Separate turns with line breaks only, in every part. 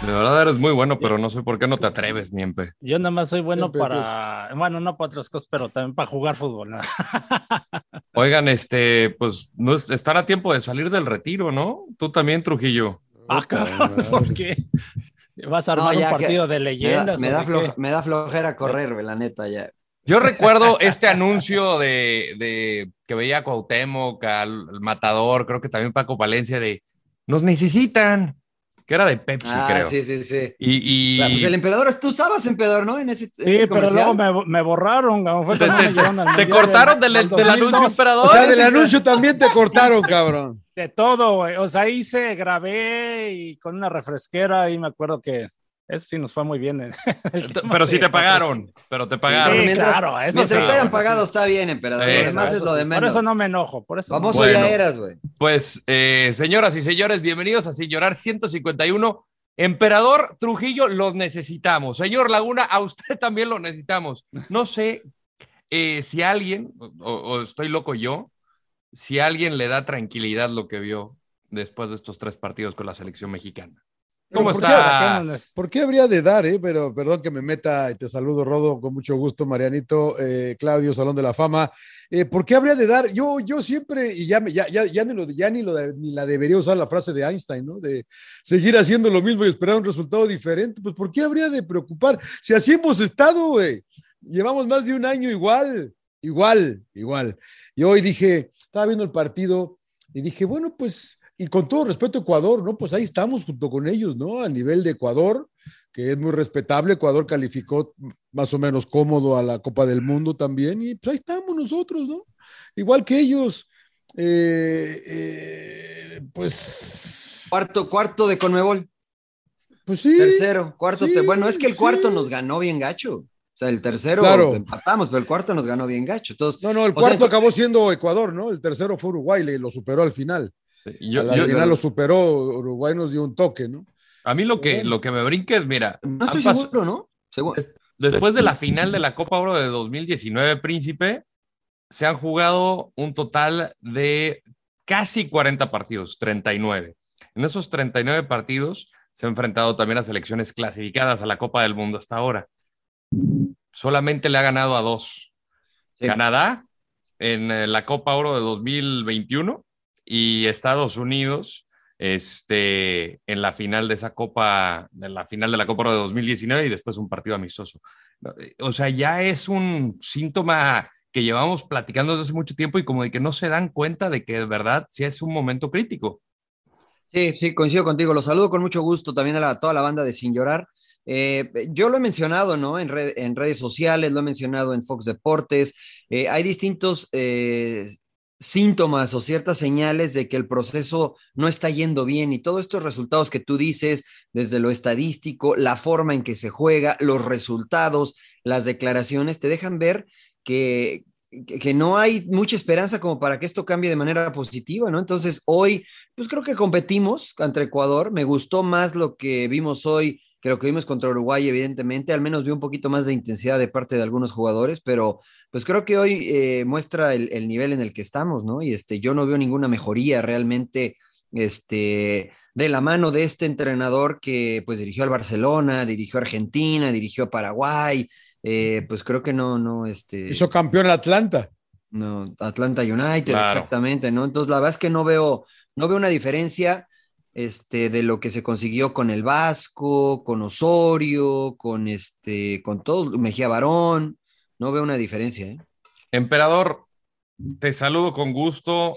De verdad eres muy bueno, pero no sé por qué no te atreves, miempe.
Yo nada más soy bueno para, bueno, no para otras cosas, pero también para jugar fútbol. ¿no? Ah,
Oigan, este, pues no es- estar a tiempo de salir del retiro, ¿no? Tú también, Trujillo.
Ah, cabrón, ¿por qué? ¿Vas a armar
No, ya
un partido
que-
de leyendas?
Me da, me da
o de
floja-
qué?
me da flojera correr, la neta, ya.
Yo recuerdo este anuncio de, de que veía a Cuauhtémoc, al, al Matador, creo que también Paco Valencia, de nos necesitan, que era de Pepsi,
ah,
creo.
sí, sí, sí.
Y, y-
Ah, pues el emperador, tú estabas emperador, ¿no? En ese, en
Sí,
ese
pero
comercial.
luego me, me borraron, cabrón. Fue
te,
cuando me llevaron al
te- te
Mundial
cortaron del,
del
del anuncio
2002.
emperador.
O sea, del anuncio también te cortaron, cabrón.
De todo, güey. O sea, hice, grabé y con una refresquera y me acuerdo que eso sí nos fue muy bien. ¿eh? en el tema
pero sí
de
te pagaron, pero te
patrocinio.
pagaron.
Sí,
Mientras-
claro, eso
Mientras
sí,
te hayan
eso sí.
pagado está bien, emperador.
Eso,
lo demás es
eso
lo
sí.
de menos.
Por eso no me enojo, por eso. no me
Famoso
Bueno.
ya eras, güey.
Pues, eh, señoras y señores, bienvenidos a Sin Llorar 151. Emperador Trujillo, los necesitamos. Señor Laguna, a usted también lo necesitamos. No sé eh, si alguien, o, o estoy loco yo, si alguien le da tranquilidad lo que vio después de estos tres partidos con la selección mexicana.
Pero
¿Cómo
¿por qué?
¿Por
está?
qué no nos-
Pues, ¿Por qué habría de dar, eh? Pero perdón que me meta, y te saludo Rodo, con mucho gusto, Marianito, eh, Claudio, Salón de la Fama. Eh, ¿Por qué habría de dar? Yo, yo siempre, y ya, me- ya, ya, ya ni, lo, ya ni, lo de- ni la debería usar la frase de Einstein, ¿no? De seguir haciendo lo mismo y esperar un resultado diferente. Pues ¿por qué habría de preocupar? Si así hemos estado, güey. Llevamos más de un año igual, igual, igual. Y hoy dije, estaba viendo el partido y dije, bueno, pues, y con todo respeto a Ecuador, ¿no? Pues ahí estamos junto con ellos, ¿no? A nivel de Ecuador, que es muy respetable, Ecuador calificó más o menos cómodo a la Copa del Mundo también, y pues ahí estamos nosotros, ¿no? Igual que ellos, eh, eh, pues,
Cuarto, cuarto de Conmebol.
pues sí.
Tercero, cuarto.
sí,
te- Bueno, es que el cuarto
sí.
nos ganó bien gacho. O sea, el tercero
Claro.
empatamos, pero el cuarto nos ganó bien gacho. Entonces,
No, no, el
O sea,
cuarto acabó siendo Ecuador, ¿no? El tercero fue Uruguay, le lo superó al final.
Sí, yo-
al
yo-
final lo superó, Uruguay nos dio un toque, ¿no?
a mí lo que, lo que me brinca es, mira,
no
han
estoy
pas-
seguro, ¿no? Seguro.
Después de la final de la Copa Oro de 2019, Príncipe, se han jugado un total de casi 40 partidos, 39. En esos 39 partidos se han enfrentado también a selecciones clasificadas a la Copa del Mundo hasta ahora. Solamente le ha ganado a dos.
Sí.
Canadá en eh, la Copa Oro de 2021 y Estados Unidos este, en la final de esa Copa, de la final de la Copa Oro de 2019 y después un partido amistoso. eh, O sea, ya es un síntoma que llevamos platicando desde hace mucho tiempo y como de que no se dan cuenta de que de verdad sí es un momento crítico.
Sí, sí, coincido contigo. Los saludo con mucho gusto también a la- toda la banda de Sin Llorar. Eh, yo lo he mencionado, ¿no? En, red- en redes sociales, lo he mencionado en Fox Deportes. Eh, hay distintos eh, síntomas o ciertas señales de que el proceso no está yendo bien y todos estos resultados que tú dices, desde lo estadístico, la forma en que se juega, los resultados, las declaraciones, te dejan ver que, que- que no hay mucha esperanza como para que esto cambie de manera positiva, ¿no? Entonces, hoy pues creo que competimos contra Ecuador. Me gustó más lo que vimos hoy que lo que vimos contra Uruguay, evidentemente. Al menos vi un poquito más de intensidad de parte de algunos jugadores, pero pues creo que hoy eh, muestra el, el nivel en el que estamos, ¿no? Y este, yo no veo ninguna mejoría realmente este, de la mano de este entrenador que pues dirigió al Barcelona, dirigió a Argentina, dirigió a Paraguay. eh, pues creo que no, no, este...
Hizo campeón a Atlanta.
No, Atlanta United,
Claro.
exactamente, ¿no? Entonces, la verdad es que no veo, no veo una diferencia este, de lo que se consiguió con el Vasco, con Osorio, con este, con todo, Mejía Barón, no veo una diferencia, ¿eh?
Emperador, te saludo con gusto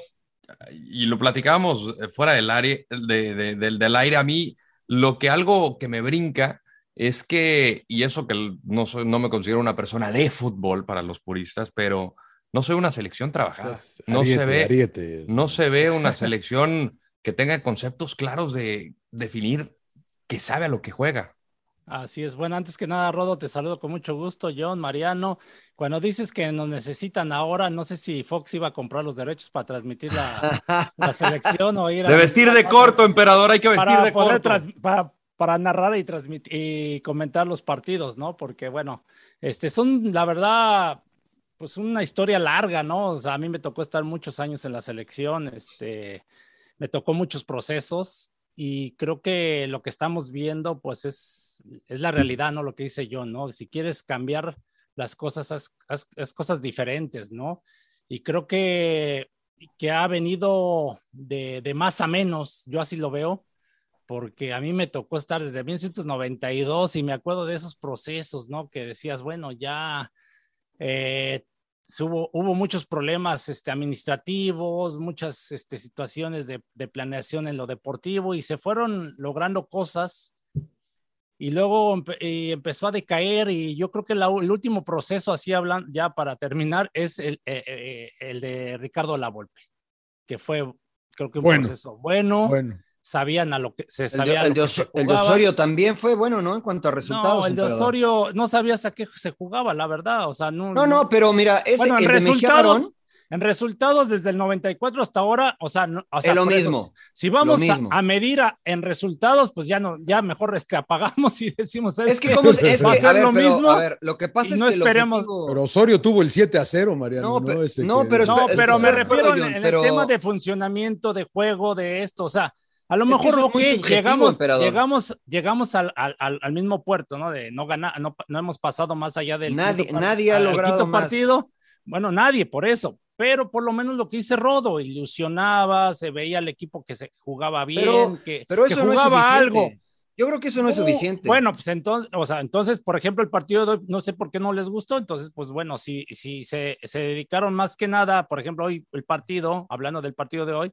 y lo platicamos eh, fuera del, aire, de- de- del, del aire. A mí, lo que algo que me brinca es que, y eso que no, soy, no me considero una persona de fútbol para los puristas, pero no soy una selección trabajada.
Estás
Pues, no, se
Ah, ariete,
ve,
ariete.
no se ve una selección que tenga conceptos claros de definir que sabe a lo que juega.
Así es. Bueno, antes que nada, Rodo, te saludo con mucho gusto, John, Mariano. Cuando dices que nos necesitan ahora, no sé si Fox iba a comprar los derechos para transmitir la, la selección o ir a...
De vestir de corto, emperador, hay que vestir
para
de
poder
corto.
trans- para, para narrar y transmitir y comentar los partidos, ¿no? Porque bueno, este son la verdad pues una historia larga, ¿no? O sea, a mí me tocó estar muchos años en la selección, este me tocó muchos procesos y creo que lo que estamos viendo pues es es la realidad, ¿no? Lo que dice yo, ¿no? Si quieres cambiar las cosas, haz- haz- haz cosas diferentes, ¿no? Y creo que, que ha venido de, de más a menos, yo así lo veo, porque a mí me tocó estar desde 1992 y me acuerdo de esos procesos, ¿no? Que decías, bueno, ya eh, hubo, hubo muchos problemas este, administrativos, muchas este, situaciones de, de planeación en lo deportivo y se fueron logrando cosas y luego empe- y empezó a decaer y yo creo que la u- el último proceso, así hablan ya para terminar, es el, eh, eh, el de Ricardo Lavolpe, que fue creo que un
Bueno.
proceso bueno,
Bueno.
sabían a lo que se
El de-
sabía. a
el
lo
de
que
Oso-
se
el de
jugaba.
Osorio también fue bueno, ¿no? En cuanto a resultados.
No, el de
emperador.
Osorio no sabías a qué se jugaba, la verdad. O sea, no.
No, no, pero mira, ese
Bueno, en
el de Mejía Barón-
resultados, en resultados desde el 94 hasta ahora, o sea, no, o sea,
Es lo
por eso,
mismo,
si si vamos
lo
a,
mismo.
a medir a- en resultados, pues ya no, ya mejor este apagamos y decimos ¿sabes
Es que
qué?
cómo- pues, es
va a
que, a
ser
ver,
lo
pero,
mismo.
a ver, lo que pasa
y
es
no
que el
esperemos.
objetivo-
Pero Osorio tuvo el 7 a 0, Mariano.
No, pe-
No, Ese
no,
que-
pero
No,
Espe-
pero
estoy
me
de acuerdo,
refiero en,
John,
en
pero-
el tema de funcionamiento de juego de esto, o sea, a lo
Es que
mejor
eso es
ok,
muy subjetivo,
llegamos,
emperador.
llegamos, llegamos al, al- al- al mismo puerto, ¿no? De no ganar, no, no hemos pasado más allá del
Nadie-
quinto
nadie ha
al
logrado
quinto
más.
partido. Bueno, nadie por eso, pero por lo menos lo que dice Rodo, ilusionaba, se veía el equipo que se jugaba bien,
Pero-
que,
pero
que
eso no es
jugaba
suficiente.
algo.
Yo creo que eso no es
Uh,
suficiente.
Bueno, pues entonces, o sea, entonces, por ejemplo, el partido de hoy, no sé por qué no les gustó, entonces, pues bueno, si, si se, se dedicaron más que nada, por ejemplo, hoy el partido, hablando del partido de hoy,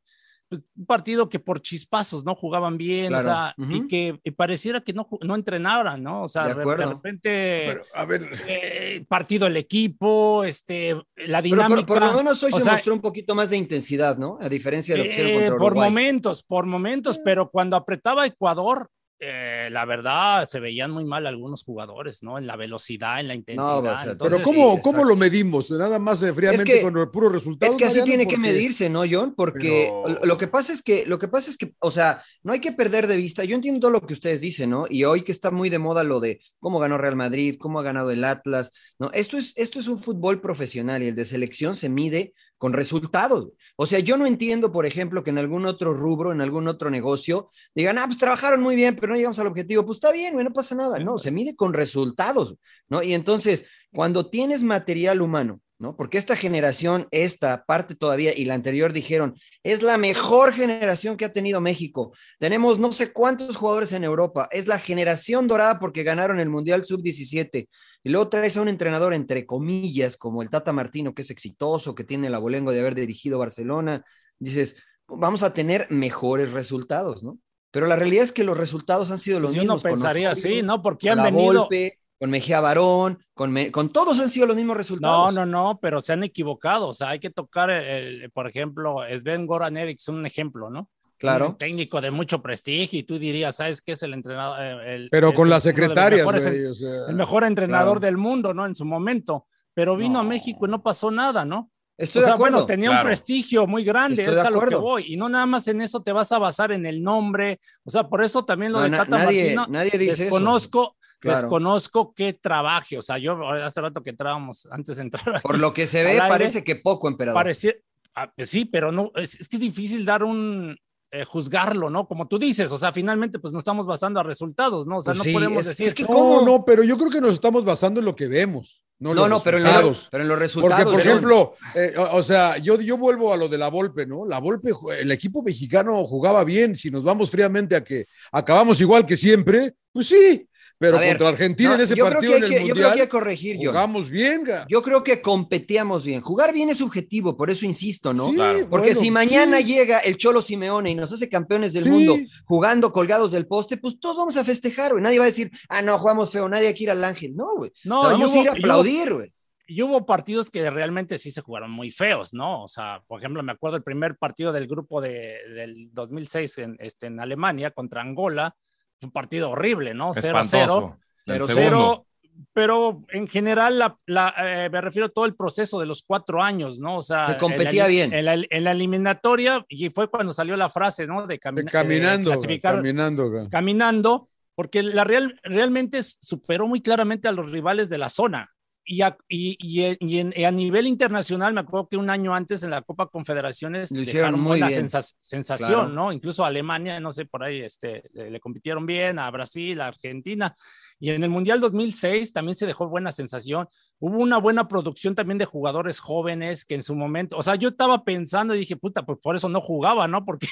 pues un partido que por chispazos no jugaban bien, o
Claro,
sea,
ujú.
y que y pareciera que no, ju- no entrenaran, ¿no? O sea,
De
de, de
acuerdo.
repente,
a ver.
eh, partido el equipo, este, la
Pero
dinámica.
por, por lo menos hoy
o
se
sea,
mostró un poquito más de intensidad, ¿no? A diferencia de lo que hicieron
eh,
contra
por
Uruguay. Eh.
momentos, por momentos, pero cuando apretaba Ecuador, eh, la verdad se veían muy mal algunos jugadores, ¿no? En la velocidad, en la intensidad.
o sea,
Entonces,
pero ¿cómo,
sí,
¿cómo lo medimos? Nada más eh, fríamente
Es que-
con el puro resultado.
Es que así
Mariano,
tiene que
porque-
medirse, ¿no, John? Porque
Pero-
lo que pasa es que, lo que pasa es que, o sea, no hay que perder de vista. Yo entiendo todo lo que ustedes dicen, ¿no? Y hoy que está muy de moda lo de cómo ganó Real Madrid, cómo ha ganado el Atlas, ¿no? Esto es, esto es un fútbol profesional y el de selección se mide con resultados. O sea, yo no entiendo, por ejemplo, que en algún otro rubro, en algún otro negocio, digan, ah, pues trabajaron muy bien, pero no llegamos al objetivo. Pues está bien, güey, no pasa nada. No, se mide con resultados, ¿no? Y entonces, cuando tienes material humano, ¿no? Porque esta generación, esta parte todavía y la anterior dijeron, es la mejor generación que ha tenido México. Tenemos no sé cuántos jugadores en Europa, es la generación dorada porque ganaron el Mundial Sub-17. Y luego traes a un entrenador, entre comillas, como el Tata Martino, que es exitoso, que tiene el abolengo de haber dirigido Barcelona. Dices, vamos a tener mejores resultados, ¿no? Pero la realidad es que los resultados han sido los
pues yo no
mismos. con
pensaría
Osorio,
así, ¿no? Porque
con
han
la
venido.
Volpe, con Mejía Barón, con, Me- con todos han sido los mismos
No,
resultados.
no, no, pero se han equivocado. O sea, hay que tocar, eh, el, el- por ejemplo, Sven Goran Eriksson, un ejemplo, ¿no?
Claro.
Un técnico de mucho prestigio y tú dirías, ¿sabes qué es el entrenador? eh, el-
Pero con
es
las
uno de los
secretarias,
mejores en-
güey, o sea,
el mejor entrenador
claro.
del mundo, ¿no? En su momento, pero vino a México y no pasó nada, ¿no?
Estoy
O
de
sea,
acuerdo.
Bueno, tenía
Claro.
un prestigio muy grande,
Estoy
es
de
a lo que
acuerdo.
voy. Y no nada más en eso te vas a basar en el nombre. O sea, por eso también lo
No,
de
na-
Tata
nadie-
Martino.
nadie dice eso.
desconozco,
Claro.
desconozco que trabaje. O sea, yo hace rato que entrábamos, antes de entrar.
Por lo que se
al
ve,
aire,
parece que poco, emperador.
parecía- ah, pues sí, pero no, es, es que es difícil dar un eh, juzgarlo, ¿no? Como tú dices, o sea, finalmente pues nos estamos basando a resultados, ¿no? O sea,
Pues
no
sí,
podemos
es-
decir
es que
No, no, pero yo creo que nos estamos basando en lo que vemos.
No, no, no, pero en, la- pero en los resultados.
Porque, por
León.
ejemplo, eh, o, o sea, yo, yo vuelvo a lo de la Volpe, ¿no? La Volpe, ju- el equipo mexicano jugaba bien. Si nos vamos fríamente a que acabamos igual que siempre, pues sí. Pero
A ver,
contra Argentina
no,
en ese
yo creo
partido
que
en
hay
el
que- yo creo
Mundial,
que hay que corregir, John.
jugamos bien. ga-
Yo creo que competíamos bien. Jugar bien es subjetivo, por eso insisto, ¿no?
Sí, Claro.
Porque
bueno,
si mañana
sí.
llega el Cholo Simeone y nos hace campeones del
Sí.
mundo jugando colgados del poste, pues todos vamos a festejar, güey. Nadie va a decir, ah, no, jugamos feo, nadie quiere al ángel. No, güey.
No,
Te
y
vamos a
hubo-
ir a
y hubo-
aplaudir, güey.
Y hubo partidos que realmente sí se jugaron muy feos, ¿no? O sea, por ejemplo, me acuerdo el primer partido del grupo de, del 2006 en, este, en Alemania contra Angola. Fue un partido horrible, ¿no? 0 a 0.
Espantoso. El
0
segundo.
Pero en general, la, la, eh, me refiero a todo el proceso de los cuatro años, ¿no? O sea,
Se
en la
competía
eli-
bien.
En la, en la eliminatoria, y fue cuando salió la frase, ¿no? De,
eh,
eh, caminar
Caminando, ga, caminando. ga.
caminando, porque la Real realmente superó muy claramente a los rivales de la zona. Y a, y, y- y en- y a nivel internacional, me acuerdo que un año antes en la Copa Confederaciones
Lo hicieron
dejaron
muy
buena
bien.
sensa- sensación,
Claro.
¿no? Incluso a Alemania, no sé, por ahí este, le, le compitieron bien, a Brasil, a Argentina. Y en el Mundial 2006 también se dejó buena sensación. Hubo una buena producción también de jugadores jóvenes que en su momento, o sea, yo estaba pensando y dije, puta, pues por eso no jugaba, ¿no? Porque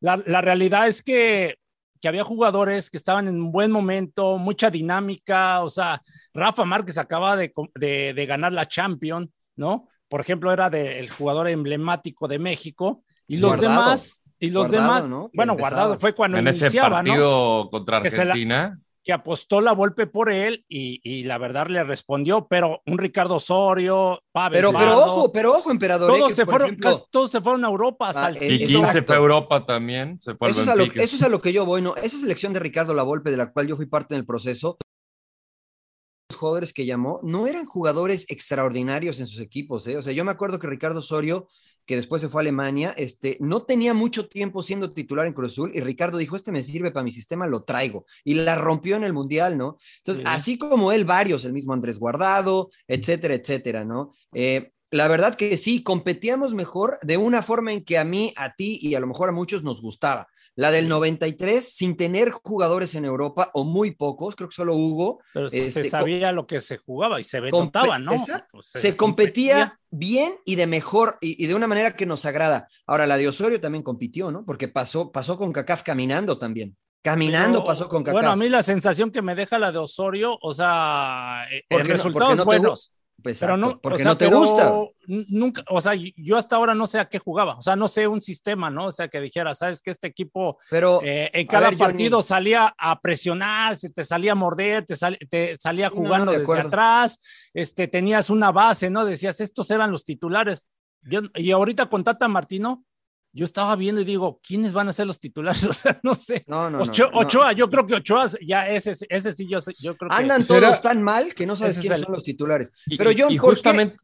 la, la realidad es que, que había jugadores que estaban en un buen momento, mucha dinámica, o sea, Rafa Márquez acaba de, co- de, de ganar la Champions, ¿no? Por ejemplo, era de- el jugador emblemático de México y los
Guardado.
demás, y los
Guardado,
demás,
¿no? Que
bueno,
empezaba.
guardado fue cuando
en ese
iniciaba, ¿no?
partido contra
Que se la-
Argentina.
que apostó la golpe por él y, y la verdad le respondió, pero un Ricardo Osorio, Pavel
Pero, pero
Pardo,
ojo, pero ojo, emperador. eh,
ah, todos
que,
se
por
fueron,
ejemplo,
casi todos se fueron a Europa,
Ah,
Salcedo.
Y
eh,
15
exacto.
fue Europa también. Se fue al
Eso es, a lo,
Benfica.
eso es a lo que yo voy, ¿no? Esa selección de Ricardo Lavolpe, de la cual yo fui parte del proceso, los jugadores que llamó no eran jugadores extraordinarios en sus equipos, ¿eh? O sea, yo me acuerdo que Ricardo Osorio, que después se fue a Alemania, este, no tenía mucho tiempo siendo titular en Cruz Azul y Ricardo dijo, este me sirve para mi sistema, lo traigo. Y la rompió en el Mundial, ¿no? Entonces,
Sí.
así como él, varios, el mismo Andrés Guardado, etcétera, etcétera, ¿no? Eh, la verdad que sí, competíamos mejor de una forma en que a mí, a ti y a lo mejor a muchos nos gustaba. La del 93, sin tener jugadores en Europa o muy pocos, creo que solo Hugo.
Pero se-
este,
se sabía lo que se jugaba y se ve
compe-
notaba, ¿no?
Exacto.
Pues
se competía bien y de mejor y, y de una manera que nos agrada. Ahora, la de Osorio también compitió, ¿no? Porque pasó, pasó con CACAF caminando también. Caminando
Pero,
pasó con CACAF.
Bueno, a mí la sensación que me deja la de Osorio, o sea, eh, en
Porque no-
resultados
porque no te gu-
buenos.
Pues,
pero
exacto,
no,
porque
o sea,
no te
pero
gusta.
n- Nunca, o sea, yo hasta ahora no sé a qué jugaba, o sea, no sé un sistema, ¿no? O sea, que dijera, sabes que este equipo
Pero
eh, en
Oh, a
cada
ver, Johnny.
partido salía a presionar, se te salía a morder, te, sal- te salía
Sí, no, no,
jugando
de
desde
acuerdo.
atrás, este, tenías una base, ¿no? Decías, estos eran los titulares. Yo- y ahorita con Tata Martino, yo estaba viendo y digo, ¿quiénes van a ser los titulares? O sea, no sé.
No, no, no,
Ocho-
no.
Ochoa, yo creo que Ochoa, ya ese, ese sí, yo, sé- yo creo que.
Andan
Será-
todos tan mal que no sabes
Ese es
quiénes
el-
son los titulares.
Y-
Pero John,
y
¿por qué?
justamente.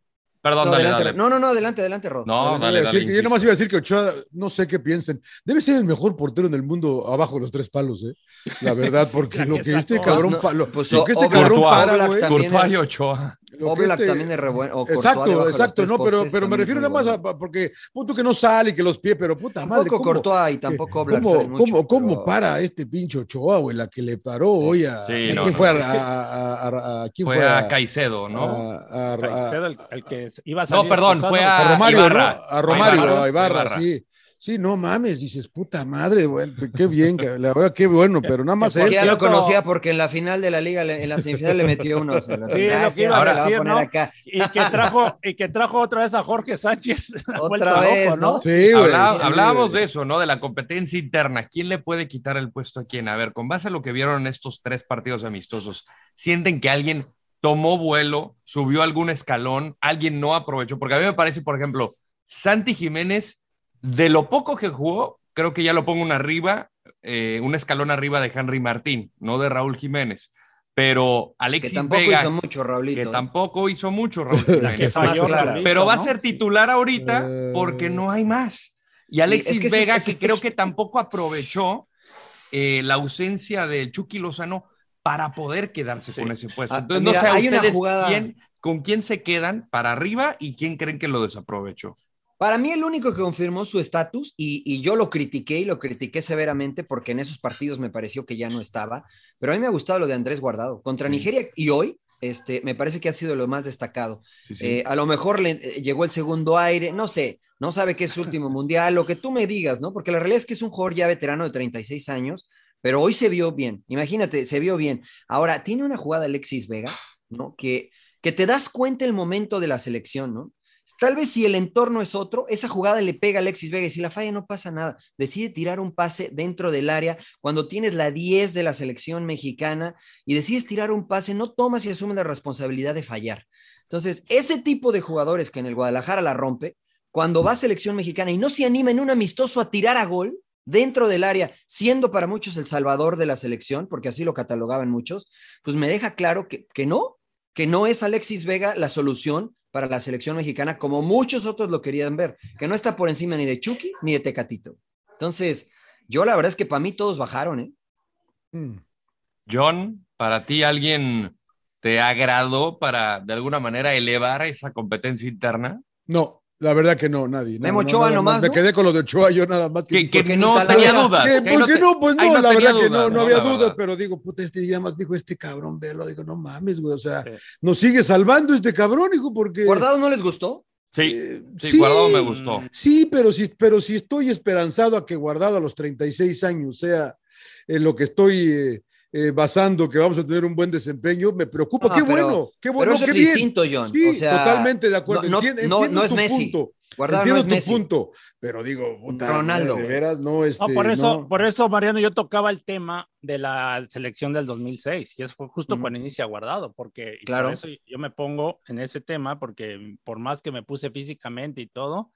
Perdón,
No,
dale,
adelante,
dale.
no, no, no, adelante, adelante, Rod.
No,
Yo
dale,
iba a decir
dale.
que- yo nomás
insisto.
iba a decir que Ochoa, no sé qué piensen. Debe ser el mejor portero en el mundo abajo de los tres palos, ¿eh? La verdad,
Sí,
porque
claro
lo
que
que
sacó.
este cabrón,
Pues no,
pa- lo-
pues
lo que este
Oblak-
cabrón
Oblak
para, güey.
también
Courtois y
era-
Ochoa.
lo que
Oblak
este-
también es re bueno. o Courtois debajo de
Exacto,
los
exacto,
tres
no, pero,
postes
pero me
también es
refiero
muy
nada más
bueno.
a a- porque punto que no sale y que los pies, pero puta madre.
Tampoco
¿cómo?
Courtois y
que-
tampoco Oblak.
¿Cómo,
salen mucho,
cómo, cómo
pero-
para este pinche Ochoa, güey? La que le paró hoy a.
Sí,
¿a
no,
¿Quién
no,
fue?
sí.
A, a- a- a- a- ¿quién
Fue
fue?
a Caicedo, ¿no?
a- a- a-
Caicedo, el, el que iba a salir
No, perdón,
expulsado.
fue
a
a
Romario,
Ibarra.
¿no? A Romario,
Ibarra,
a Ibarra,
Ibarra.
sí. Sí, no mames, dices, puta madre, güey, qué bien, que- la verdad, qué bueno, pero nada más
Porque
él.
ya lo
cierto-
conocía porque en la final de la liga, le- en la semifinal le metió unos.
Sí, lo que iba a
ahora la va
decir,
poner
¿no?
acá.
Y que trajo, y que trajo otra vez a Jorge Sánchez.
Otra
vuelto loco,
vez, ¿no?
Sí, güey.
Habla-
sí,
hablábamos
güey.
de eso, ¿no? De la competencia interna. ¿Quién le puede quitar el puesto a quién? A ver, con base a lo que vieron en estos tres partidos amistosos, ¿sienten que alguien tomó vuelo, subió algún escalón, alguien no aprovechó? Porque a mí me parece, por ejemplo, Santi Jiménez, de lo poco que jugó, creo que ya lo pongo un arriba, eh, un escalón arriba de Henry Martín, no de Raúl Jiménez. Pero
Que
Alexis
tampoco
Vega,
hizo mucho, Raulito.
que
¿eh?
tampoco hizo mucho Raúl
La
Jiménez.
que falló,
clara.
Raulito,
Pero va a
¿no?
ser titular ahorita
Eh.
porque no hay más. Y Alexis
es que ese-
Vega,
ese-
que creo que tampoco aprovechó eh, la ausencia de Chucky Lozano para poder quedarse
Sí.
con ese puesto.
Ah,
Entonces,
mira,
no sé a
hay una
ustedes
jugada-
quién- con quién se quedan para arriba y quién creen que lo desaprovechó.
Para mí el único que confirmó su estatus, y, y yo lo critiqué y lo critiqué severamente porque en esos partidos me pareció que ya no estaba, pero a mí me ha gustado lo de Andrés Guardado. Contra Nigeria y hoy este, me parece que ha sido lo más destacado.
Sí, sí.
Eh, a lo mejor le eh, llegó el segundo aire, no sé, no sabe que es su último mundial, lo que tú me digas, ¿no? Porque la realidad es que es un jugador ya veterano de 36 años, pero hoy se vio bien, imagínate, se vio bien. Ahora, tiene una jugada Alexis Vega, ¿no? Que, que te das cuenta el momento de la selección, ¿no? Tal vez si el entorno es otro, esa jugada le pega a Alexis Vega y si la falla no pasa nada. Decide tirar un pase dentro del área cuando tienes la 10 de la selección mexicana y decides tirar un pase, no tomas y asumes la responsabilidad de fallar. Entonces, ese tipo de jugadores que en el Guadalajara la rompe, cuando va a selección mexicana y no se anima en un amistoso a tirar a gol dentro del área, siendo para muchos el salvador de la selección, porque así lo catalogaban muchos, pues me deja claro que, que no, que no es Alexis Vega la solución para la selección mexicana, como muchos otros lo querían ver, que no está por encima ni de Chucky ni de Tecatito. Entonces, yo la verdad es que para mí todos bajaron, ¿eh?
Mm.
John, ¿para ti alguien te agradó para de alguna manera elevar esa competencia interna?
No, la verdad que no, nadie. No,
Memo
no,
Ochoa
nada
nomás,
más. Me
¿no?
quedé con lo de Ochoa, yo nada más.
Que- que
porque
no tenía dudas, que ahí
¿Por
no
qué
te-
no? Pues
ahí
no,
no
la
tenía
verdad que no,
dudas,
no
¿no?
había
La
dudas,
verdad.
pero digo, puta, este día más dijo este cabrón, velo. Digo, no mames, güey, o sea, nos sigue salvando este cabrón, hijo, porque.
¿Guardado no les gustó?
Sí, sí,
sí.
Guardado me gustó.
Sí, pero si, pero si estoy esperanzado a que Guardado a los 36 años sea en lo que estoy eh, eh, basando, que vamos a tener un buen desempeño, me preocupa.
Ah,
qué
pero-
bueno, qué
pero
bueno,
eso
qué
es
bien.
distinto, John.
Sí,
O sea,
totalmente de acuerdo.
no- no-
Entien-
no-
entiendo
no es
tu
Messi.
punto.
Guardado no
Entiendo
es
tu
Messi.
punto, pero digo, puta,
Ronaldo,
De
güey.
veras, no, este,
No, por eso,
no.
por eso, Mariano, yo tocaba el tema de la selección del 2006, que es fue justo cuando inicia Guardado, porque y
Claro.
por eso yo me pongo en ese tema, porque por más que me puse físicamente y todo,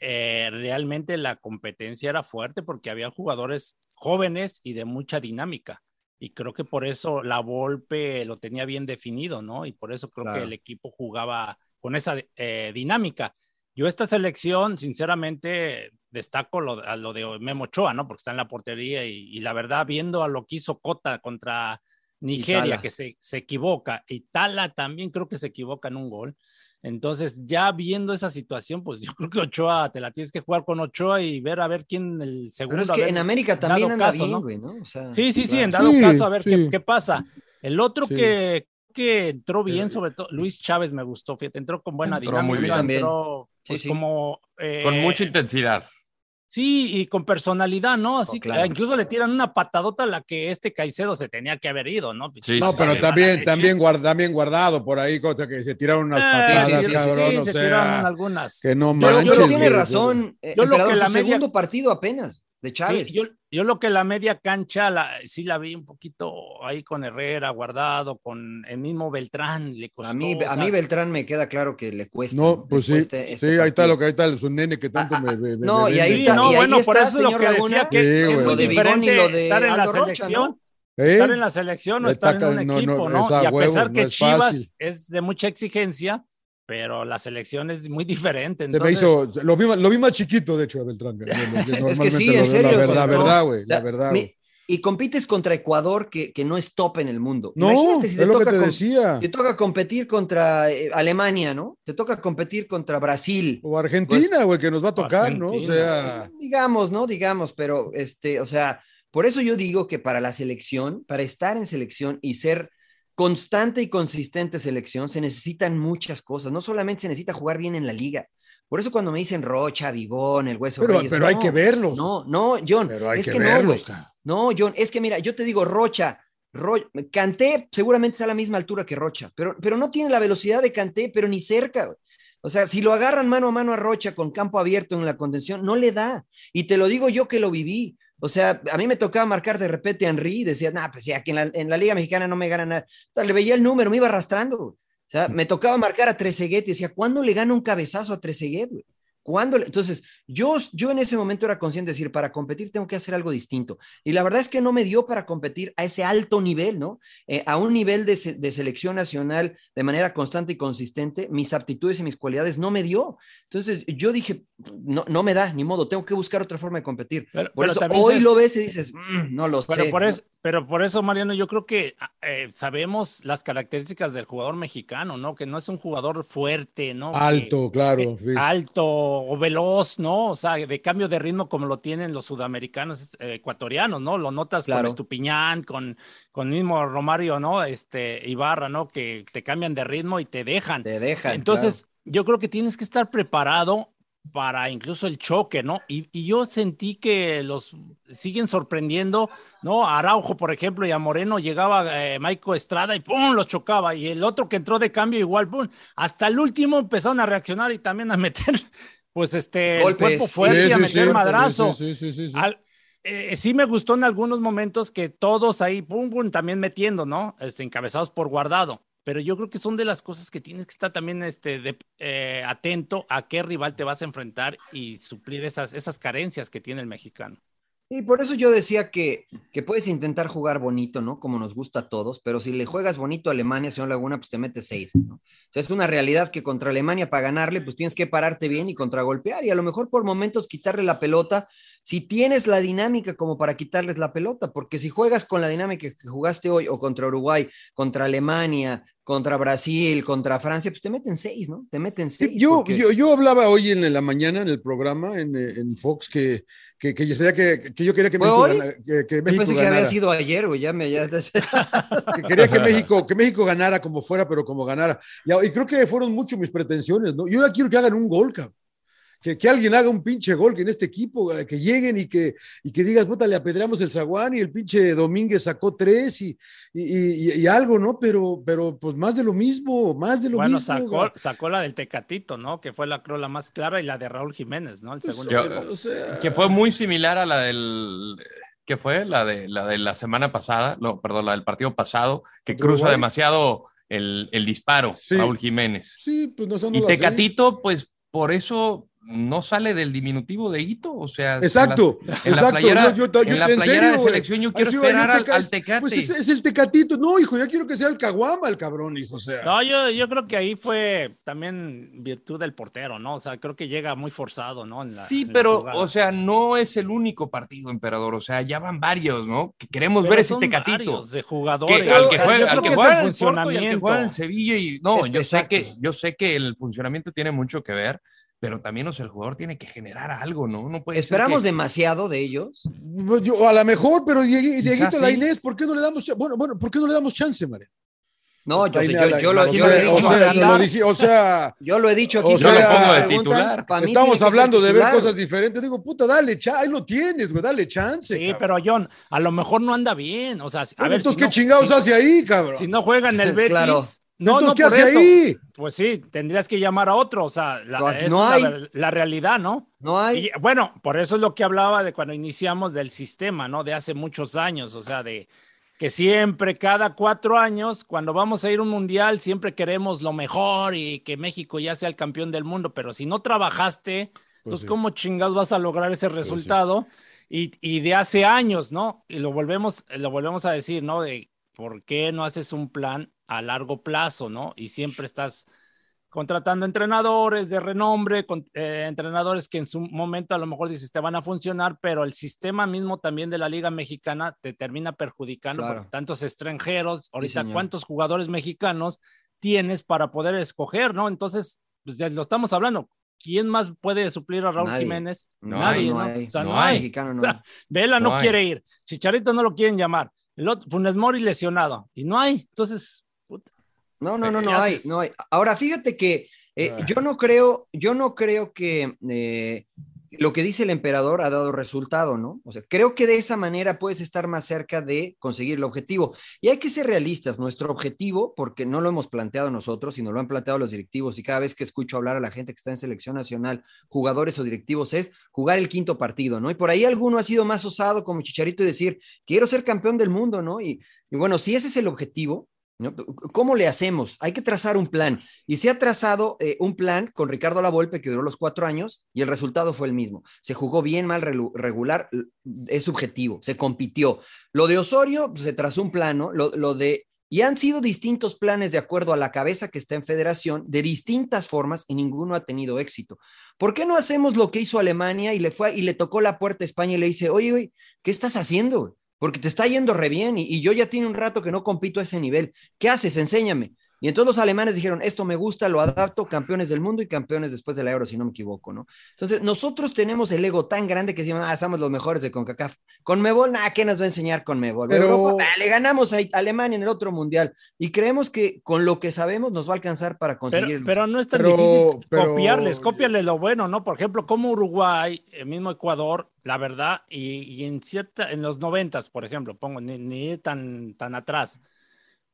eh, realmente la competencia era fuerte porque había jugadores jóvenes y de mucha dinámica. Y creo que por eso la Volpe lo tenía bien definido, ¿no? Y por eso creo
Claro.
que el equipo jugaba con esa eh, dinámica. Yo esta selección, sinceramente, destaco lo, a lo de Memo Ochoa, ¿no? Porque está en la portería y, y la verdad, viendo a lo que hizo Cota contra Nigeria,
Y Tala.
que se, se equivoca, y Tala también creo que se equivoca en un gol. Entonces, ya viendo esa situación, pues yo creo que Ochoa, te la tienes que jugar con Ochoa y ver a ver quién el segundo.
Pero es
a
que
ver,
en América
dado
también anda
caso,
bien,
¿no?
güey, ¿no? O sea,
Sí, sí, sí,
claro.
en dado
Sí,
caso, a ver qué,
sí.
qué pasa. El otro
Sí.
que, que entró
Eh,
bien, sobre todo, Luis Chávez me gustó, fíjate, entró con buena
Entró muy
dinámica,
bien. También.
entró pues,
sí.
como... eh,
Con mucha intensidad.
Sí, y con personalidad, ¿no? Así
Oh, claro.
que incluso le tiran una patadota a la que este Caicedo se tenía que haber ido, ¿no?
no, pero también, también, guard- también guardado por ahí, cosa que se tiraron unas
Ah, sí,
patadas,
sí, sí,
cabrón.
sí,
o
se
sea,
tiraron algunas.
Que no
Pero-
manches.
pero
güey,
tiene
o sea.
razón, eh,
Yo lo
Emperador,
que la
su
media-
segundo partido apenas de Chávez.
Sí, yo, yo lo que la media cancha la, sí la vi un poquito ahí con Herrera, guardado, con el mismo Beltrán, le costó.
a mí,
o
a
sea,
mí Beltrán me queda claro que le cuesta.
No, pues sí,
este- este
sí, ahí
partido.
está
Ah,
lo que ahí está el- su nene que tanto me, me- me-
No,
me
y ahí
vende.
está,
no,
y ahí
bueno, por
está,
eso es lo
señor
que
Laguna,
decía que
Sí,
es
güey.
muy
Lo de
Bigón y
diferente
lo de
estar en la
Aldo Rocha,
selección.
¿Eh?
Estar en la selección o
Está
estar en un
ca- no, no,
equipo, ¿no?
esa
Y a
huevo,
pesar
no
que
es
Chivas
fácil.
es de mucha exigencia, pero la selección es muy diferente.
Se me
Entonces,
hizo, lo vi, más- lo vi más chiquito, de hecho, a Beltrán. que- que
Es que
normalmente
sí,
lo
en
veo,
serio.
La
pues,
verdad, la
no.
verdad, güey,
O sea,
la verdad.
mi-
güey.
Y compites contra Ecuador, que, que no es top en el mundo.
No,
Imagínate si
es lo que te
com-
decía.
Te toca competir contra eh, Alemania, ¿no? Te toca competir contra Brasil.
O Argentina, güey, que nos va a tocar, ¿no? O
Pues, Argentina.
sea,
Mm, Digamos, ¿no? Digamos, pero este, o sea, por eso yo digo que para la selección, para estar en selección y ser constante y consistente selección, se necesitan muchas cosas. No solamente se necesita jugar bien en la liga. Por eso cuando me dicen Rocha, Vigón, el hueso.
pero,
Reyes,
pero hay
no.
que verlos.
No, no, John.
Pero hay
es
que
que no,
verlos,
güey. No, John, es que mira, yo te digo, Rocha, Ro- Canté seguramente está a la misma altura que Rocha, pero, pero no tiene la velocidad de Canté, pero ni cerca. güey. O sea, si lo agarran mano a mano a Rocha con campo abierto en la contención, no le da. Y te lo digo yo que lo viví. O sea, a mí me tocaba marcar de repente a Henry y decía, nah, pues ya que en la, en la Liga Mexicana no me gana nada. O sea, Le veía el número, me iba arrastrando. güey. O sea, me tocaba marcar a Trezeguet y decía, ¿cuándo le gana un cabezazo a Trezeguet? güey? ¿Cuándo? le-?" Entonces, yo, yo en ese momento era consciente de decir, para competir tengo que hacer algo distinto. Y la verdad es que no me dio para competir a ese alto nivel, ¿no? Eh, a un nivel de, se- de selección nacional de manera constante y consistente, mis aptitudes y mis cualidades no me dio. Entonces, yo dije, no, no me da, ni modo, tengo que buscar otra forma de competir. por
pero
eso
también
hoy
sabes-
lo ves y dices, "Mm, no lo
Pero
sé.
por, eso, pero por eso, Mariano, yo creo que eh, sabemos las características del jugador mexicano, ¿no? Que no es un jugador fuerte, ¿no? Que-
Eh, ah,
Alto, claro.
alto, o veloz, ¿no? O sea, de cambio de ritmo como lo tienen los sudamericanos eh, ecuatorianos, ¿no? Lo notas
Claro.
con Estupiñán, con, con mismo Romario, ¿no? Este, Ibarra, ¿no? Que te cambian de ritmo y te dejan.
Te dejan.
Entonces, yo creo que tienes que estar preparado para incluso el choque, ¿no? Y, y yo sentí que los siguen sorprendiendo, ¿no? A Araujo, por ejemplo, y a Moreno llegaba eh, Maico Estrada y ¡pum! los chocaba. Y el otro que entró de cambio igual, ¡pum! Hasta el último empezaron a reaccionar y también a meter, pues, este, el
Golpes.
cuerpo fuerte
Sí,
y a
sí,
meter
sí,
madrazo.
sí, sí, sí, sí.
Al- eh, sí me gustó en algunos momentos que todos ahí, pum, pum, también metiendo, ¿no? Este, encabezados por guardado. Pero yo creo que son de las cosas que tienes que estar también este, de- eh, atento a qué rival te vas a enfrentar y suplir esas, esas carencias que tiene el mexicano.
Y por eso yo decía que, que puedes intentar jugar bonito, ¿no? Como nos gusta a todos, pero si le juegas bonito a Alemania, señor Laguna, pues te metes seis, ¿no? O sea, es una realidad que contra Alemania para ganarle, pues tienes que pararte bien y contragolpear y a lo mejor por momentos quitarle la pelota, si tienes la dinámica como para quitarles la pelota, porque si juegas con la dinámica que jugaste hoy o contra Uruguay, contra Alemania, contra Brasil, contra Francia, pues te meten seis, ¿no? Te meten seis.
Yo,
porque-
yo, yo hablaba hoy en la mañana en el programa en, eh, en Fox que, que, que yo sabía que, que yo quería que
¿Fue
México,
hoy?
ganara, que, que
Yo
México
pensé que
ganara.
había sido ayer, güey, ya me... Ya...
Que quería que México, que México ganara como fuera, pero como ganara. Y, a- y creo que fueron mucho mis pretensiones, ¿no? Yo ya quiero que hagan un gol, cabrón. Que, que alguien haga un pinche gol, que en este equipo, eh, que lleguen y que, y que digas, puta, le apedreamos el zaguán y el pinche Domínguez sacó tres y, y, y- y algo, ¿no? Pero, pero pues más de lo mismo, más de lo
bueno,
mismo.
sacó,
güey.
sacó la del Tecatito, ¿no? Que fue la creo la más clara y la de Raúl Jiménez, ¿no? El segundo
Pues
Pues,
Yo-
tiempo.
que fue muy similar a la del que fue la de la de la semana pasada, no, perdón, la del partido pasado, que
¿Contra
cruza
Uruguay?
demasiado el, el disparo, Raúl Jiménez.
Sí, pues no son
Y
las-
Tecatito, pues por eso no sale del diminutivo de Hito, o sea, en
Exacto,
las- en la,
exacto.
playera,
Yo- yo- yo-
en la
en
playera
serio,
de
güey.
selección yo quiero
Así va,
esperar
yo
al,
te-
al Tecate.
Pues es, es el Tecatito. No, hijo, ya quiero que sea el Caguama el cabrón, hijo. O sea.
No, yo, yo creo que ahí fue también virtud del portero, ¿no? O sea, creo que llega muy forzado, ¿no? En la-
Sí,
en la
pero,
jugada.
o sea, no es el único partido, emperador. O sea, ya van varios, ¿no? Que queremos
Pero
ver ese
son
tecatito.
varios de jugadores.
Que- al
O
que
sea, yo
juega, al
creo
que
que es
juega
el
en el Porto y al que
funcionamiento.
juega en Sevilla. Y, no, yo sé,
Exacto.
que, yo sé que el funcionamiento tiene mucho que ver, pero también, o sea, el jugador tiene que generar algo, ¿no?
Pues,
No puede ser
Esperamos
que-
demasiado de ellos.
No, Pues, yo- a lo mejor, pero Diegui-
Quizás
Dieguito
sí.
la Inés, ¿por qué no le damos cha- bueno, bueno, ¿por qué no le damos chance, María?
No, yo,
Pues Ahí
sé,
me
yo-
habla-
yo lo,
o
yo lo he
sea,
dicho
o sea,
aquí.
yo lo dije, o sea,
Yo lo he dicho aquí.
o
cuando me
sea, Yo lo pongo de
preguntan,
titular.
para mí tiene
estamos
que ser
hablando de ver
titular.
cosas diferentes. Digo, puta, dale, cha, ahí lo tienes, güey, dale chance.
Sí,
cabrón.
pero John, a lo mejor no anda bien. O sea, a
Bueno,
ver,
entonces,
si
¿qué
no-
chingados
si-
hace ahí, cabrón?
Si no juega en el Betis.
Claro.
No,
Entonces,
no,
¿qué
por
hace
eso.
ahí?
Pues sí, tendrías que llamar a otro. O sea, la,
No,
esa
no
es la
hay.
ver- la realidad, ¿no?
No hay.
Y, bueno, por eso es lo que hablaba de cuando iniciamos del sistema, ¿no? De hace muchos años, o sea, de que siempre, cada cuatro años, cuando vamos a ir a un mundial, siempre queremos lo mejor y que México ya sea el campeón del mundo, pero si no trabajaste, pues,
sí.
¿cómo chingados vas a lograr ese resultado? Y, y de hace años, ¿no? Y lo volvemos, lo volvemos a decir, ¿no? De por qué no haces un plan a largo plazo, ¿no? Y siempre estás contratando entrenadores de renombre, con- eh, entrenadores que en su momento a lo mejor dices te van a funcionar, pero el sistema mismo también de la Liga Mexicana te termina perjudicando
Claro.
por tantos extranjeros. Ahorita,
señor.
¿cuántos jugadores mexicanos tienes para poder escoger, no? Entonces, pues ya lo estamos hablando. ¿Quién más puede suplir a Raúl
Nadie.
Jiménez?
No
Nadie,
hay,
¿no?
no hay.
O sea,
No
no,
hay.
hay.
Mexicano
O
no
sea,
hay.
Vela no,
No hay.
quiere ir. Chicharito no lo quieren llamar. El otro, Funes Mori lesionado. Y no hay. Entonces, puta,
No, no, no,
¿Qué
no hay,
haces?
no hay. Ahora, fíjate que eh, yo no creo, yo no creo que eh, lo que dice el emperador ha dado resultado, ¿no? O sea, creo que de esa manera puedes estar más cerca de conseguir el objetivo. Y hay que ser realistas. Nuestro objetivo, porque no lo hemos planteado nosotros, sino lo han planteado los directivos, y cada vez que escucho hablar a la gente que está en selección nacional, jugadores o directivos, es jugar el quinto partido, ¿no? Y por ahí alguno ha sido más osado como Chicharito y decir, quiero ser campeón del mundo, ¿no? Y, y bueno, si ese es el objetivo, ¿no? ¿Cómo le hacemos? Hay que trazar un plan. Y se ha trazado eh, un plan con Ricardo Lavolpe que duró los cuatro años y el resultado fue el mismo. Se jugó bien, mal, relu- regular, l- es subjetivo, se compitió. Lo de Osorio pues, se trazó un plano, lo, lo de... Y han sido distintos planes de acuerdo a la cabeza que está en federación, de distintas formas, y ninguno ha tenido éxito. ¿Por qué no hacemos lo que hizo Alemania y le, fue, a- y le tocó la puerta a España y le dice, oye, oye, ¿qué estás haciendo? Porque te está yendo re bien y, y yo ya tiene un rato que no compito a ese nivel. ¿Qué haces? Enséñame. Y entonces los alemanes dijeron, esto me gusta, lo adapto, campeones del mundo y campeones después del euro, si no me equivoco, ¿no? Entonces nosotros tenemos el ego tan grande que decimos, ah, somos los mejores de CONCACAF. Con Mebol, nada, ¿qué nos va a enseñar con Mebol?
Pero-
Europa, ah, le ganamos a Alemania en el otro mundial y creemos que con lo que sabemos nos va a alcanzar para
Pero,
conseguirlo.
pero no es tan
Pero-
difícil
pero-
copiarles, copiarles lo bueno, ¿no? Por ejemplo, como Uruguay, el mismo Ecuador, la verdad, y, y en cierta, en los noventas, por ejemplo, pongo, ni, ni tan, tan atrás.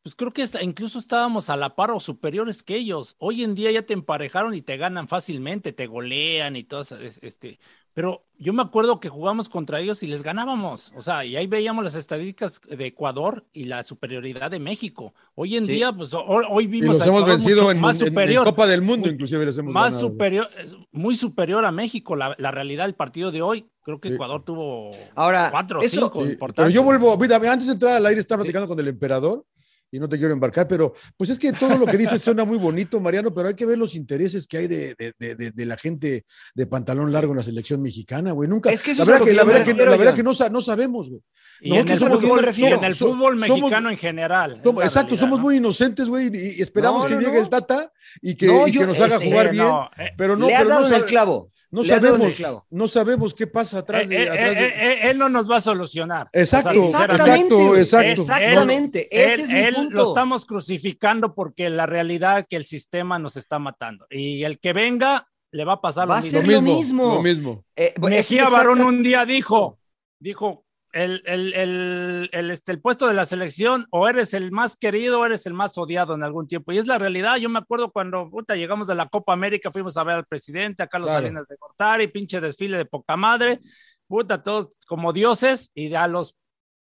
Pues creo que hasta- incluso estábamos a la par o superiores que ellos. Hoy en día ya te emparejaron y te ganan fácilmente, te golean y todo eso, es- este. Pero yo me acuerdo que jugamos contra ellos y les ganábamos. O sea, y ahí veíamos las estadísticas de Ecuador y la superioridad de México. Hoy en
Sí.
día, pues ho- hoy
Y
vimos
los
a
hemos
Ecuador
vencido
mucho
en,
más
en- en
superior
Copa del Mundo, inclusive les hemos
más
ganado.
superior, es muy superior a México. La, la realidad del partido de hoy, creo que Ecuador tuvo
Ah,
Ahora,
cuatro o
eso-
cinco
Sí, pero
importantes.
yo vuelvo, mira, antes de entrar al aire estaba platicando con el emperador y no te quiero embarcar, pero pues es que todo lo que dices suena muy bonito, Mariano, pero hay que ver los intereses que hay de, de- de- de- de la gente de pantalón largo en la selección mexicana, güey. Nunca.
Es que eso
la
es a
verdad
lo
que,
que
la
yo me
verdad que,
refiero,
la verdad
Jan.
que no, sa- no sabemos, güey.
y,
No, es
en
que
el
somos
fútbol,
bien-
y en el
somos-
fútbol
somos-
mexicano en general.
somos-
es la
exacto, somos muy inocentes, güey, y, y esperamos
No,
que
no,
llegue
no.
el Tata y que,
No,
y que
yo-
nos haga
ese,
jugar bien.
no, eh,
pero no,
le has
pero
dado
no
en el
sabe-
clavo,
No
le has dado en el
sabemos,
clavo.
no sabemos qué pasa
realidad,
atrás
¿no?
de.
Eh,
atrás de-
eh, eh, eh, él no nos va a solucionar.
Exacto,
sinceramente.
exactamente, güey. Exacto,
Él-
exactamente,
él-
ese es mi
él
punto.
Lo estamos crucificando porque la realidad que el sistema nos está matando. Y el que venga le va a pasar
Va a
lo mismo.
ser lo mismo.
lo mismo.
Eh, bueno, ese es
Mejía
exacta-
Barón un día dijo, dijo, el, el, el, el, este, el puesto de la selección o eres el más querido o eres el más odiado en algún tiempo. Y es la realidad. Yo me acuerdo cuando puta, llegamos de la Copa América, fuimos a ver al presidente, a Carlos
Claro.
Salinas de Gortari, pinche desfile de poca madre. Puta, todos como dioses y a los,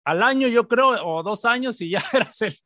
al año yo creo, o dos años y ya eras el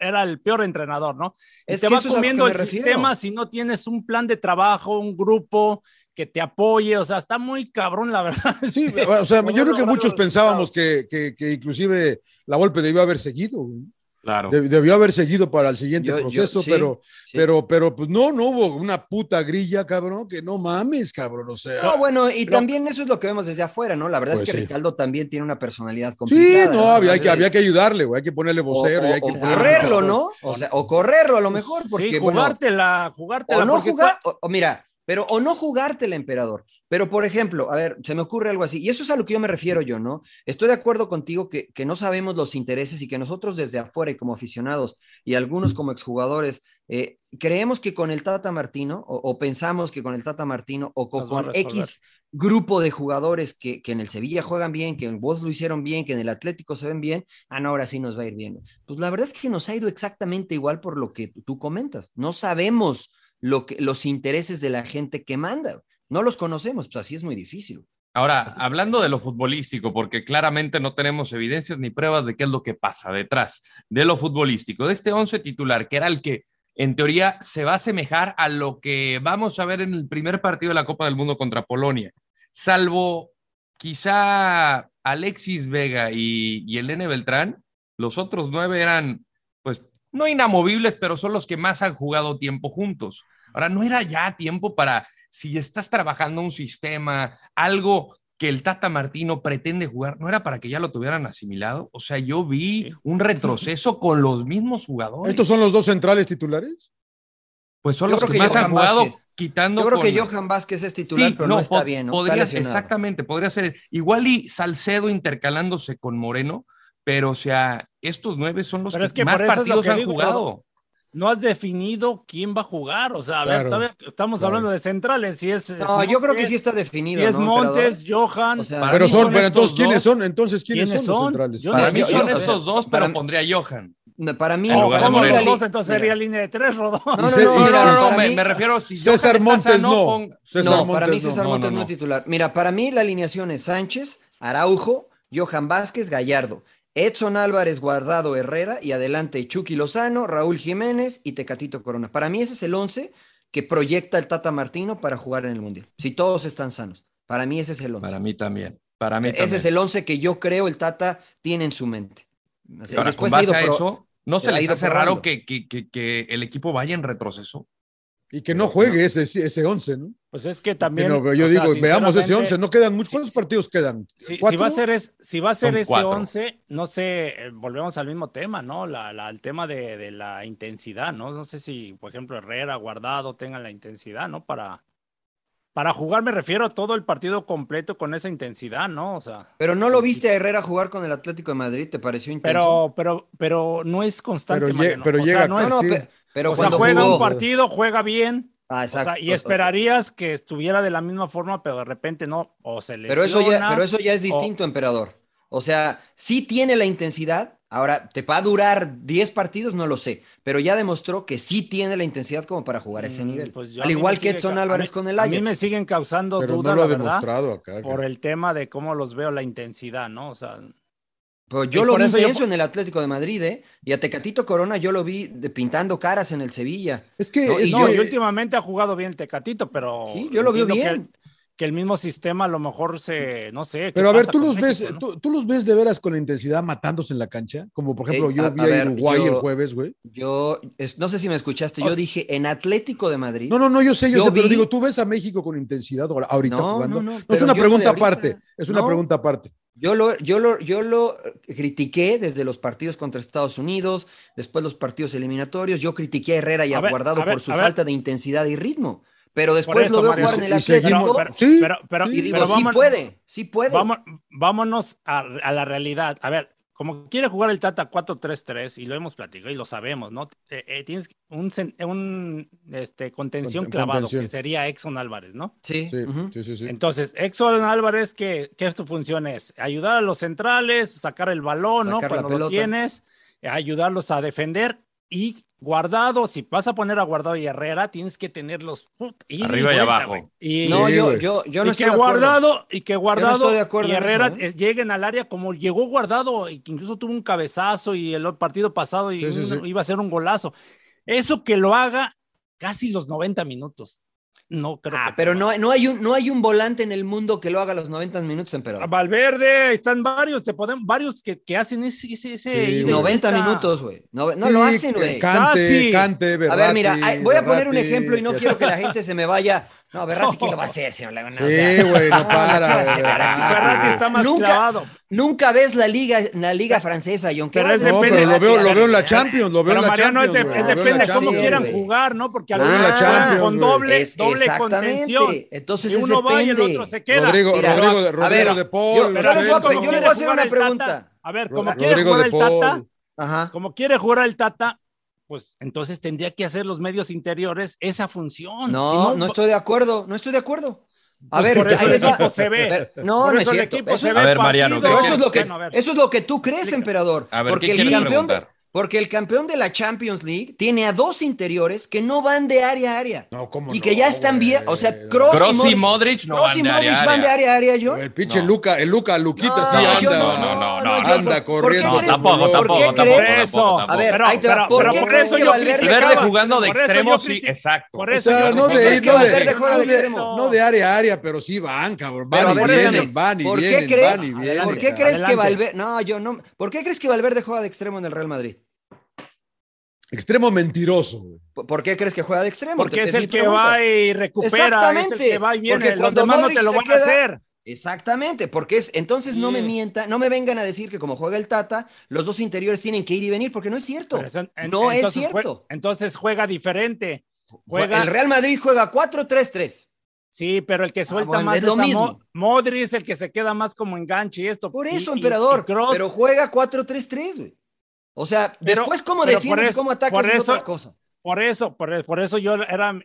era el peor entrenador, ¿no? Y
Es
te
que
va
eso es a lo que
comiendo
me
el
refiero.
sistema si no tienes un plan de trabajo, un grupo que te apoye, o sea, está muy cabrón, la verdad.
Sí, o sea, yo creo que muchos pensábamos que, que- que inclusive la golpe debió haber seguido. güey.
Claro.
Deb- debió haber seguido para el siguiente
Yo- yo-
proceso,
sí,
pero, pero, pero, pues no, no hubo una puta grilla, cabrón, que no mames, cabrón, o sea.
No, bueno, y
no.
también eso es lo que vemos desde afuera, ¿no? La verdad
Pues
es que
sí.
Ricardo también tiene una personalidad
Sí,
complicada.
no, había, que,
Sí.
había que ayudarle, güey, hay que ponerle
O,
vocero y
o-
hay que
o
ponerle-
correrlo, ¿no? O, sea, o correrlo a lo mejor, porque
sí,
bueno,
jugártela, jugártela.
o no
porque
jugar, o, o mira, pero o no jugártela, emperador. Pero, por ejemplo, a ver, se me ocurre algo así, y eso es a lo que yo me refiero yo, ¿no? Estoy de acuerdo contigo que, que no sabemos los intereses y que nosotros desde afuera y como aficionados y algunos como exjugadores, eh, creemos que con el Tata Martino, o, o pensamos que con el Tata Martino, o co-
Nos va a
con
resolver.
X grupo de jugadores que, que en el Sevilla juegan bien, que en Wolves lo hicieron bien, que en el Atlético se ven bien, ah, no, ahora sí nos va a ir bien. Pues la verdad es que nos ha ido exactamente igual por lo que tú comentas. No sabemos lo que, los intereses de la gente que manda. No los conocemos, pues así es muy difícil.
Ahora, hablando de lo futbolístico, porque claramente no tenemos evidencias ni pruebas de qué es lo que pasa detrás de lo futbolístico, de este once titular, que era el que en teoría se va a asemejar a lo que vamos a ver en el primer partido de la Copa del Mundo contra Polonia, salvo quizá Alexis Vega y, y Elene Beltrán, los otros nueve eran, pues, no inamovibles, pero son los que más han jugado tiempo juntos. Ahora, no era ya tiempo para, si estás trabajando un sistema, algo que el Tata Martino pretende jugar, no era para que ya lo tuvieran asimilado. O sea, yo vi un retroceso con los mismos jugadores.
¿Estos son los dos centrales titulares?
Pues son
Yo
los
creo
que,
que
más
Johan
han jugado,
Vázquez.
quitando.
Yo creo que
con-
Johan Vázquez es titular,
Sí,
pero no, está
pod-
bien, ¿no? Está
podría-
lesionado.
exactamente, podría ser igual y Salcedo intercalándose con Moreno, pero o sea, estos nueve son los
Pero
que,
es que
más
por eso es lo
partidos
que
han
digo,
jugado.
No has definido quién va a jugar, o sea, a ver,
Claro.
todavía estamos
Claro.
hablando de centrales, si es... eh,
No, yo creo que
Montes,
sí está definido.
Si es
¿no,
Montes,
emperador?
Johan...
O sea,
para
Pero
mí
son,
son
pero entonces,
estos
¿quiénes
dos.
son? Entonces, ¿quiénes,
¿Quiénes
son los
son?
centrales?
Yo
Para mí
yo-
son
yo-
estos dos,
para
pero
mí-
pondría a Johan.
No, Para mí,
En lugar de
¿Cómo los
Moreno.
dos? Entonces sería línea de tres, Rodón.
No, no,
Y
no,
César-
mira,
No, no,
para
me,
mí-
me refiero si
César
Johan
Montes
está sano,
no.
ponga-
César
no, para mí
Montes no.
César
No,
Montes no,
no,
es titular. Mira, para mí la alineación es Sánchez, Araujo, Johan Vázquez, Gallardo, Edson Álvarez, Guardado, Herrera y adelante Chucky Lozano, Raúl Jiménez y Tecatito Corona. Para mí ese es el 11 que proyecta el Tata Martino para jugar en el Mundial. Si todos están sanos. Para mí ese es el 11.
Para mí también. Para mí
Ese es el 11 que yo creo el Tata tiene en su mente. O sea,
Ahora,
después
con
ha ido
base a
pro-
eso, ¿no se
ha
les
ido
hace
probando.
raro que, que- que- que el equipo vaya en retroceso?
Y que no juegue ese, ese 11, ¿no?
Pues es que también.
Pero yo
o sea,
digo, veamos ese
sinceramente,
11, no quedan muchos. ¿Cuántos partidos quedan?
Si, si
¿Cuatro?
va a ser, es, si va a ser
Son
ese
cuatro.
11, no sé, eh, volvemos al mismo tema, ¿no? La, la- el tema de, de la intensidad, ¿no? No sé si, por ejemplo, Herrera, Guardado tengan la intensidad, ¿no? Para, para jugar, me refiero a todo el partido completo con esa intensidad, ¿no? O sea.
Pero no lo viste a Herrera jugar con el Atlético de Madrid, ¿te pareció intenso?
Pero, pero, pero no es constante.
Pero lle-
Mariano.
pero
O
llega
sea, no es-
No, no, pe- pero
o sea,
cuando
juega
jugó-
un partido, juega bien.
Ah,
o sea,
exacto.
y esperarías que estuviera de la misma forma, pero de repente no. O se lesiona.
Pero eso ya, pero eso ya es
o-
distinto, emperador. O sea, sí tiene la intensidad. Ahora, ¿te va a durar 10 partidos? No lo sé. Pero ya demostró que sí tiene la intensidad como para jugar a ese nivel.
pues yo- a
Al
mí me
igual que
sigue
Edson
ca- a
Álvarez
mí-
con el
a
Ajax.
mí me siguen causando
Pero
duda,
no lo ha
la verdad,
demostrado acá,
por el tema de cómo los veo la intensidad, ¿no? O sea,
Pero
Y
yo lo
por
vi
eso yo
intenso
po-
en el Atlético de Madrid, ¿eh? Y a Tecatito Corona yo lo vi de- pintando caras en el Sevilla.
Es
no, y, y últimamente ha jugado bien Tecatito, pero
Sí, yo lo vi
entiendo que
bien.
el- Que, el mismo sistema a lo mejor se, no sé. ¿qué
Pero a ver,
pasa
¿tú
con
los, ves,
México, no?
¿tú, tú los ves de veras con la intensidad matándose en la cancha? Como por ejemplo,
Ey,
yo
Eh, a-
vi
a
a,
ver,
Uruguay
yo-
el jueves, güey.
Yo, es- no sé si me escuchaste,
O
yo
sea-
dije en Atlético de Madrid.
No, no, no, yo sé, yo,
Yo
sé, pero
vi-
digo, ¿tú ves a México con intensidad ahora- ahorita
No,
jugando?
no, no,
No, es
pero
una
yo
pregunta
lo de ahorita.
aparte, es una
No.
pregunta aparte.
Yo lo, yo, lo, yo lo critiqué desde los partidos contra Estados Unidos, después los partidos eliminatorios. Yo critiqué a Herrera y
A
a
ver,
Guardado
a ver,
por su
a ver.
falta de intensidad y ritmo. Pero
Por
después
eso,
lo veo
Mario.
jugar en el
Y seguimos.
Atlético.
Pero- pero- pero-
y digo,
pero
sí
vámonos-
puede, sí puede.
Vamo- vámonos a, a la realidad. A ver, como quiere jugar el Tata 4-3-3, y lo hemos platicado y lo sabemos, ¿no? Eh, eh, tienes un, cen- un, este, contención
Conten-
clavado,
contención.
que sería Exxon Álvarez, ¿no?
Sí.
Sí, sí, sí, sí.
Entonces, Exxon Álvarez, ¿qué, qué es tu función? Es ayudar a los centrales, sacar el balón, ¿no?
Sacar la
Cuando lo
pelota.
tienes, ayudarlos a defender y guardado, si vas a poner a guardado y Herrera, tienes que tenerlos put- ida
Arriba y
vuelta,
abajo.
güey. Y,
No, Sí, yo- güey. yo- yo no
y que
estoy de acuerdo.
guardado y que
Yo no
guardado
estoy de acuerdo
y
en eso,
Herrera
¿eh?
eh, lleguen al área como llegó guardado y que incluso tuvo un cabezazo y el partido pasado y
Sí, sí,
un-
sí.
iba a ser un golazo. Eso que lo haga casi los 90 minutos. No creo.
Ah, pero no, no, hay un, no hay un volante en el mundo que lo haga a los 90 minutos,
Ah,
emperador.
Valverde, están varios, te podemos, varios que, que hacen ese, ese, ese ida y
90
vuelta.
minutos, güey. No, no
Sí,
lo hacen,
que
güey. Ah,
Cante,
Casi.
cante,
A
Berratti,
ver, mira, ay, voy a poner un
Berratti,
ejemplo y no
que-
quiero que la gente se me vaya. No, Berratti, ¿quién lo va a hacer, señor Laguna? O
Sí,
sea,
güey,
¿qué va
no para.
a hacer
güey.
Berratti está más
Ah, nunca,
clavado.
Nunca ves la liga, la liga francesa y aunque
Pero
vas
es
a-
No,
depende-
pero lo veo,
a
lo
ver,
veo en la
a ver,
Champions, lo veo en
Pero
la
Mariano, es,
Champions.
de-
güey,
es
lo veo en la
depende de cómo
Champions,
quieran
güey.
jugar, ¿no? Porque
Lo veo en la
algunos
Champions,
con
güey.
doble,
Es-
doble
exactamente.
contención.
Entonces
Y
es
uno va y el
depende.
otro se queda.
Rodrigo-
Mira,
Rodrigo-
pero-
Rodrigo
a ver,
de Paul,
pero
Rodrigo-
es como
Rodrigo-
quiere
yo le voy a
hacer
jugar
una
el Tata.
pregunta.
A ver, como
Rodrigo
quiere
de
jugar el
Paul.
Tata,
Ajá.
como quiere jugar el Tata, pues entonces tendría que hacer los medios interiores esa función.
No,
Si
no estoy de acuerdo, no estoy de acuerdo. A
Pues
ver,
por eso
ahí
el
les va-
equipo se ve.
Pero- no,
Por
no
eso
es
el
cierto.
equipo
Eso-
se ve
A ver, Mariano,
Pero
partido.
¿qué quieres?
eso es lo que,
Bueno, a ver.
eso es lo que tú crees, emperador.
A ver,
porque
¿qué
el
quieres
campeón de-
preguntar?
porque el campeón de la Champions League tiene a dos interiores que no van de área a área.
No, cómo
y
no,
que ya están bien, o sea, Kroos,
Kroos y Modric no
Kroos
van
y
de área a
Modric van de
área.
área a área, yo.
El pinche
No.
Luca, el Luca, Luquita
No,
sí
yo
anda.
no, no, no, no,
yo-
anda corriendo.
¿por qué
por
crees?
favor.
Tampoco,
¿Por qué
tampoco,
crees?
tampoco, tampoco.
A ver,
Pero-
ahí te va.
pero-
¿Por
pero
qué
por
crees
eso
que
yo
Valverde
critico-
Verde
acaba-
jugando de
Por eso yo
extremo, sí,
critico-
exacto.
por
O
eso
sea,
yo
no
critico
de,
es que
no, de,
Valverde juega de
no de-
extremo.
no de área a área, pero sí van, cabrón.
Pero
Van
a
y
ver,
vienen,
espérame,
van y
¿por qué
vienen,
crees?
van y
¿Por
vienen.
¿Por qué
cabrón.
Adelante,
crees
adelante.
que Valverde? No, yo no. ¿Por qué crees que Valverde juega de extremo en el Real Madrid?
Extremo mentiroso, güey.
¿Por- ¿Por qué crees que juega de extremo?
Porque
Te-
es
te-
el
mi
que
pregunta.
va y recupera, es el
Exactamente,
que va y viene.
porque
Los
cuando
demás no
Modric
te lo
se
van a
queda-
hacer.
Exactamente, porque es, entonces no me
Sí.
mientan, no me vengan a decir que como juega el Tata, los dos interiores tienen que ir y venir, porque no es cierto.
Pero eso- en-
no es
entonces jue-
cierto.
entonces juega diferente. Juega,
El Real Madrid juega 4-3-3.
Sí, pero el que suelta
Ah, bueno,
más
es lo
es a
mismo.
Mo- Modric, es el que se queda más como enganche y esto.
Por
Y-
eso,
y- y
emperador.
Kroos-
Pero juega 4-3-3, güey. O sea,
Pero-
después cómo
pero por
defiendes, y
eso-
cómo atacas
por
es
eso-
otra cosa.
Por eso, por, por eso yo era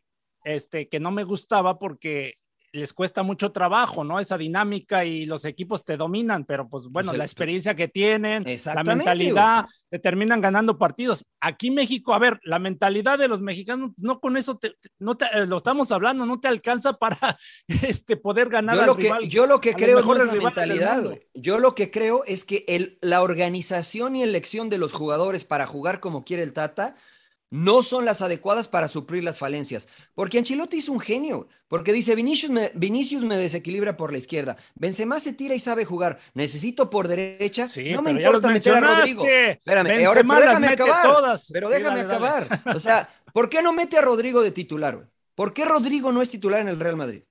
este que no me gustaba porque les cuesta mucho trabajo, ¿no? Esa dinámica y los equipos te dominan, pero pues bueno,
Pues el-
la experiencia que tienen, la
Exactamente,
mentalidad, te terminan ganando partidos. Aquí México, a ver, la mentalidad de los mexicanos, no con eso, te- te- no te- eh, lo estamos hablando, no te alcanza para este, poder ganar
Yo
al
lo, que,
rival.
yo lo que
a los
creo no
mejores
es la
rivales del
mentalidad,
mundo.
güey. Yo lo que creo es que el, la organización y elección de los jugadores para jugar como quiere el Tata no son las adecuadas para suplir las falencias. Porque Ancelotti es un genio, porque dice, Vinicius me, Vinicius me desequilibra por la izquierda, Benzema se tira y sabe jugar, necesito por derecha,
Sí,
no me
pero ya los
importa meter a Rodrigo.
mencionaste.
Espérame, eh,
Benzema
ahora, pero
las
déjame
mete
acabar,
todas.
pero
Sí,
déjame
dale, dale.
acabar. O sea, ¿por qué no mete a Rodrigo de titular? güey? ¿Por qué Rodrigo no es titular en el Real Madrid?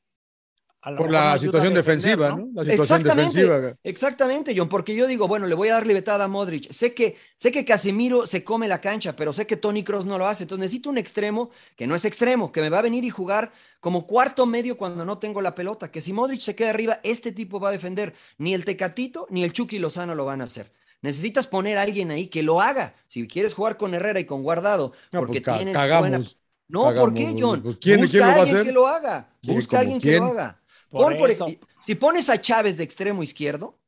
Por la situación defensiva, ¿no? La situación
exactamente,
defensiva.
Exactamente, John, porque yo digo, bueno, le voy a dar libertad a Modric. Sé que, sé que Casemiro se come la cancha, pero sé que Tony Cross no lo hace. Entonces necesito un extremo que no es extremo, que me va a venir y jugar como cuarto medio cuando no tengo la pelota. Que si Modric se queda arriba, este tipo va a defender. Ni el Tecatito ni el Chucky Lozano lo van a hacer. Necesitas poner a alguien ahí que lo haga. Si quieres jugar con Herrera y con Guardado,
No,
porque
pues, ca-
tienen
cagamos.
buena- No,
Cagamos,
¿por qué, John?
pues, ¿quién-
Busca
quién lo va a
alguien
hacer?
que lo haga.
¿Quién,
Busca
como
alguien que
quién?
lo haga.
Por
Pon, por
eso.
ej- si pones a Chávez de extremo izquierdo,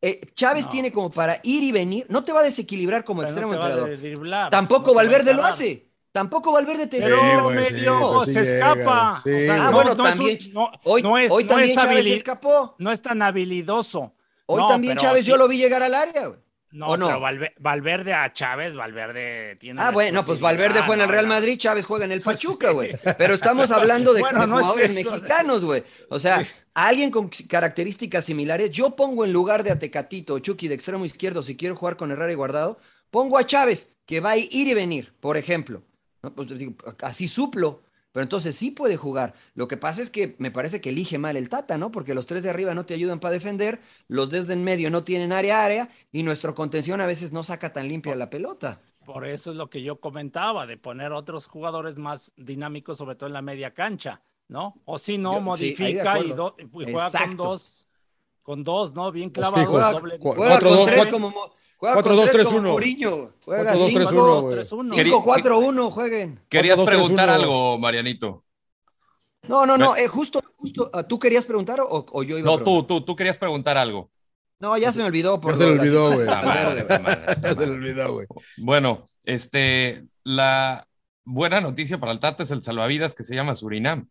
eh, Chávez tiene como para ir y venir. No te va a desequilibrar como
Pero
extremo
no te va a
emperador.
driblar,
Tampoco
no te va a
Valverde lo
encarar.
hace. Tampoco Valverde te
Pero
desequilibra.
güey, medio
pues sí
se
llega,
escapa.
sí,
O sea,
güey.
Ah,
no,
bueno,
no es un-
también.
no-
hoy
no es,
hoy
no
también
es
Chávez
habili-
escapó.
no es tan habilidoso.
Hoy
No,
también
pero
Chávez yo
sí-
lo vi llegar al área. güey.
No,
¿o no?
pero Valve- Valverde a Chávez, Valverde tiene.
Ah,
la
bueno, pues
exclusividad,
Valverde juega en el
¿no? Pues
Real Madrid, Chávez juega en el Pachuca, güey. Pero estamos hablando de
Bueno, no es
jugadores
eso.
mexicanos, güey. O sea, alguien con características similares, yo pongo en lugar de Atecatito o Chucky de extremo izquierdo, si quiero jugar con Herrera y Guardado, pongo a Chávez, que va a ir y venir, por ejemplo. ¿no? Pues, digo, así suplo. Pero entonces sí puede jugar. Lo que pasa es que me parece que elige mal el Tata, ¿no? Porque los tres de arriba no te ayudan para defender, los desde en medio no tienen área a área y nuestro contención a veces no saca tan
Oh.
limpia la pelota.
Por eso es lo que yo comentaba, de poner otros jugadores más dinámicos, sobre todo en la media cancha, ¿no? O si no,
Yo- sí, ahí de
modifica
acuerdo.
y, do- y juega con
Exacto. Pues
dos, con dos, ¿no? Bien
Los
clavado,
fijos.
doble.
Cu-
Juega
cuatro,
con
dos,
tres
cuatro-
como Mo- juega
cuatro,
con
dos,
tres
tres,
como
uno.
Mourinho. Juega
Cuatro, dos,
cinco,
tres, uno,
dos,
güey.
tres, uno.
Quería-
Cinco, cuatro, uno, jueguen.
Cuatro,
Querías
dos, tres,
preguntar
uno.
algo, Marianito.
No, no, no, eh, justo, justo, ah, ¿tú querías preguntar o, o yo iba a
No,
preguntar?
tú, tú, tú querías preguntar algo.
No, ya se me olvidó. Por
Ya se
lo
le
de la
olvidó,
situación
güey.
tan verde, güey.
Ya se le olvidó, güey.
Bueno, este, la buena noticia para el Tata es el salvavidas que se llama Surinam.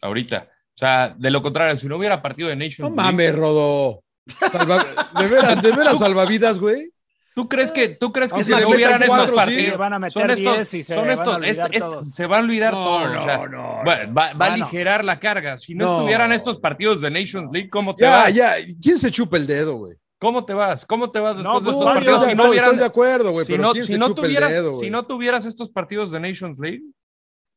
Ahorita. O sea, de lo contrario, si no hubiera partido de Nations
No
League,
mames, Rodo. Salva- De veras, de veras salvavidas, güey.
¿Tú crees que, tú crees que
Aunque
si
le
no
metan
hubieran estos
cuatro, sí.
partidos?
Le van a meter
son estos,
10 y se
son
van a
estos-
olvidar
este- este-
todos.
se va a olvidar
No,
todo.
no,
o sea,
no,
bueno, va, va a
Bueno.
aligerar la carga. Si no,
No.
estuvieran estos partidos de Nations League, ¿cómo te
Ya,
vas?
ya. ¿Quién se chupa el dedo, güey?
¿Cómo te vas? ¿Cómo te vas después
No,
de
pues,
estos
varios,
partidos? Si
Estoy-
no hubieran,
Estoy de acuerdo, güey,
si
pero
no,
¿quién
si
se
no
chupa el
tuvieras,
dedo,
si
güey?
no tuvieras estos partidos de Nations League,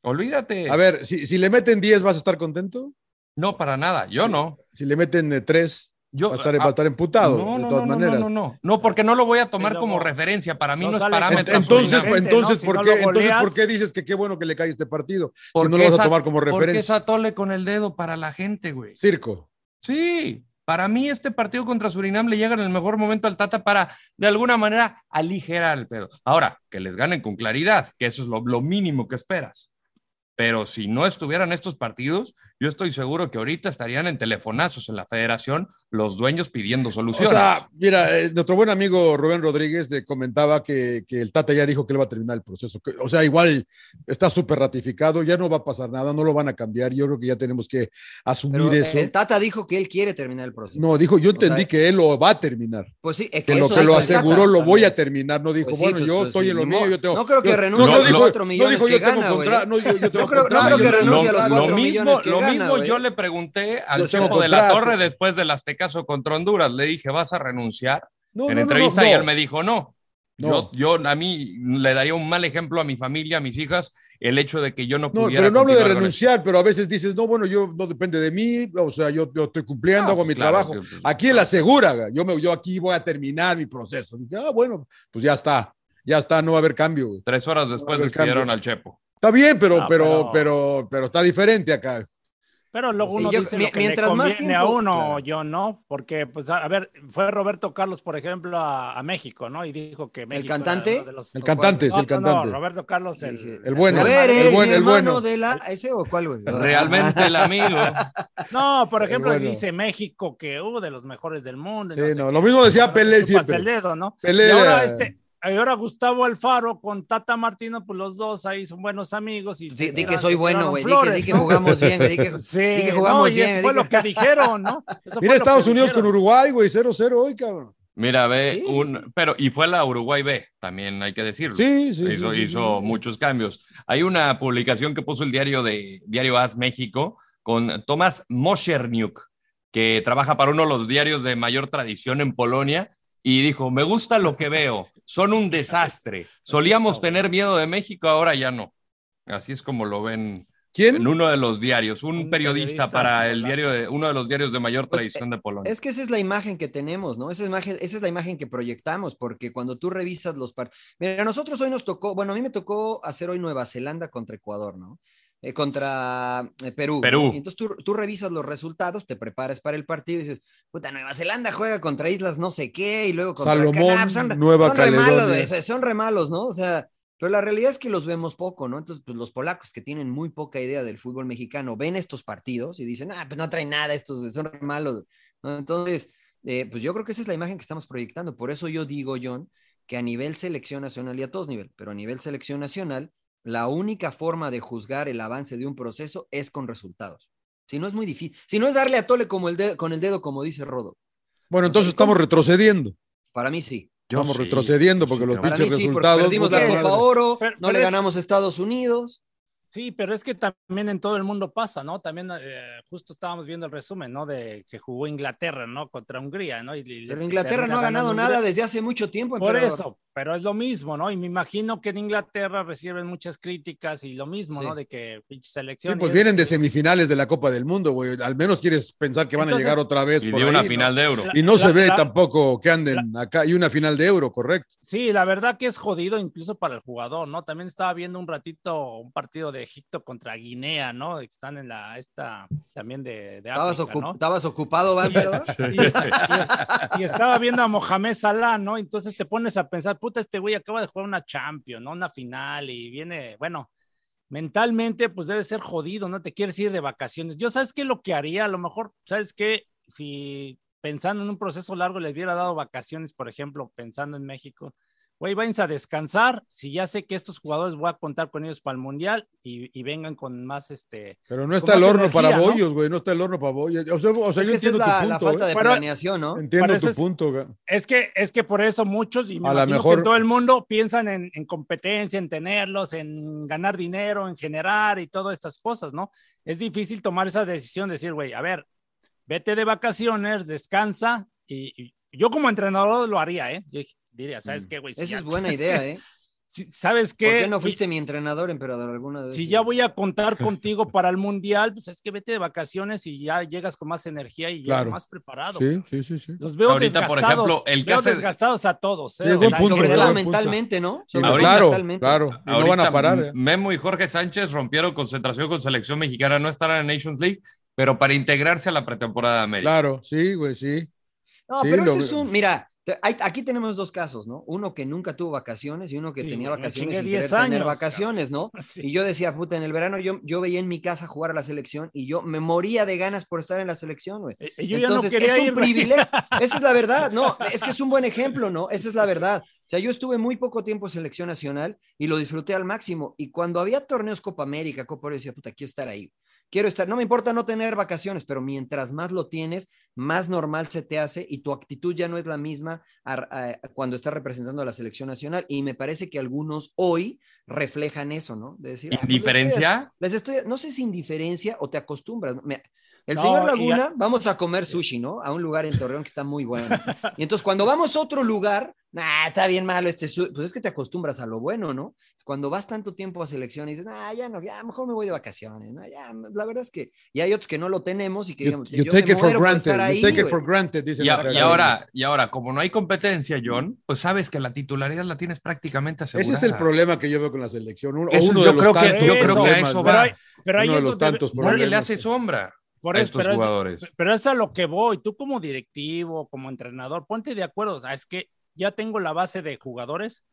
olvídate.
A ver, si, si le meten 10, ¿vas a estar contento?
No, para nada. Yo no.
Si le meten 3,
Yo,
va a estar,
ah,
va a estar emputado,
no,
de
no,
todas
no, no,
maneras.
No, no, no, no, porque no lo voy a tomar
Pero
como
no.
referencia. Para mí
No
no, es
sale
Ent-
parámetro.
Entonces, pues,
absoluto.
Surinam.
entonces,
Si
¿por
Este,
qué,
no lo
entonces, ¿por
goleas-
qué dices que qué bueno que le cae este partido? Si
Porque
no lo vas
es
a tomar como
Porque es
referencia.
atole con el dedo para la gente, güey.
Circo.
Sí, para mí este partido contra Surinam le llega en el mejor momento al Tata para, de alguna manera, aligerar el pedo. Ahora, que les ganen con claridad, que eso es lo, lo mínimo que esperas. Pero si no estuvieran estos partidos, yo estoy seguro que ahorita estarían en telefonazos en la federación los dueños pidiendo
O
soluciones.
sea, mira, eh, nuestro buen amigo Rubén Rodríguez eh, comentaba que, que el Tata ya dijo que él va a terminar el proceso. que- o sea, igual está súper ratificado, ya no va a pasar nada, no lo van a cambiar. Yo creo que ya tenemos que asumir
Pero
eso.
el Tata dijo que él quiere terminar el proceso.
No, dijo, yo entendí
sea,
que él lo va a terminar.
Pues sí, es
Que lo
eso
que lo
dijo el Tata
aseguró lo
también.
voy a terminar. No dijo,
Pues sí,
bueno,
pues,
yo
pues,
estoy
sí,
en lo
ni
mío,
modo.
yo tengo.
No creo que
yo-
renuncie
no,
a
no
los
dijo-
cuatro
No
millones
dijo, yo
que
tengo
gana, güey.
contrato. No, yo, yo tengo
No creo- no creo
contrato.
que renuncie a los
lo
cuatro
mismo,
millones que
lo
gana,
mismo
güey.
yo le pregunté al
Yo tengo
Chepo de la
contrato.
Torre después del Aztecaso contra Honduras. Le dije, ¿vas a renunciar?
No,
en
no, no,
entrevista
no,
y
no.
él me dijo no.
No.
Yo, yo a mí le daría un mal ejemplo a mi familia, a mis hijas, el hecho de que yo no
No,
pudiera.
pero no hablo de
continuar con
renunciar, pero a veces dices, no, bueno, yo no depende de mí, o sea, yo, yo estoy cumpliendo,
Ah,
hago
pues
mi
claro,
trabajo.
que, pues,
aquí él asegura, yo, me, yo aquí voy a terminar mi proceso. Dije, ah, bueno, pues ya está, ya está, no va a haber cambio. güey.
esto. Tres horas después
Hago el
despidieron
cambio.
al Chepo.
Está bien, pero,
Ah,
pero,
pero-
pero, pero, está diferente acá.
Pero luego
Sí,
uno
yo-
dice
mi-
lo que
mientras
le
más
conviene a
tiempo-
uno,
claro.
yo no, porque, pues, a, a ver, fue Roberto Carlos, por ejemplo, a, a México, ¿no? Y dijo que México era
cantante?
uno de los-
El cantante, sí, el
No, no,
cantante.
Roberto Carlos, el,
Dije,
El bueno,
¿Tú eres
el bueno, el
hermano
bueno.
de la ese o cuál, güey?
Realmente el amigo.
No, por
Pero
ejemplo,
bueno.
dice México que uh, de los mejores del mundo. y
Sí,
sé
no,
qué.
lo mismo decía
Ahora
Pelé
te chupas
siempre.
el dedo, ¿no?
Pelé
y
era-
ahora, este, y ahora Gustavo Alfaro con Tata Martino, pues los dos ahí son buenos amigos. Y
Di,
te
di que
tiran-
soy
te
bueno,
tiraron
güey. Di, que-
flores,
di que
¿no?
jugamos bien. güey, Di que,
Sí,
di que
no,
jugamos
y
bien.
eso
di
fue
que-
lo que dijeron, ¿no? Eso fue
Mira
lo que
Estados Unidos con
dijeron.
Uruguay, güey, 0-0 hoy, cabrón.
Mira, ve,
Sí,
un, pero, y fue la Uruguay B, también hay que decirlo.
Sí, sí. sí,
hizo
sí, sí,
hizo
sí.
muchos cambios. Hay una publicación que puso el diario de Diario AS México con Tomás Moscherniuk, que trabaja para uno de los diarios de mayor tradición en Polonia, y dijo, me gusta lo que veo, son un desastre. Solíamos tener miedo de México, ahora ya no. Así es como lo ven
¿Quién?
En uno de los diarios, un, periodista, para el diario de, uno de los diarios de mayor
Pues,
tradición de Polonia.
Es que esa es la imagen que tenemos, ¿no? Esa, imagen, esa es la imagen que proyectamos, porque cuando tú revisas los partidos. Mira, a nosotros hoy nos tocó, bueno, a mí me tocó hacer hoy Nueva Zelanda contra Ecuador, ¿no? Eh, contra eh, Perú.
Perú.
Y entonces tú, tú revisas los resultados, te preparas para el partido y dices, puta, Nueva Zelanda juega contra islas no sé qué y luego contra pues,
Salomón,
Canadá". Son re-
Nueva
son re
Caledonia.
malos, güey, o sea, son re malos, ¿no? O sea, pero la realidad es que los vemos poco, ¿no? Entonces, pues los polacos que tienen muy poca idea del fútbol mexicano ven estos partidos y dicen, ah, pues no traen nada, estos güey, son re malos. ¿no? Entonces, eh, pues yo creo que esa es la imagen que estamos proyectando. Por eso yo digo, John, que a nivel selección nacional y a todos niveles, pero a nivel selección nacional, la única forma de juzgar el avance de un proceso es con resultados. Si no es muy difícil, si no es darle a Tole como el dedo, con el dedo, como dice Rodo.
Bueno, entonces estamos retrocediendo.
Para mí sí.
estamos retrocediendo porque los
Para
pinches
mí sí, porque
resultados.
perdimos la
puta
Copa
madre.
Oro,
Pero-
no
pero
le
es-
ganamos a Estados Unidos.
Sí, pero es que también en todo el mundo pasa, ¿no? También eh, justo estábamos viendo el resumen, ¿no? De que jugó Inglaterra, ¿no? Contra Hungría, ¿no? Y- y-
Pero
y
Inglaterra
termina
no ha ganado
ganando
nada
Hungría.
desde hace mucho tiempo.
Por
emperador.
eso, pero es lo mismo, ¿no? Y me imagino que en Inglaterra reciben muchas críticas y lo mismo, ¿no? De que pinche
Sí,
selección.
pues
y
vienen de semifinales de la Copa del Mundo, güey. Al menos quieres pensar que van
Entonces-
a llegar otra vez.
Y
por
de una
ahí, ¿no?
final de Euro.
Y no se
La-
ve
la-
tampoco que anden acá. Y una final de euro, correcto.
Sí, la verdad que es jodido incluso para el jugador, ¿no? También estaba viendo un ratito un partido de Egipto contra Guinea, ¿no? Están en la esta también de, de
Estabas,
África,
ocu-
¿no?
estabas ocupado,
Pues,
¿va, emperador?
Y, es- y es- y estaba viendo a Mohamed Salah, ¿no? Entonces te pones a pensar, puta, este güey acaba de jugar una Champions, ¿no? Una final y viene, bueno, mentalmente pues debe ser jodido, ¿no? Te quieres ir de vacaciones. Yo, ¿sabes qué? Lo que haría, a lo mejor, ¿sabes qué? Si pensando en un proceso largo les hubiera dado vacaciones, por ejemplo, pensando en México, güey, váyanse a descansar, si ya sé que estos jugadores voy a contar con ellos para el Mundial y, y vengan con más, este...
Pero no
con
está el
más
horno
energía,
para
¿no?
bollos, güey. No está el horno para bollos. O sea, o sea,
Es
yo
que esa es
pues, entiendo
la,
tu
la
punto.
falta
¿eh?
de
Pero-
planeación, ¿no?
Entiendo
Parece
tu punto, güey.
Es que, es que por eso muchos, y me
A lo
imagino
mejor-
que todo el mundo piensan en, en competencia, en tenerlos, en ganar dinero, en generar y todas estas cosas, ¿no? Es difícil tomar esa decisión, decir, güey, a ver, vete de vacaciones, descansa, y, y yo como entrenador lo haría, ¿eh? Yo diría, ¿sabes qué, güey? Si
Mm, Esa
ya-
es buena
pues,
¿sabes
idea,
qué?
¿eh?
Si- ¿Sabes qué?
¿Por qué no
Pues,
fuiste mi entrenador, emperador, alguna vez?
si ya voy a contar contigo para el mundial, pues es que vete de vacaciones y ya llegas con más energía y ya
Claro.
más preparado.
Sí, sí, sí, sí.
Los veo
Ahorita, por
desgastados.
ejemplo, el
veo
caso de-
desgastados a todos. ¿eh?
Sí,
O
buen
sea,
punto,
sobre
buen
todo-
punto.
mentalmente, ¿no?
Sí,
Sobre todo
claro,
mentalmente.
claro. Y no
Ahorita
van a parar. ¿eh?
Memo y Jorge Sánchez rompieron concentración con selección mexicana, no estarán en Nations League, pero para integrarse a la pretemporada de América.
Claro, sí, güey, sí.
No,
Sí,
pero
lo-
eso es un. Mira, te- hay- aquí tenemos dos casos, ¿no? Uno que nunca tuvo vacaciones y uno que
Sí,
tenía
güey, me
vacaciones
chingué
sin
10
querer tener
años,
vacaciones, ¿no? Y yo decía, puta, en el verano yo, yo veía en mi casa jugar a la selección y yo me moría de ganas por estar en la selección, güey.
Eh, yo ya no quería
es un
ir, güey.
privilegio. Esa es la verdad, no, es que es un buen ejemplo, ¿no? Esa es la verdad. O sea, yo estuve muy poco tiempo en selección nacional y lo disfruté al máximo. Y cuando había torneos Copa América, Copa Oro, yo decía, puta, quiero estar ahí. Quiero estar, no me importa no tener vacaciones, pero mientras más lo tienes, más normal se te hace y tu actitud ya no es la misma a- a- cuando estás representando a la selección nacional. Y me parece que algunos hoy reflejan eso, ¿no? De decir, "Ah, pues,
¿Indiferencia?
les estoy, no sé si indiferencia o te acostumbras. ¿no? Me- el
No,
señor
y
Laguna,
ya-
vamos a comer sushi, ¿no? A un lugar en Torreón que está muy bueno. Y entonces cuando vamos a otro lugar, nah, está bien malo este sushi. Pues es que te acostumbras a lo bueno, ¿no? Cuando vas tanto tiempo a selección y dices, ah, ya no, ya mejor me voy de vacaciones. nah, ya, la verdad es que, y hay otros que no lo tenemos y que
You,
digamos,
you
yo
take
me
it for
muero por
granted.
estar ahí,
You take it
güey.
for granted, dicen.
Y, a-
acá,
y
güey.
ahora, y ahora, como no hay competencia, John, pues sabes que la titularidad la tienes prácticamente asegurada.
Ese es el problema que yo veo con la selección. Uno, o
Eso
uno
yo
de los
creo que-
tantos
yo creo que a
problemas,
eso
¿no?
va.
Pero, ahí- pero ahí
Uno de
es
los
donde-
tantos
Nadie le
problemas.
hace sombra
Por
a
eso,
estos
pero es-
jugadores.
Pero es a lo que voy. Tú como directivo, como entrenador, ponte de acuerdo. Ah, Es que ya tengo la base de jugadores,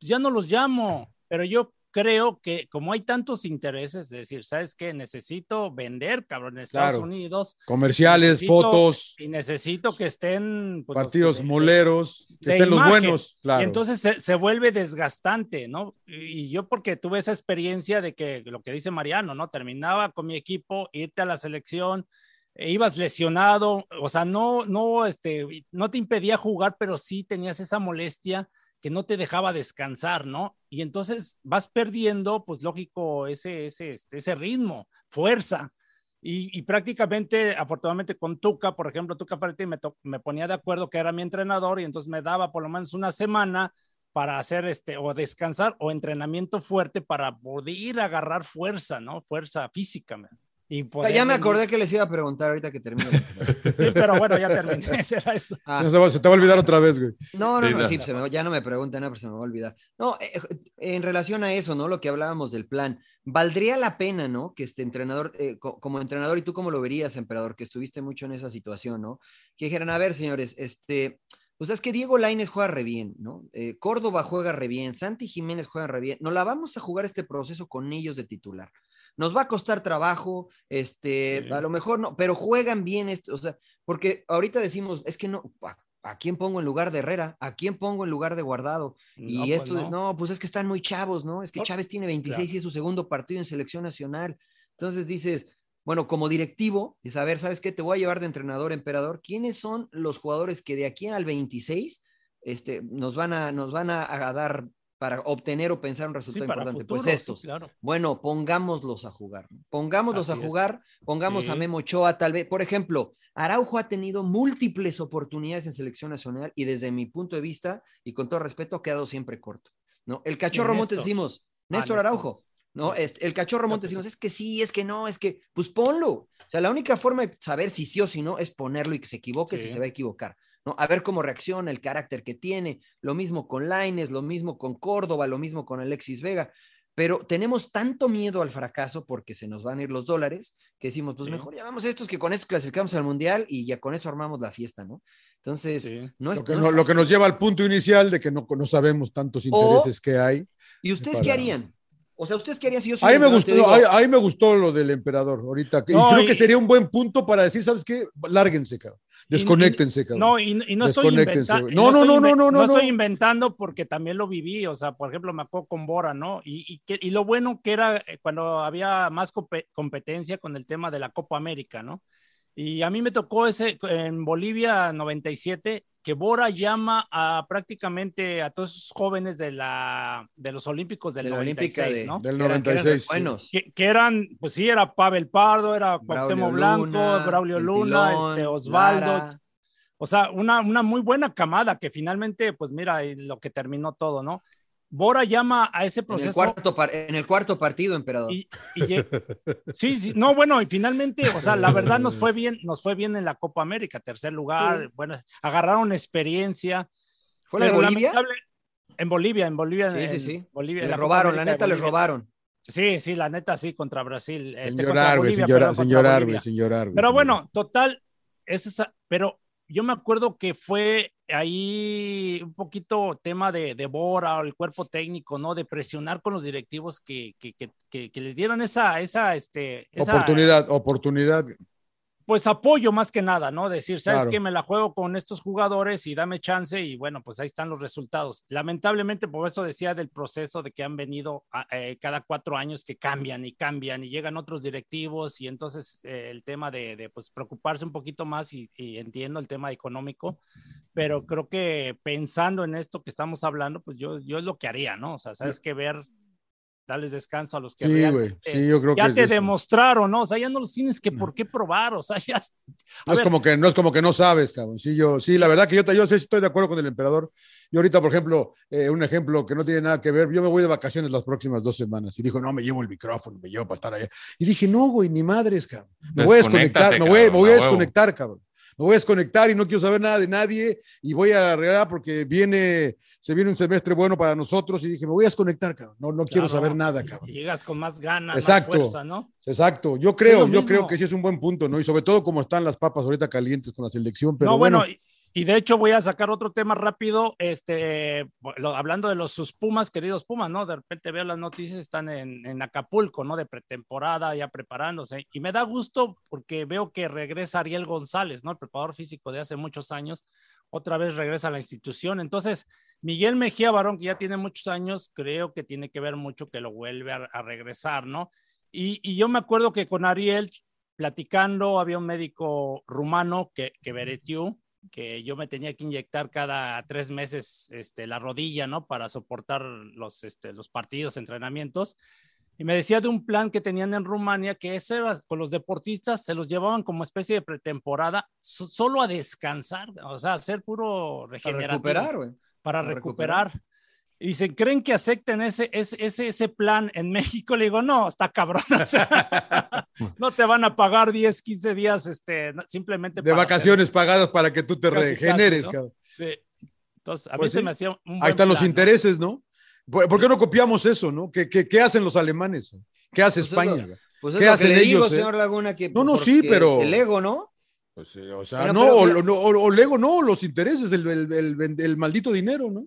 pues ya no los llamo. Pero yo creo que como hay tantos intereses, es decir, ¿sabes qué? Necesito vender, cabrón, en Estados
Claro.
Unidos.
Comerciales,
Necesito-
fotos,
Y necesito que estén... pues, los-
partidos
eh,
moleros, que
de
estén los
imagen.
buenos. Claro.
Y entonces se, se vuelve desgastante, ¿no? Y y yo porque tuve esa experiencia de que lo que dice Mariano, ¿no? Terminaba con mi equipo, irte a la selección, e ibas lesionado, o sea, no, no, este, no te impedía jugar, pero sí tenías esa molestia que no te dejaba descansar, ¿no? Y entonces vas perdiendo, pues lógico, ese, ese, este, ese ritmo, fuerza. Y, y prácticamente, afortunadamente con Tuca, por ejemplo, Tuca Ferretti me, to- me ponía de acuerdo que era mi entrenador y entonces me daba por lo menos una semana para hacer este o descansar o entrenamiento fuerte para poder agarrar fuerza, ¿no? Fuerza física. man. Y poder-
ya me acordé que les iba a preguntar ahorita que termine.
Sí, pero bueno, ya terminé. Era eso.
Ah.
No se, va- se te va a olvidar otra vez, güey.
No, no, no, sí, se me- ya no me preguntan nada, pero se me va a olvidar. No, eh, en relación a eso, ¿no? Lo que hablábamos del plan, ¿valdría la pena, ¿no? Que este entrenador, eh, co- como entrenador, y tú cómo lo verías, emperador, que estuviste mucho en esa situación, ¿no? Que dijeran, a ver, señores, este, pues es que Diego Laines juega re bien, ¿no? Eh, Córdoba juega re bien, Santi Jiménez juega re bien, nos la vamos a jugar este proceso con ellos de titular. Nos va a costar trabajo, este, a lo mejor no, pero juegan bien esto, o sea, porque ahorita decimos, es que no, ¿a, a quién pongo en lugar de Herrera? ¿A quién pongo en lugar de Guardado? Y
No, pues
esto, de-
no.
no. pues es que están muy chavos, ¿no? Es que
No,
Chávez tiene 26 y
claro.
es su segundo partido en selección nacional. Entonces dices, bueno, como directivo, es a ver, ¿sabes qué? Te voy a llevar de entrenador, emperador. ¿Quiénes son los jugadores que de aquí al 26 este, nos van a, nos van a, a dar para obtener o pensar un
Sí,
resultado
para
importante?
futuro,
pues
sí,
estos.
claro.
Bueno, pongámoslos a jugar. ¿no? Pongámoslos
Así
a
es.
jugar, pongamos a
Sí.
Memo Ochoa tal vez. Por ejemplo, Araujo ha tenido múltiples oportunidades en selección nacional y desde mi punto de vista y con todo respeto ha quedado siempre corto. ¿no? El cachorro
Y
Montes
Néstor.
decimos,
Ah,
Néstor
Néstor.
Araujo, ¿no? Este, el cachorro Montes decimos, es que sí, es que no, es que, pues ponlo. O sea, la única forma de saber si sí o si no es ponerlo y que se equivoque si
Sí.
se va a equivocar. ¿no? A ver cómo reacciona, el carácter que tiene, lo mismo con Laines, lo mismo con Córdoba, lo mismo con Alexis Vega. Pero tenemos tanto miedo al fracaso porque se nos van a ir los dólares que decimos, pues
Sí.
mejor llamamos estos que con estos clasificamos al mundial y ya con eso armamos la fiesta, ¿no? Entonces, no es
Lo que,
no
no-
es
lo que nos
fácil.
lleva al punto inicial de que no, no sabemos tantos intereses que hay.
¿Y ustedes qué
para-
harían? O sea, ¿ustedes qué harían si yo soy
A mí, me
emperador? Te
gustó,
digo,
a, a mí me gustó lo del emperador ahorita. que-
No,
y creo que
y-
sería un buen punto para decir, ¿sabes qué? Lárguense, cabrón.
Y- y-
Desconéctense, cabrón.
No, y, y no estoy
Desconéctense,
inventando.
güey. No, no, no, no, no, no,
estoy
no.
inventando porque también lo viví. O sea, por ejemplo, me acuerdo con Bora, ¿no? Y, y, que- y lo bueno que era eh, cuando había más compe- competencia con el tema de la Copa América, ¿no? Y a mí me tocó ese en Bolivia 97 que Bora llama a prácticamente a todos esos jóvenes de la de los Olímpicos del
De la Olímpica
96,
de-
¿no?
Del
que eran- que eran
96. sí.
buenos.
que, que eran, pues sí, era Pavel Pardo, era
Braulio
Cuauhtémoc Blanco,
Luna,
Braulio
el
Luna,
Tilón,
este, Osvaldo,
Lara.
o sea, una, una muy buena camada que finalmente, pues mira, y lo que terminó todo, ¿no? Bora llama a ese
En el,
proceso.
cuarto par- en el cuarto partido, emperador.
pues Y, y lle- sí, sí, no, bueno, y finalmente, o sea, la verdad nos fue bien, nos fue bien en la Copa América, tercer lugar,
Sí.
bueno, agarraron experiencia.
¿Fue la de
pero
Bolivia?
lamentable- en Bolivia, en Bolivia,
Sí,
en
sí, sí.
Bolivia, en
Le
Copa
robaron, la
América
neta,
de
les
Bolivia.
robaron.
Sí, sí, la neta sí, contra Brasil.
Sin
este, contra
llorar, güey, sin
Bolivia,
llorar,
perdón,
sin
contra
llorar, güey,
Bolivia.
sin llorar. güey,
Pero
sin
bueno, total, es esa- pero yo me acuerdo que fue ahí un poquito tema de, de Bora o el cuerpo técnico, ¿no? De presionar con los directivos que, que, que, que- que les dieron esa, esa, este,
llorar.
esa,
Oportunidad, oportunidad.
pues apoyo más que nada, ¿no? Decir, ¿sabes
Claro.
qué? Me la juego con estos jugadores y dame chance y bueno, pues ahí están los resultados. Lamentablemente, por eso decía del proceso de que han venido a- eh, cada cuatro años que cambian y cambian y llegan otros directivos y entonces eh, el tema de, de, pues preocuparse un poquito más y, y entiendo el tema económico, pero creo que pensando en esto que estamos hablando, pues yo, yo es lo que haría, ¿no? O sea, ¿sabes qué? Ver, darles descanso a los que
Sí,
realmente-
güey, sí, yo creo
ya
que es
te
eso.
demostraron, ¿no? O sea, ya no los tienes que por qué probar, o sea, ya
No es,
ver.
como que, no es como que no sabes, cabrón. Sí, yo, sí la verdad que yo, te- yo sí estoy de acuerdo con el emperador. Yo ahorita, por ejemplo, eh, un ejemplo que no tiene nada que ver, yo me voy de vacaciones las próximas dos semanas. Y dijo, no, me llevo el micrófono, me llevo para estar allá. Y dije, no, güey, ni madres, cabrón. Me voy a desconectar,
Desconéctate,
me voy, me
cabrón,
voy a
a huevo.
desconectar, cabrón. Me voy a desconectar y no quiero saber nada de nadie y voy a arreglar porque viene, se viene un semestre bueno para nosotros y dije, me voy a desconectar, cabrón. No, no quiero
Claro.
saber nada, cabrón.
llegas con más ganas,
Exacto.
más fuerza, ¿no?
Exacto, yo
Es
creo,
lo
yo
mismo.
creo que sí es un buen punto, ¿no? Y sobre todo como están las papas ahorita calientes con la selección, pero
no,
bueno,
bueno, y, y de hecho voy a sacar otro tema rápido, este, lo- hablando de los sus Pumas, queridos Pumas, ¿no? De repente veo las noticias, están en, en Acapulco, ¿no? De pretemporada, ya preparándose, y me da gusto porque veo que regresa Ariel González, ¿no? El preparador físico de hace muchos años, otra vez regresa a la institución, entonces... Miguel Mejía Barón, que ya tiene muchos años, creo que tiene que ver mucho que lo vuelve a, a regresar, ¿no? Y, y yo me acuerdo que con Ariel platicando, había un médico rumano que, que Beretiu, que yo me tenía que inyectar cada tres meses este, la rodilla, ¿no? Para soportar los, este, los partidos, entrenamientos. Y me decía de un plan que tenían en Rumania, que eso era con los deportistas, se los llevaban como especie de pretemporada, so- solo a descansar, o sea, hacer puro
Para
regenerativo
recuperar, güey.
para
Para
recuperar.
recuperar.
Y dicen, ¿creen que acepten ese, ese, ese, ese plan en México? Le digo, no, está cabrón. o sea, no te van a pagar 10, 15 días este, simplemente.
De
para
vacaciones pagadas para que tú te
Casi, casi,
regeneres,
¿no?
cabrón.
hacer- Sí. Entonces, a
Pues
mí
sí.
se me hacía un. buen
Ahí están los
plan, ¿no?
intereses, ¿no? ¿Por, por qué no copiamos eso, no? ¿Qué, qué, qué hacen los alemanes? ¿Qué hace
Pues es lo-
España?
Pues es
¿Qué
lo que
hacen
le digo,
ellos? eh?
señor Laguna, que
No, no,
porque
sí, pero-
El ego, ¿no?
pues O sea,
Bueno,
no,
pero-
o, no, o- o Lego no, los intereses, el, el- el- el maldito dinero, ¿no?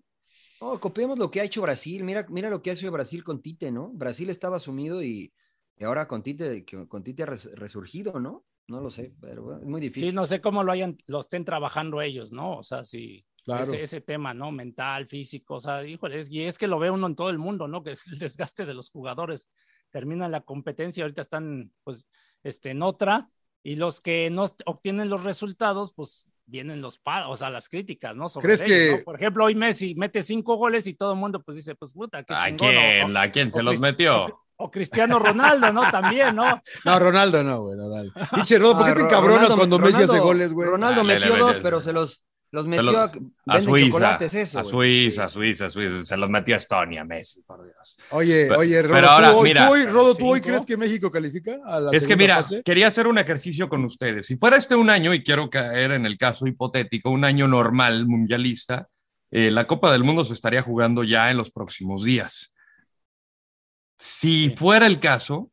No, copiemos lo que ha hecho Brasil. Mira, mira lo que ha hecho Brasil con Tite, ¿no? Brasil estaba sumido y, y ahora con Tite, que- con Tite ha res- resurgido, ¿no? No lo sé, pero bueno, es muy difícil.
Sí, no sé cómo lo hayan, lo estén trabajando ellos, ¿no? O sea, sí.
Claro.
Ese, ese tema, ¿no? Mental, físico, o sea, híjole, es- y es que lo ve uno en todo el mundo, ¿no? Que es el desgaste de los jugadores. Termina la competencia, ahorita están, pues, este, en otra, y los que no est- obtienen los resultados, pues, vienen los paros, o sea, las críticas, ¿no? Sobre
¿Crees
ellos,
que-
¿no? Por ejemplo, hoy Messi mete cinco goles y todo el mundo, pues, dice, pues, puta, qué
¿A
chingón, o-
quién?
o-
¿A quién se
o
los
Crist-
metió?
O Cristiano Ronaldo, ¿no? También, ¿no?
No, Ronaldo no, güey, Ronaldo. Pinche Rodo, ¿por qué
Ah,
te
Ro-
encabronas
Ronaldo-
cuando Messi hace
Ronaldo-
goles, güey?
Ronaldo
Dale,
metió
le
dos,
metes.
pero se los, los
Se
metió
los-
a,
a
venden
Suiza,
chocolates, eso,
a
güey.
Suiza, a Suiza, a Suiza, se los metió a Estonia, Messi, por Dios.
Oye,
Pero-
oye, Rodo,
pero
¿tú
ahora,
hoy-
mira,
tú hoy, Rodo, ¿tú hoy
cinco.
crees que México califica a la
Es que
segunda
mira,
fase?
quería hacer un ejercicio con ustedes. Si fuera este un año, y quiero caer en el caso hipotético, un año normal mundialista, eh, la Copa del Mundo se estaría jugando ya en los próximos días. Si fuera el caso,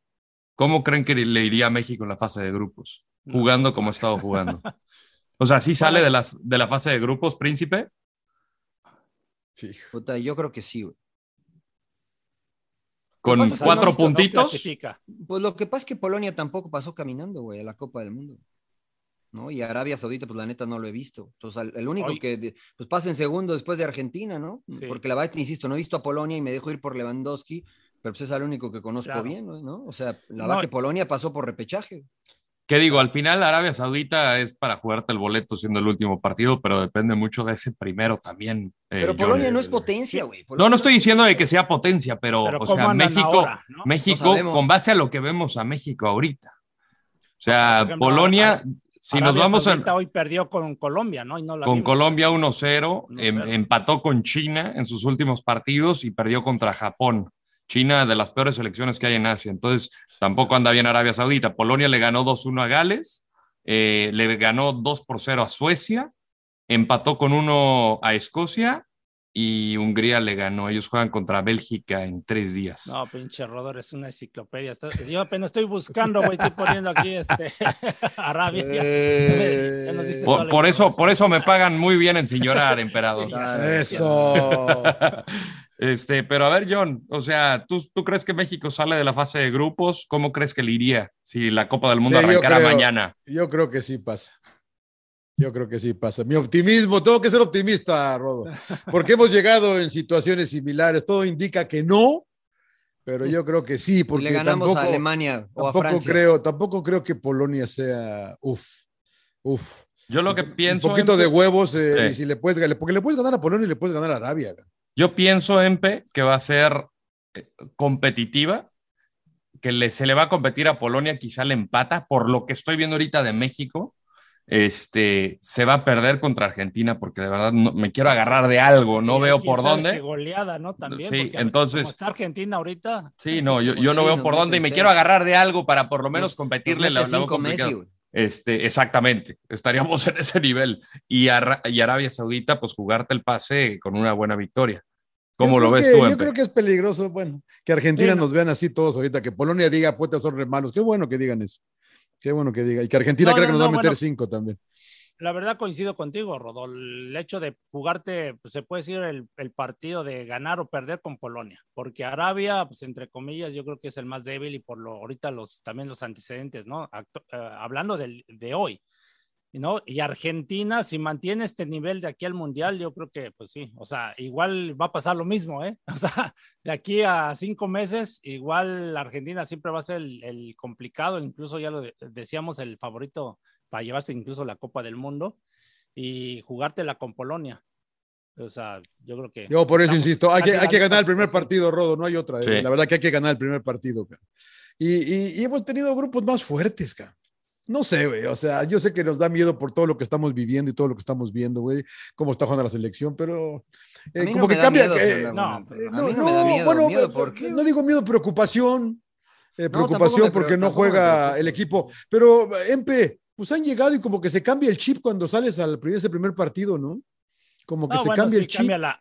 ¿cómo creen que le iría a México en la fase de grupos? Jugando como ha estado jugando. O sea, ¿sí sale de, las, de la fase de grupos, príncipe?
Puta, yo creo que sí, güey.
Con
Pues, o sea,
cuatro
no, no
puntitos.
clasifica.
Pues lo que pasa es que Polonia tampoco pasó caminando, güey, a la Copa del Mundo. ¿No? Y Arabia Saudita, pues la neta no lo he visto. Entonces, al- el único
Oye.
que de- pues pasa en segundo después de Argentina, ¿no?
Sí.
Porque la verdad, insisto, no he visto a Polonia y me dejo ir por Lewandowski, pero pues es al único que conozco
Claro.
bien, ¿no? O sea, la
No,
verdad
y-
que Polonia pasó por repechaje.
Que digo, al final Arabia Saudita es para jugarte el boleto siendo el último partido, pero depende mucho de ese primero también. eh,
Pero
yo-
Polonia no es potencia, güey.
No,
Polonia
no estoy diciendo de que sea potencia, pero,
Pero
o
¿cómo
sea,
andan
México,
ahora, no?
México
No sabemos.
con base a lo que vemos a México ahorita. O sea,
Por ejemplo,
Polonia,
Ara-
si nos
Arabia
vamos a-
Saudita hoy perdió con Colombia, ¿no? Y no la
con
vimos.
Colombia 1-0, em-
1-0.
empató con China en sus últimos partidos y perdió contra Japón. China de las peores selecciones que hay en Asia. Entonces, tampoco anda bien Arabia Saudita. Polonia le ganó 2-1 a Gales, eh, le ganó 2 por 0 a Suecia, empató con 1 a Escocia y Hungría le ganó. Ellos juegan contra Bélgica en tres días.
No, pinche Rodor, es una enciclopedia. Está- Yo apenas estoy buscando, güey, estoy poniendo aquí este, Arabia. ya-
Eh,
ya nos diste toda
Por,
la
por eso,
información.
por eso me pagan muy bien en sin llorar, emperador.
Sí, ya
sé, Eso.
Este, pero a ver, John, o sea, ¿tú, ¿tú crees que México sale de la fase de grupos? ¿Cómo crees que le iría si la Copa del Mundo
Sí, yo
arrancara
creo-
mañana?
Yo creo que sí pasa. Yo creo que sí pasa. Mi optimismo, tengo que ser optimista, Rodo, porque hemos llegado en situaciones similares. Todo indica que no, pero yo creo que sí, porque
le ganamos
tampoco,
a Alemania o a
tampoco
Francia.
creo, tampoco creo que Polonia sea, uf, uf.
Yo lo que pienso.
un poquito
Empe,
de huevos eh,
Sí.
y si le puedes ganar, porque le puedes ganar a Polonia y le puedes ganar a Arabia.
Yo pienso, Empe, que va a ser eh, competitiva, que le, se le va a competir a Polonia, quizá le empata, por lo que estoy viendo ahorita de México. Este se va a perder contra Argentina porque de verdad no- me quiero agarrar de algo, no veo
Quién
por
sabe
dónde.
si goleada, ¿no? También.
Sí,
porque
entonces-
como está Argentina ahorita.
Sí, no, yo,
como
yo no
sí,
veo
nos
por
mete
dónde y me
seis.
quiero agarrar de algo para por lo menos
Nos-
competirle
nos
la,
mete
la veo
cinco Messi,
complicado.
güey.
este, exactamente, estaríamos en ese nivel. Y, Arra- y Arabia Saudita, pues jugarte el pase con una buena victoria. ¿Cómo
Yo
lo
creo
ves
que-
tú,
Yo
Empe?
creo que es peligroso, bueno, que Argentina
Sí, no.
nos vean así todos ahorita, que Polonia diga, puta, son re malos. Qué bueno que digan eso. Qué bueno que diga. Y que Argentina
No,
creo
no,
que nos va a
no,
meter
bueno.
cinco también.
La verdad coincido contigo, Rodol. El hecho de jugarte, pues, se puede decir, el, el partido de ganar o perder con Polonia, porque Arabia, pues entre comillas, yo creo que es el más débil y por lo ahorita los también los antecedentes, ¿no? Actu- eh, hablando del, de hoy, ¿no? Y Argentina, si mantiene este nivel de aquí al mundial, yo creo que, pues sí, o sea, igual va a pasar lo mismo, ¿eh? O sea, de aquí a cinco meses, igual la Argentina siempre va a ser el, el complicado, incluso ya lo de- decíamos, el favorito para llevarse incluso la Copa del Mundo y jugártela con Polonia. O sea, yo creo que.
Yo por eso
estamos
insisto, hay que,
casi
hay que
la-
ganar el primer
casi-
partido, Rodo, no hay otra. eh.
Sí.
La verdad que hay que ganar el primer partido. cabrón. Y, y- y hemos tenido grupos más fuertes, cabrón. No sé, güey. O sea, yo sé que nos da miedo por todo lo que estamos viviendo y todo lo que estamos viendo, güey. Cómo está jugando la selección, pero. eh,
A mí no
como
me
que
da
cambia.
miedo,
eh,
señor Laguna.
eh,
A
no,
mí
no,
no me da miedo,
bueno,
miedo
eh,
porque-
no digo miedo, preocupación. eh,
tampoco me
preocupación
pre-
porque no
tampoco me
juega
preocupa.
el equipo. Pero, Empe, pues han llegado y como que se cambia el chip cuando sales al pri- ese primer partido, ¿no? Como que
No,
se
bueno,
cambia
sí,
el chip.
Cambia la,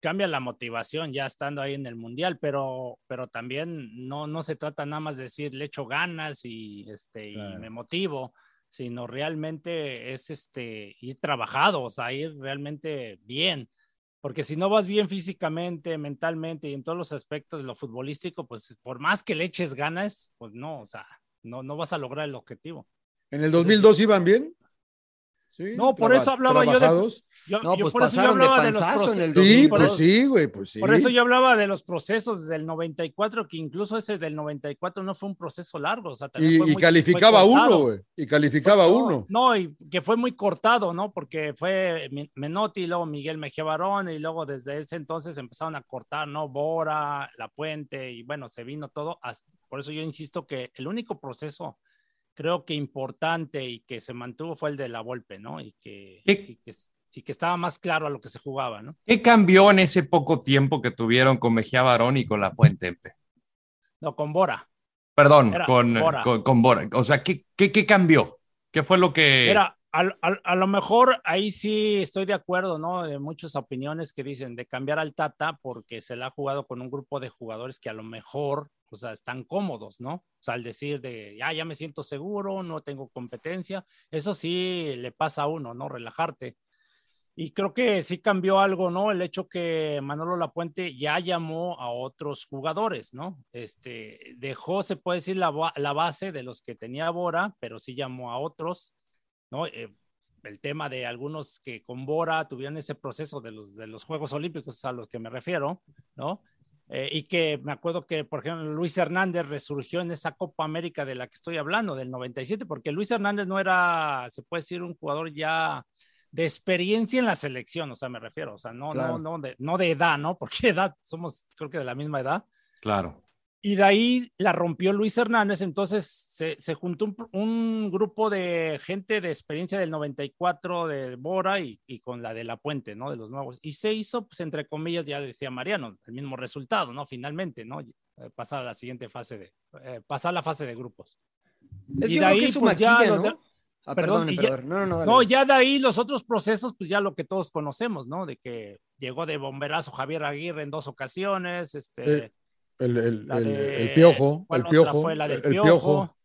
cambia la motivación ya estando ahí en el mundial, pero, pero también no, no se trata nada más de decir le echo ganas y, este, y me motivo, sino realmente es este, ir trabajado, o sea, ir realmente bien. Porque si no vas bien físicamente, mentalmente y en todos los aspectos de lo futbolístico, pues por más que le eches ganas, pues no, o sea, no, no vas a lograr el objetivo.
¿En el 2002 iban bien? Sí,
No, por
traba-
eso hablaba yo de-
trabajados.
yo-
No,
yo
pues
por eso yo
pasaron de
hablaba de los
panzazo en
proce-
el
Sí,
2002.
pues sí, güey, pues sí.
Por eso yo hablaba de los procesos desde el 94, que incluso ese del 94 no fue un proceso largo. O sea,
Y,
también fue
y
muy- fue
calificaba uno,
cortado.
güey. Y calificaba
No,
uno.
No, y que fue muy cortado, ¿no? Porque fue Mi- Menotti, luego Miguel Mejía Barón, y luego desde ese entonces empezaron a cortar, ¿no? Bora, La Puente, y bueno, se vino todo. hasta- por eso yo insisto que el único proceso, creo que importante y que se mantuvo fue el de la Volpe, ¿no? Y que, y que, y que estaba más claro a lo que se jugaba, ¿no?
¿Qué cambió en ese poco tiempo que tuvieron con Mejía Barón y con La Puente, Empe?
No, con Bora.
Perdón,
Era
con,
Bora.
con- con Bora. O sea, ¿qué, qué, qué cambió? ¿Qué fue lo que...?
Mira, a, a- a lo mejor ahí sí estoy de acuerdo, ¿no? De muchas opiniones que dicen de cambiar al Tata porque se la ha jugado con un grupo de jugadores que a lo mejor, o sea, están cómodos, ¿no? O sea, al decir de, "Ah, ya, ya me siento seguro, no tengo competencia, eso sí le pasa a uno, ¿no? Relajarte. Y creo que sí cambió algo, ¿no? El hecho que Manolo Lapuente ya llamó a otros jugadores, ¿no? Este, dejó, se puede decir, la, ba- la base de los que tenía Bora, pero sí llamó a otros, ¿no? Eh, el tema de algunos que con Bora tuvieron ese proceso de los, de los Juegos Olímpicos a los que me refiero, ¿no? Eh, y que me acuerdo que, por ejemplo, Luis Hernández resurgió en esa Copa América de la que estoy hablando, del 97, porque Luis Hernández no era, se puede decir, un jugador ya de experiencia en la selección, o sea, me refiero, o sea, no,
Claro.
no, no, de, no de edad, ¿no? Porque edad, somos creo que de la misma edad,
Claro.
y de ahí la rompió Luis Hernández, entonces se, se juntó un, un grupo de gente de experiencia del 94 de Bora y, y con la de La Puente, ¿no? De los nuevos. Y se hizo, pues entre comillas, ya decía Mariano, el mismo resultado, ¿no? Finalmente, ¿no? Eh, Pasar a la siguiente fase de, eh, pasar la fase de grupos.
Es que
Y
yo
de
creo
ahí,
que eso
pues, ya
maquilla,
los
¿no?
de-
Ah,
perdón,
perdón,
y ya-
emperador. No, no, no. dale.
no, ya de ahí los otros procesos, pues ya lo que todos conocemos, ¿no? De que llegó de bomberazo Javier Aguirre en dos ocasiones, este...
Eh, El, el-
La
el-
de-
el piojo,
¿cuál
el
otra
piojo,
fue? La
el,
del
el
piojo.
piojo.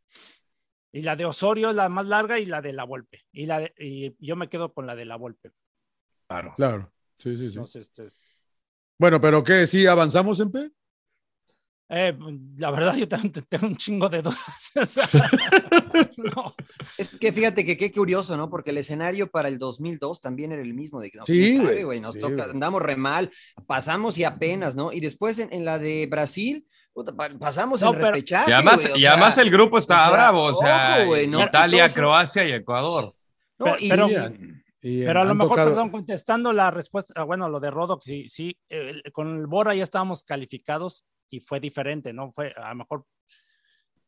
Y la de Osorio es la más larga y la de la Volpe. Y, la de- y yo me quedo con la de la Volpe.
Claro.
Claro. Sí, sí, sí.
Entonces, este es-
Bueno, pero ¿qué? ¿Sí avanzamos en P?
Eh, la verdad, yo también te- tengo un chingo de dudas. O sea, no.
Es que fíjate que qué curioso, ¿no? Porque el escenario para el 2002 también era el mismo. De, que, no,
Sí,
quién sabe,
güey,
güey, Nos
sí,
toca,
güey.
andamos re mal, pasamos y apenas, ¿no? Y después en, en la de Brasil, puta, pa- pasamos
No,
el
pero-
repechaje.
Y además,
Ah, güey, o
y
sea,
además el grupo estaba
o sea,
bravo, o sea,
ojo, güey, ¿no?
Italia,
Entonces-
Croacia y Ecuador.
No,
Pero-
y-
pero-
y-
Y
Pero a
han
lo mejor,
tocado-
perdón, contestando la respuesta, ah, bueno, lo de Rodo, sí, sí, eh, con el Bora ya estábamos calificados y fue diferente, ¿no? Fue, a lo mejor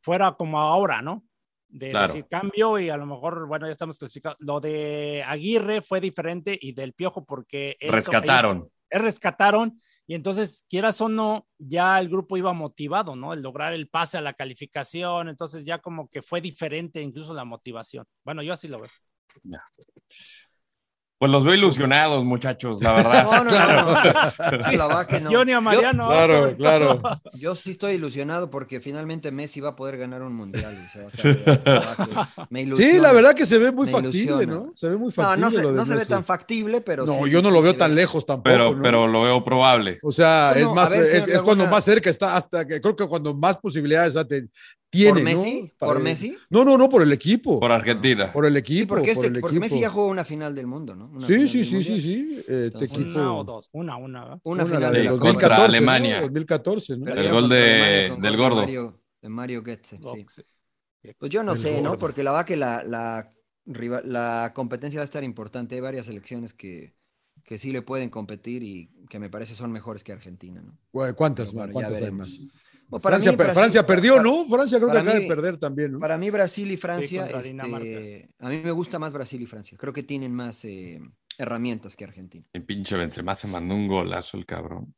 fuera como ahora, ¿no? De
Claro.
decir cambio y a lo mejor, bueno, ya estamos clasificados. Lo de Aguirre fue diferente y del Piojo porque... él-
Rescataron.
ellos- eh, rescataron y entonces, quieras o no, ya el grupo iba motivado, ¿no? El lograr el pase a la calificación, entonces ya como que fue diferente incluso la motivación. Bueno, yo así lo veo.
Pues los veo ilusionados, muchachos, la verdad.
No, no, no, no.
Claro.
Sí, la verdad que no.
Yo ni a Mariano. sobre
Claro,
todo.
claro.
Yo sí estoy ilusionado porque finalmente Messi va a poder ganar un mundial. güey, se va a acabar, la verdad que me
Sí, la
ilusiona.
verdad que se ve muy
Me
factible,
ilusiona.
¿no? Se ve muy
No,
factible.
no se,
lo de
no se ve
Messi.
tan factible, pero
No,
sí,
yo no
sí
lo
se
veo
ve.
tan lejos tampoco.
Pero,
¿no?
pero lo veo probable.
O sea,
No,
es
no,
más,
a ver,
es,
señor
es cuando
Laguna.
más cerca está, hasta que creo que cuando más posibilidades ha te- tiene.
¿Por
¿no?
Messi?
Para-
¿Por Messi?
No, no, no, por el equipo.
Por
Por,
Argentina.
el equipo.
Sí, porque,
por
ese-
el
porque Messi
equipo.
ya jugó una final del mundo, ¿no? Una
Sí,
final
sí,
del
sí,
mundial.
sí, sí. eh, este
Entonces-
equipo.
Una o dos, Uh. una, una. ¿verdad?
Una,
Una,
final
la del
del
Sí,
mundo.
contra
2014, ¿no?
Alemania.
2014, ¿no?
Perdieron
gol
contra
de-
Alemania con
del
gol de
gordo.
Mario, de Mario Götze, sí.
Boxe.
Pues yo no
El
sé, ¿no?
gordo.
Porque la verdad que la, la, riva- la competencia va a estar importante. Hay varias selecciones que, que sí le pueden competir y que me parece son mejores que Argentina, ¿no?
Güey, ¿Cuántas
Pero
más?
bueno, ya
¿Cuántas hay más?
veremos. Bueno, para
Francia,
mí,
per-
Brasil-
Francia perdió, ¿no? Francia creo que
para
acaba de
mí-
perder también, ¿no?
Para mí Brasil y Francia,
contra
este,
Dinamarca.
a mí me gusta más Brasil y Francia. Creo que tienen más eh, herramientas que Argentina.
El pinche Benzema se mandó un golazo el cabrón.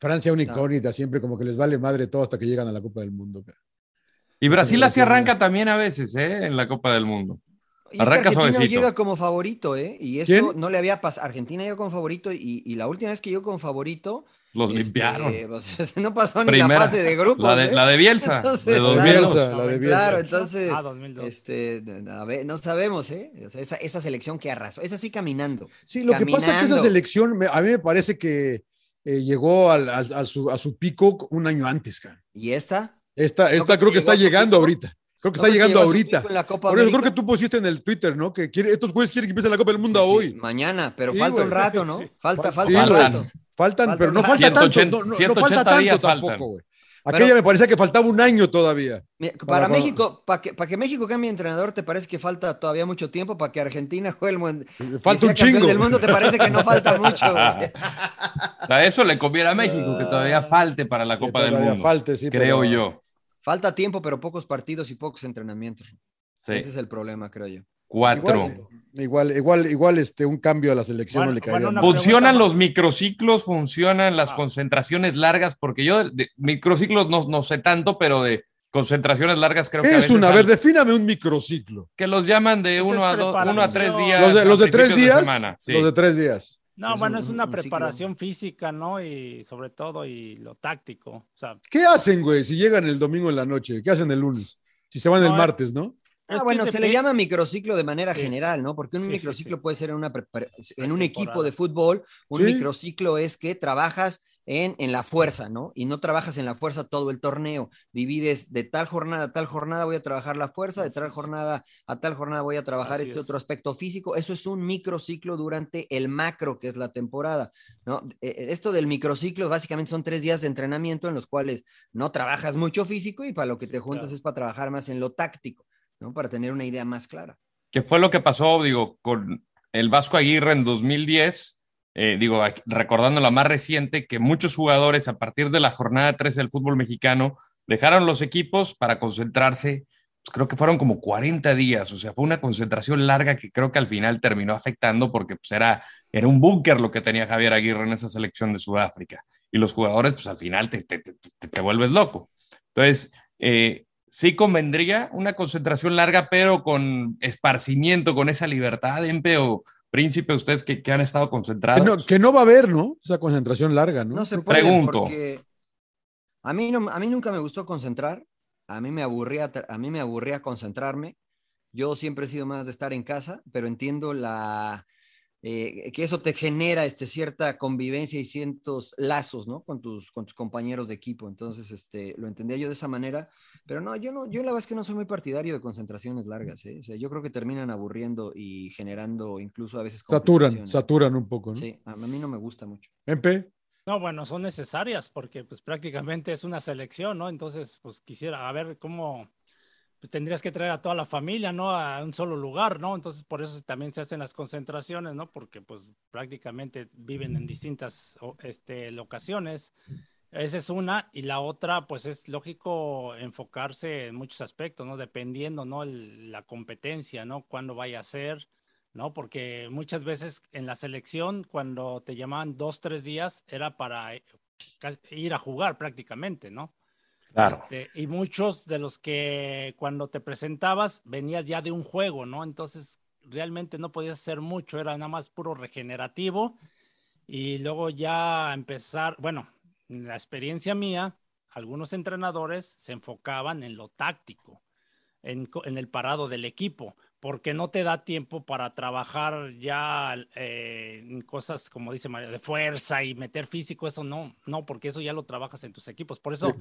Francia una
No.
incógnita siempre, como que les vale madre todo hasta que llegan a la Copa del Mundo. cara.
Y Brasil
Sí,
así
sí,
arranca también a veces, ¿eh? En la Copa del Mundo.
Y es que
Arranca
Argentina
suavecito.
llega como favorito, ¿eh? Y eso
¿Quién?
no le había pasado. Argentina llegó como favorito y, y la última vez que llegó como favorito.
Los
Este,
limpiaron.
eh, pues, no pasó ni
Primera.
la fase de grupos.
La de-
¿eh?
la de Bielsa, de 2002. Bielsa, la de Bielsa.
Claro, entonces.
Ah,
este, a ver, no sabemos, ¿eh? O sea, esa, esa selección que arrasó. Es así caminando.
Sí, lo que pasa es que esa
Caminando.
selección, me- a mí me parece que eh, llegó al- al- a, su, a su pico un año antes, cara.
¿Y esta?
Esta, esta creo que está llegando ahorita. Creo que
¿No crees que
está llegando
llegó a su
ahorita.
pico en la Copa
Por eso creo
América?
que tú pusiste en el Twitter, ¿no? Que quiere- estos güeyes quieren que empiece la Copa del Mundo hoy.
Mañana, pero
Sí,
falta un
güey.
rato, ¿no?
Sí.
Falta,
Sí,
falta
güey.
un rato.
Faltan, pero no
un
falta
rato.
tanto. No, no- no falta tanto tampoco, güey. Aquella
Pero-
me parecía que faltaba un año todavía.
Mira, Para,
Para-
México, para que, para que México cambie de entrenador, ¿te parece que falta todavía mucho tiempo para que Argentina juegue el mundo?
Falta un chingo.
del mundo te parece que no falta mucho, güey?
A eso le conviene a México, que todavía falte para la Copa del
Ah, todavía
Mundo.
falte, sí,
creo
pero-
yo.
Falta tiempo, pero pocos partidos y pocos entrenamientos.
Sí.
Ese es el problema, creo yo.
Cuatro.
Igual, igual, igual, igual, este, un cambio a la selección no le caería mal.
Funcionan los microciclos, funcionan
Ah.
las concentraciones largas, porque yo de, de microciclos no, no sé tanto, pero de concentraciones largas creo que
¿Qué
a
es
veces
una? A
al-
ver, defíname un microciclo.
que los llaman de
Esa
uno
es
a, dos- uno a tres
preparación.
días.
Los de, los de
a
tres
principios
días.
semana, sí.
Los de tres días.
No,
Es
bueno,
un-
es una
un ciclo.
preparación física, ¿no? Y sobre todo, y lo táctico. O sea,
¿Qué hacen, güey, si llegan el domingo en la noche? ¿Qué hacen el lunes? Si se van el
No,
martes, ¿no?
Ah,
es que
bueno, se le
depende-
llama microciclo de manera
Sí.
general, ¿no? Porque un
Sí, sí,
microciclo
sí.
puede ser en, una prepara- en un
Pretemporada.
equipo de fútbol, un
Sí.
microciclo es que trabajas en, en la fuerza, ¿no? Y no trabajas en la fuerza todo el torneo, divides de tal jornada a tal jornada voy a trabajar la fuerza, de tal jornada a tal jornada voy a trabajar
Así
este
es.
otro aspecto físico, eso es un microciclo durante el macro, que es la temporada, ¿no? Eh, eh, Esto del microciclo básicamente son tres días de entrenamiento en los cuales no trabajas mucho físico y para lo que te juntas
claro.
es para trabajar más en lo táctico. ¿no? Para tener una idea más clara.
que fue lo que pasó, digo, con el Vasco Aguirre en 2010, eh, digo, aquí- recordando la más reciente, que muchos jugadores a partir de la jornada 13 del fútbol mexicano dejaron los equipos para concentrarse, pues, creo que fueron como 40 días, o sea, fue una concentración larga que creo que al final terminó afectando porque pues, era, era un búnker lo que tenía Javier Aguirre en esa selección de Sudáfrica. Y los jugadores, pues al final te, te- te- te- te vuelves loco. Entonces, eh, sí convendría una concentración larga, pero con esparcimiento, con esa libertad, Empe o Príncipe, ustedes que, que han estado
Que
concentrados.
no, que no va a haber, ¿no? Esa concentración larga, ¿no?
No se puede
Pregunto.
porque a mí, no, a mí nunca me gustó concentrar, a mí me aburría, tra- a mí me aburría concentrarme. Yo siempre he sido más de estar en casa, pero entiendo la eh, que eso te genera este, cierta convivencia y ciertos lazos, ¿no? Con tus, con tus compañeros de equipo. Entonces, este, lo entendía yo de esa manera, pero no, yo no, yo la verdad es que no soy muy partidario de concentraciones largas, ¿eh? O sea, yo creo que terminan aburriendo y generando incluso a veces
Saturan,
complicaciones.
saturan un poco, ¿no? ¿Em
Sí, a a mí no me gusta mucho.
Empe,
No, bueno, son necesarias porque pues prácticamente es una selección, ¿no? Entonces, pues quisiera a ver cómo pues tendrías que traer a toda la familia, ¿no? A un solo lugar, ¿no? Entonces, por eso también se hacen las concentraciones, ¿no? Porque pues prácticamente viven en distintas o- este, locaciones. Esa es una. Y la otra, pues es lógico enfocarse en muchos aspectos, ¿no? Dependiendo, ¿no? El- la competencia, ¿no? Cuándo vaya a ser, ¿no? Porque muchas veces en la selección, cuando te llamaban dos, tres días, era para eh, ca- ir a jugar prácticamente, ¿no?
Claro.
Este, y muchos de los que cuando te presentabas venías ya de un juego, ¿no? Entonces realmente no podías hacer mucho, era nada más puro regenerativo y luego ya empezar, bueno, en la experiencia mía, algunos entrenadores se enfocaban en lo táctico, en, co- en el parado del equipo, porque no te da tiempo para trabajar ya eh, en cosas, como dice María, de fuerza y meter físico, eso no, no, porque eso ya lo trabajas en tus equipos. Por eso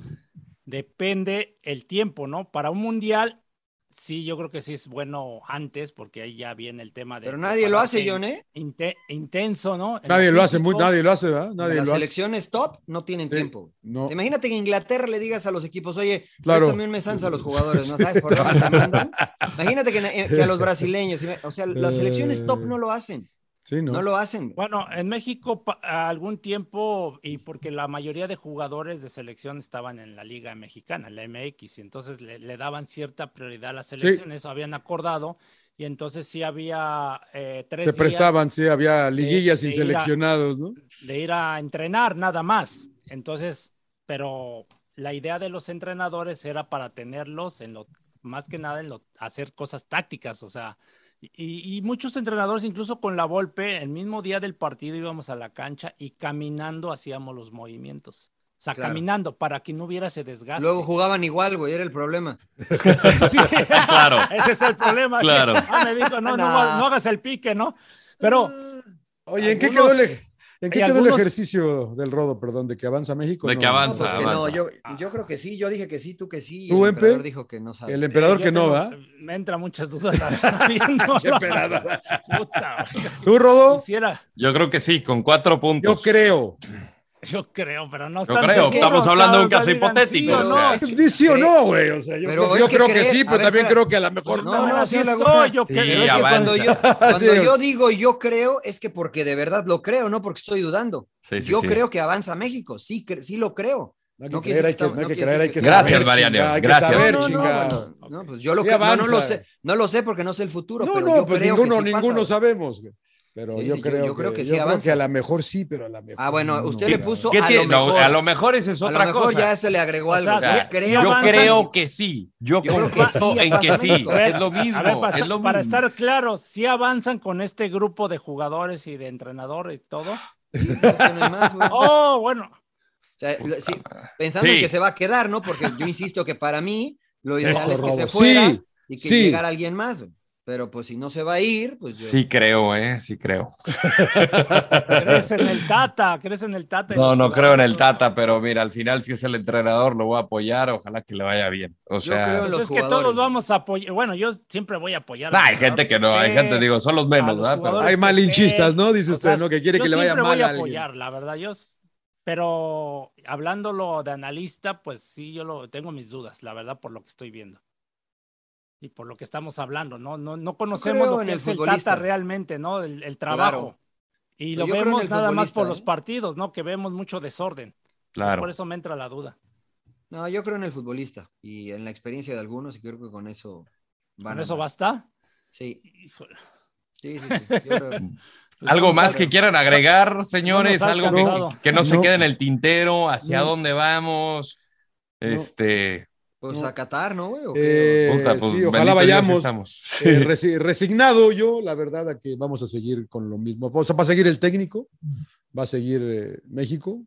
depende el tiempo, ¿no? Para un mundial, sí, yo creo que sí es bueno antes, porque ahí ya viene el tema de...
Pero nadie lo hace,
prepararte
John, ¿eh?
inte- intenso, ¿no? En
nadie lo hace,
físico.
muy, nadie lo hace, ¿verdad?
De
Nadie
las
lo hace.
selecciones top no tienen
Sí,
tiempo.
No.
Imagínate que en Inglaterra le digas a los equipos, oye,
Claro.
préstame un mesanza a los jugadores, ¿no sabes por dónde te mandan? Imagínate que, que a los brasileños, o sea, las selecciones top no lo hacen.
Sí, Eh, ¿no?
No lo hacen.
Bueno, en México pa- a algún tiempo, y porque la mayoría de jugadores de selección estaban en la Liga Mexicana, la MX, y entonces le, le daban cierta prioridad a la selección, eso habían acordado, y entonces sí había eh, tres
Se
días
prestaban, sí, había liguillas
de
y
ir a-
seleccionados, ¿no?
de ir a entrenar nada más. Entonces, pero la idea de los entrenadores era para tenerlos en lo, más que nada en lo, hacer cosas tácticas, o sea, y, y muchos entrenadores, incluso con la Volpe, el mismo día del partido íbamos a la cancha y caminando hacíamos los movimientos. O sea,
Claro.
caminando para que no hubiera ese desgaste.
Luego jugaban igual, güey, era el problema.
claro. Ese es el problema.
Claro.
Ah, me dijo, no, no,
Nah.
no hagas el pique, ¿no? Pero.
Oye, ¿en qué
algunos-
quedó el, ej- en qué
hay
quedó el
algunos-
ejercicio del rodo, perdón, de que avanza México?
De que avanza,
pues,
Pues que no,
avanza.
yo, yo creo que sí, yo dije que sí, tú que sí. y
¿Tú,
el
Empe?
emperador dijo que no sabe.
El
Eh,
emperador
yo
que no,
tengo-
¿va?
Me entra muchas dudas. la- viéndolo.
Che, emperador.
Puta,
¿Tú, Rodo?
Quisiera,
Yo creo que sí, con cuatro puntos.
Yo creo.
yo creo, pero no
Yo
están
creo,
seguros,
estamos hablando de un
cabrón, o
caso
sea, digan sí
hipotético,
o
o sea.
no.
Di sí o no, güey. O sea, yo
Pero
creo,
es
yo
que
creo que
creer-
sí,
a
pero
ver,
también
espera.
creo que a lo mejor
No, no,
Bueno,
sí,
así
Laguna.
estoy, yo
Sí,
creo.
pero es que
avanza.
cuando yo, cuando
Sí.
yo digo yo creo, es que porque de verdad lo creo, no porque estoy dudando.
Sí, sí,
yo
sí.
creo que avanza México, sí, cre- sí lo creo.
No hay que
No quiere
creer, hay
decir
que,
que
no hay
estamos-
que
no
creer,
quiere
hay
decir
que saber.
que- Gracias, Mariano,
chingada, Hay que
gracias.
saber,
Ah, No,
no, no,
chingada.
bueno, no, pues yo lo
Sí
creo, no, no lo
avanza.
sé, no lo sé porque no sé el futuro.
No,
pero
no,
yo
pues
creo que
ninguno,
sí pasa,
ninguno
güey.
sabemos, güey. Pero
Sí,
yo
sí, yo-
creo
yo creo que sí
yo creo
avanza.
a lo mejor sí, pero a lo mejor.
Ah, bueno,
no,
usted le
güey.
puso
¿Qué
a lo
tiene? No,
mejor.
a lo mejor esa es
A lo
otra
mejor
cosa.
ya se le agregó
O
algo.
sea,
o sea,
sí- sí
creo
yo
avanzan.
creo que sí.
Yo
Yo,
creo que
confieso
sí,
en que
avanza
sí.
México.
Es lo mismo.
A ver, para,
es lo
para
mismo.
estar claros, si avanzan con este grupo de jugadores y de entrenador y todo.
no tiene más, güey.
Oh, bueno.
O sea, lo- sí, pensando
Sí.
en que se va a quedar, ¿no? Porque yo insisto que para mí lo ideal
Eso,
es que
Robo.
se fuera
Sí,
y que
sí.
llegara alguien más. güey. Pero pues si no se va a ir, pues yo-
Sí creo, ¿eh? Sí creo.
Crees en el Tata, crees en el Tata. y
No,
los
no creo en el
jugadores.
Tata, pero mira, al final si es el entrenador lo voy a apoyar, ojalá que le vaya bien. O
Yo creo
sea,
en
Pues
los
es que todos
jugadores.
vamos a apoyar. Bueno, yo siempre voy a apoyar.
nah,
al
hay gente
jugador
que no, hay
esté,
gente, digo, son los
a
menos,
los
¿verdad? Pero-
jugadores
Hay
que
malinchistas,
estén.
¿no? Dice usted, ¿no? Que quiere
yo
que le vaya
siempre
mal
voy a
a alguien.
apoyar, la verdad, yo. Pero hablándolo de analista, pues sí, yo lo tengo mis dudas, la verdad, por lo que estoy viendo. Y por lo que estamos hablando, ¿no? No, no conocemos
creo
lo
en
que
el
es el
futbolista.
Tata realmente, ¿no? El, el trabajo. Y
Pero
lo
yo creo en
vemos
el
nada más por
futbolista,
los
¿eh?
partidos, ¿no? Que vemos mucho desorden. Entonces,
Claro.
Por eso me entra la duda.
No, yo creo en el futbolista y en la experiencia de algunos y creo que con eso van
¿Con
a
eso
andar.
basta?
Sí,
Híjole,
sí, sí. sí, yo creo.
pues
Algo
vamos
más
a-
que quieran agregar, señores,
ha
algo que,
alcanzado.
que no, se
No.
quede en el tintero, hacia
No.
dónde vamos. Este,
Pues
No.
a Qatar, ¿no, güey? ¿O qué?
Eh,
puta, pues,
sí, ojalá
bendito Dios,
vayamos.
estamos. Sí.
Eh, resi- resignado yo, la verdad, a que vamos a seguir con lo mismo. O sea, va a seguir el técnico, va a seguir eh, México.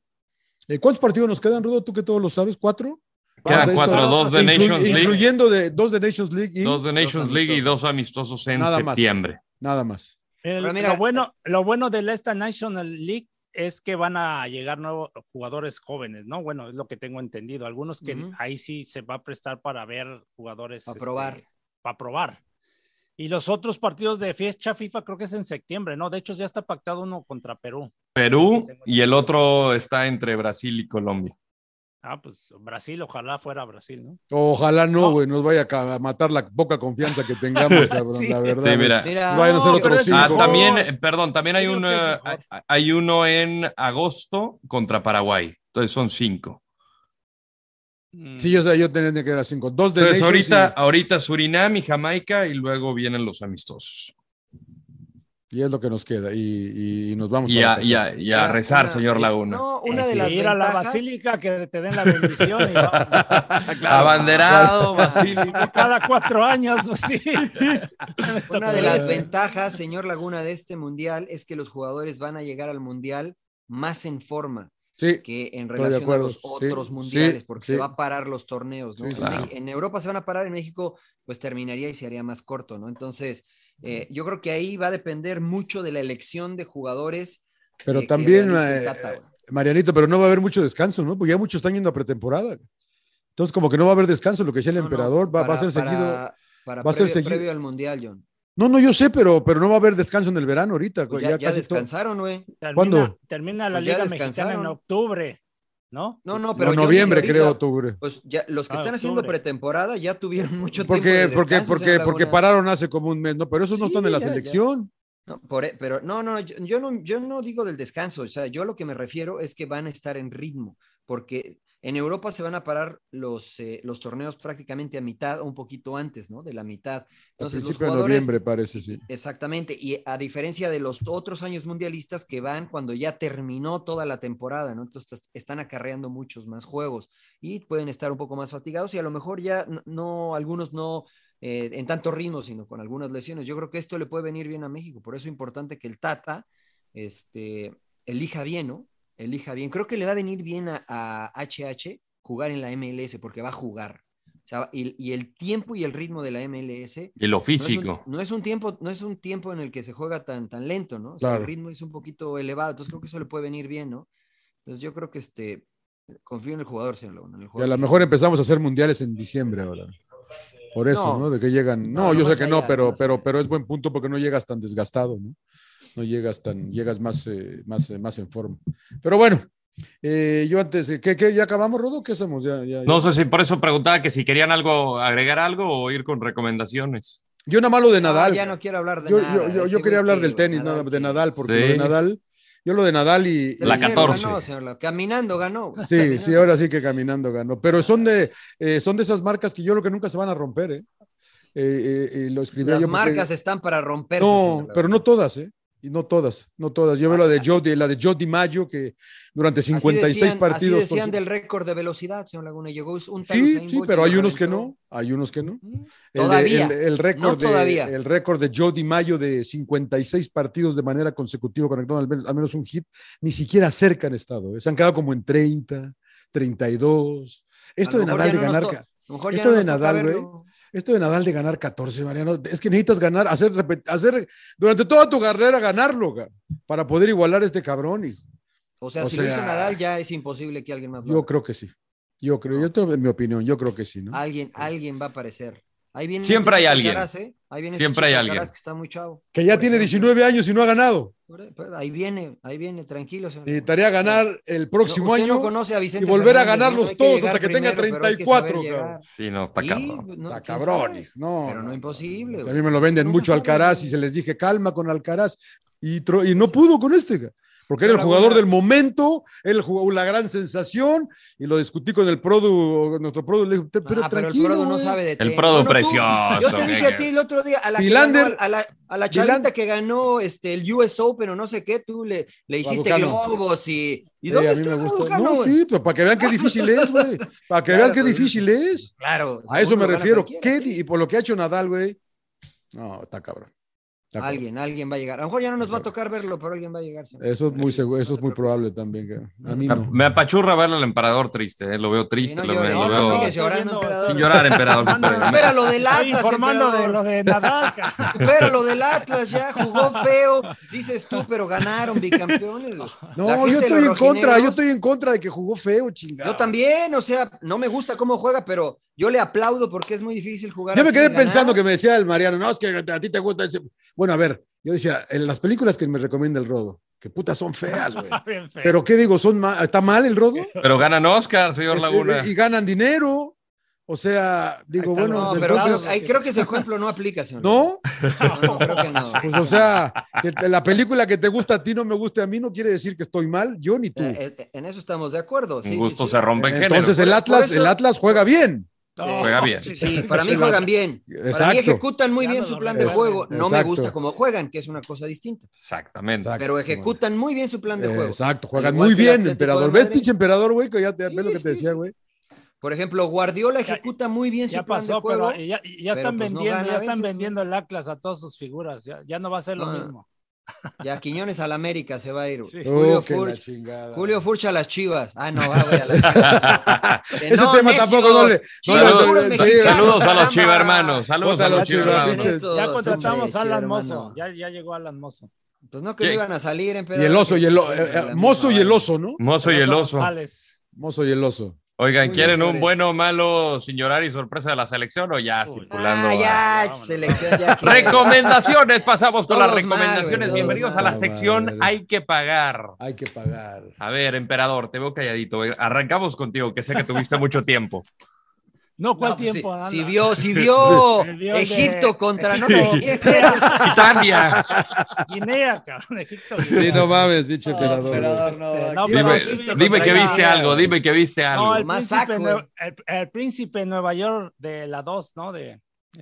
Eh, ¿Cuántos partidos nos quedan, Rudo? Tú que todos lo sabes, ¿cuatro?
Quedan
Hasta esto-
cuatro, dos de
inclu-
Nations League,
Incluyendo de, dos de Nations League y
dos de Nations
dos
League y dos amistosos en
Nada más.
septiembre.
nada más.
El-
Pero mira- eh,
lo, bueno, lo bueno de la esta National League es que van a llegar nuevos jugadores jóvenes, ¿no? Bueno, es lo que tengo entendido. Algunos que
Ujú.
ahí sí se va a prestar para ver jugadores.
Pa' probar.
Para probar. Y los otros partidos de fecha FIFA creo que es en septiembre, ¿no? De hecho, ya está pactado uno contra Perú.
Perú y el otro está entre Brasil y Colombia.
Ah, pues Brasil, ojalá fuera Brasil, ¿no?
Ojalá no,
No.
güey, nos vaya a ca- a matar la poca confianza que tengamos, cabrón,
Sí.
la verdad.
Sí,
güey.
mira.
Mira,
Vayan a ser
no,
otros
pero es-
cinco.
Ah,
mejor.
también, eh, perdón, también hay
Yo creo
uno,
que es
eh,
mejor.
hay- hay uno en agosto contra Paraguay. Entonces son cinco.
Mm.
eh. Sí, yo, sé, yo tenía que ir a cinco. Dos de
Entonces
Nations
ahorita, ahorita Surinam y Jamaica y luego vienen los amistosos.
y, y es lo que nos queda. Y, y- y nos vamos
Y
para
a,
acá.
y a- y a
Mira,
rezar,
una-
señor Laguna.
No, una
Eh, Sí,
de las
ir a la
ventajas-
basílica que te den la bendición y vamos.
Ah, Abanderado, basílico.
cada cuatro años, pues sí.
Una de las ventajas, señor Laguna, de este mundial es que los jugadores van a llegar al mundial más en forma
Sí,
que en
de
relación a
acuerdo.
los
Sí,
otros
sí,
mundiales, porque
sí.
se va a parar los torneos, ¿no?
Sí, sí,
En
sí.
Mex- En Europa se van a parar, en México pues terminaría y se haría más corto, ¿no? Entonces, eh, yo creo que ahí va a depender mucho de la elección de jugadores.
pero
eh, que
también,
realice el
eh,
Tata, güey.
Marianito, pero no va a haber mucho descanso, ¿no? Porque ya muchos están yendo a pretemporada. Entonces, como que no va a haber descanso, lo que sea el
No, no,
emperador va, va a
para-
ser seguido.
para- para
va a ser
previo-
seguido.
previo al mundial, John.
No, no, yo sé, pero, pero no va a haber descanso en el verano ahorita.
Pues
ya,
ya, ya
casi todo.
descansaron, güey.
Termina,
¿Cuándo?
termina la
Pues ya
Liga Mexicana en
descansaron.
octubre, ¿no?
No, no, pero
No,
yo dije
noviembre, creo,
ahorita,
octubre.
Pues ya, los que
Ah,
están haciendo
octubre.
pretemporada ya tuvieron mucho tiempo.
Porque,
de
porque,
descanso,
porque,
señor
porque
Laguna.
pararon hace como un mes, ¿no? Pero esos no
Sí,
están en la
ya, ya.
selección.
No, por- e, pero no, no, yo, yo no, yo no digo del descanso, o sea, yo lo que me refiero es que van a estar en ritmo, porque en Europa se van a parar los, eh, los torneos prácticamente a mitad o un poquito antes, ¿no? De la mitad.
Al
Entonces, los
principio de
jugadores,
noviembre parece, sí.
Exactamente, y a diferencia de los otros años mundialistas que van cuando ya terminó toda la temporada, ¿no? Entonces est- están acarreando muchos más juegos y pueden estar un poco más fatigados y a lo mejor ya n- no, algunos no eh, en tanto ritmo, sino con algunas lesiones. Yo creo que esto le puede venir bien a México, por eso es importante que el Tata este, elija bien, ¿no? Elija bien. Creo que le va a venir bien a, a HH jugar en la MLS porque va a jugar. O sea, y, y el tiempo y el ritmo de la MLS
Y lo
no es un-
físico.
no es un tiempo, no es un tiempo en el que se juega tan, tan lento, ¿no? O sea,
Claro.
el ritmo es un poquito elevado, entonces creo que eso le puede venir bien, ¿no? Entonces yo creo que este confío en el jugador, señor Laguna, en el
Y a
jugador.
lo mejor empezamos a hacer mundiales en diciembre ahora. Por eso,
No.
¿no? De que llegan.
No,
No,
no
yo
más
sé que no,
allá,
pero,
no más
pero, pero es buen punto porque no llegas tan desgastado, ¿no? No llegas tan, llegas más, eh, más, eh, más en forma. Pero bueno, eh, yo antes, eh, ¿qué, qué? ¿Ya acabamos, Rodo? ¿Qué hacemos? Ya, ya,
No
ya.
sé si por eso preguntaba que si querían algo, agregar algo o ir con recomendaciones.
Yo nada más lo de Nadal.
ya no quiero hablar de
yo,
nada,
yo- yo-
de
yo
ese
quería
güey
hablar
que-
del tenis, nada de Nadal, porque
Sí.
lo de Nadal, yo lo de Nadal y.
Tercero ganó, señor Laguna, Caminando ganó. güey.
Sí, sí, ahora sí que caminando ganó. Pero son de, eh, son de esas marcas que yo creo que nunca se van a romper, ¿eh? Eh, eh, eh, lo escribí
Las
yo porque-
marcas están para romperse. señor
No,
Laguna.
pero no todas, ¿eh? Y no todas, no todas. Yo veo la de Jody, la de Jody Mayo, que
Ah,
durante
Así
56
decían-
partidos.
Así decían
consecut-
del récord de velocidad, señor Laguna. Llegó un
Sí,
Usain
sí,
Bolt
pero
y
hay
lo
unos que
aventó.
no, hay unos que no. El,
Todavía,
el- el récord
no todavía.
de, el récord de Jody Mayo de 56 partidos de manera consecutiva conectando al menos, al menos un hit, ni siquiera cerca han estado. ¿eh? Se han quedado como en 30, 32. Esto
A
de
lo mejor
Nadal de
ya no nos
ganar.
to-
ca-
a lo mejor ya
Esto
no
de
nos toca
Nadal, güey.
verlo.
Esto de Nadal de ganar 14, Mariano. Es que necesitas ganar, hacer, repet- hacer durante toda tu carrera ganarlo, ga- para poder igualar a este cabrón, hijo.
O sea,
O
si lo hizo
sea,
Nadal, ya es imposible que alguien más lo
Yo creo que sí. Yo creo, yo tengo mi opinión, yo creo que sí, ¿no?
Alguien, alguien va a aparecer. Ahí viene
Siempre
este
hay
Chico
alguien.
Alcaraz, ¿eh? Ahí viene este
Siempre
Chico
hay alguien.
Alcaraz que está muy chavo.
Que ya tiene 19 años y no ha ganado.
Ahí viene, ahí viene, tranquilo. señor.
Necesitaría ganar el próximo
No, usted
año
no conoce a Vicente
y volver a
Fernández,
ganarlos
¿no? Hay que
todos
llegar
hasta que tenga
primero, pero hay que
34,
saber
cabrón.
llegar.
Sí, no, está
Sí,
cabrón.
no,
Está
quién
cabrón,
sabe.
hijo, no.
Pero no imposible.
O sea,
güey.
a mí me lo venden mucho Alcaraz y se les dije, calma con Alcaraz. Y, tro- y no pudo con este, ca- porque era el jugador del momento, él jugó la gran sensación, y lo discutí con el Produ, nuestro Produ, le dije, pero
Ah, pero el
tranquilo. eh.
Prodo Eh, no
güey".
sabe de tenis.
Prodo
tú-
precioso,
Yo te dije
güey.
a ti el otro día, a la, que
Vilander-
ganó- a la, a la chavita que ganó este, el US Open o no sé qué, tú le, le hiciste
Raducano.
globos y... ¿Y
Sí,
dónde
a mí
está
me gusta.
Raducano,
No,
güey?
sí, pero para que vean qué difícil es, güey. Para que vean
Claro,
qué
pues,
difícil es.
Claro.
A eso
seguro
me
gana
refiero.
cualquiera.
¿Qué di- y por lo que ha hecho Nadal, güey. No, está cabrón. Está cabrón.
Alguien, alguien va a llegar. A lo mejor ya no nos va a tocar verlo, pero alguien va a llegar. señor.
Eso es muy seguro, eso es muy probable también. cabrón. A mí no.
Me apachurra verlo al emperador triste, eh, lo veo triste,
Sí, no
lo,
llores,
veo-
no,
lo veo-
no digas llorar, no, emperador.
sin llorar, emperador. espérame.
Espera lo del
Estoy
Atlas.
informando de
emperador.
lo de Nadal. ca-
Pero lo del Atlas ya jugó feo, dices tú, pero ganaron bicampeones. La
No,
gente de
yo estoy
los
en contra,
rojinegros,
yo estoy en contra de que jugó feo, chingado.
yo también, o sea, no me gusta cómo juega, pero yo le aplaudo porque es muy difícil jugar.
Yo me
así y
quedé
ganar.
pensando que me decía el Mariano, no, es que a ti te gusta. ese-". Bueno, a ver, yo decía, en las películas que me recomienda el Rodo, que putas son feas, güey.
Bien feo.
Pero qué digo, son ma- ¿está mal el Rodo?
Pero ganan Oscar, señor
Este,
Laguna.
Y ganan dinero. O sea,
No,
digo, bueno, pues,
pero
entonces,
creo, ahí creo que ese ejemplo no aplica, señor.
¿no?
No, creo que no.
Pues o sea, que te- la película que te gusta a ti no me guste a mí no quiere decir que estoy mal, yo ni tú.
Eh, eh, En eso estamos de acuerdo. sí, sí,
Un gusto
sí.
se rompe en género.
Entonces el Atlas, el Atlas juega bien.
No.
Juega bien.
Sí, para mí juegan bien. Para mí
Exacto.
ejecutan muy bien su plan de juego. No me
Exacto.
gusta cómo juegan, que es una cosa distinta.
Exactamente.
Pero ejecutan muy bien su plan de juego.
Exacto,
Al
juegan
igual
muy
que el
bien,
Atlético de
emperador. ¿Ves,
Madrid.
pinche emperador, güey? Que ya te, ves lo que te decía, güey.
Por ejemplo, Guardiola ejecuta muy bien
Ya
su plan de
pasó,
juego.
pero y ya, y ya
pero,
están
pues, no
vendiendo,
gana
ya
a
están
veces.
vendiendo el Atlas a todas sus figuras. Ya, ya no va a ser lo
No, no.
mismo.
Ya Quiñones al América se va a ir. güey.
Sí, sí.
Julio,
Oh, que la
Furch,
chingada.
Julio Furch a las Chivas. Ah, no, va, güey, a las Chivas. oh,
Ese tema tampoco no le- no le-
Saludos,
sí.
sal- saludos a los
Caramba.
Chiva hermanos. Saludos a
Bótala,
los
Chiva,
Chiva hermanos.
pinches.
Ya
Todos,
contratamos
hombre,
a Alan
chido,
Mozo.
hermano.
Ya, ya llegó Alan Mozo.
Pues no, que no
¿Qué?
iban a salir,
Y el oso, y el o- eh, eh, mozo y el oso, ¿no?
Mozo y el oso.
González.
Mozo y el oso.
Oigan,
Muy
¿quieren
bien,
un bueno, malo, sin llorar y sorpresa de la selección o ya circulando?
Ah,
a-
ya, selección. ya que-
Recomendaciones, pasamos con las
Todos mal,
recomendaciones.
güey,
Bienvenidos
todos
a la
mal.
sección Hay que pagar.
Hay que pagar.
A ver, emperador, te veo calladito. eh. Arrancamos contigo, que sé que tuviste mucho tiempo.
No, ¿cuál
No, pues,
tiempo?
si- si
Anda.
vio- si vio
El de-
Egipto contra- no,
Egipto.
no, Italia.
Guinea, cabrón, Egipto.
Sí, no mames, pinche
No,
emperador.
emperador,
güey.
no, Este, no,
Dime,
pero sí,
dime que
contra-
viste algo, dime que viste algo.
No, el príncipe,
Masacre.
Nue- el, el príncipe de Nueva York de la 2, ¿no? De,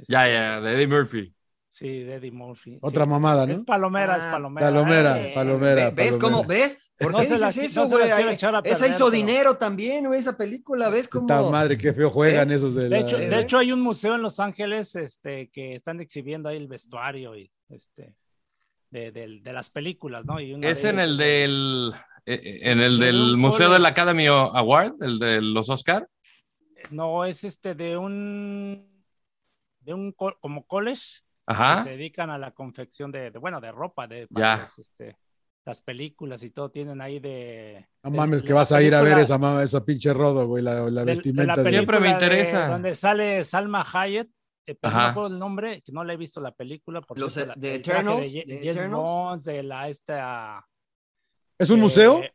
Ya, ya, de Eddie Murphy.
sí, de Eddie Murphy.
Otra
sí.
mamada,
Es
¿no?
palomera, es palomera.
Palomera,
Eh,
palomera.
¿Ves
palomera.
cómo? ¿Ves? ¿Por
No
qué
se la
dices
qui-
eso,
no se la
güey?
quiero
Ahí-
echar a
esa
perder,
hizo
pero-
dinero también, güey, esa película. ¿Ves cómo?
Puta madre, qué feo juegan esos de,
De
la-
hecho,
eh.
de hecho, hay un museo en Los Ángeles este, que están exhibiendo ahí el vestuario y este, de, del- de las películas, ¿no? Y una
Es
de
en
ellas-
el del, eh, eh, en el
Pero
del
un
Museo
college.
del Academy Award, el de los Oscar.
No, es este de un, de un co- como college
Ajá.
que se dedican a la confección de, de, bueno, de ropa, de para
Ah. Ya.
los, este, las películas y todo tienen ahí de...
No
de-
mames,
de
que
la
vas a ir a ver
película-
esa mama, esa pinche rodo, güey, la, la
de- de
vestimenta.
la
de-
película
me
de-
interesa.
donde sale Salma Hayek, eh, pero no me
Ajá.
acuerdo el nombre, que no le he visto la película. Por
Los,
cierto,
eh,
la-
de
el traje
Eternals,
Ye-
de
James
Eternals.
Bond, de la esta...
¿Es un museo?
eh,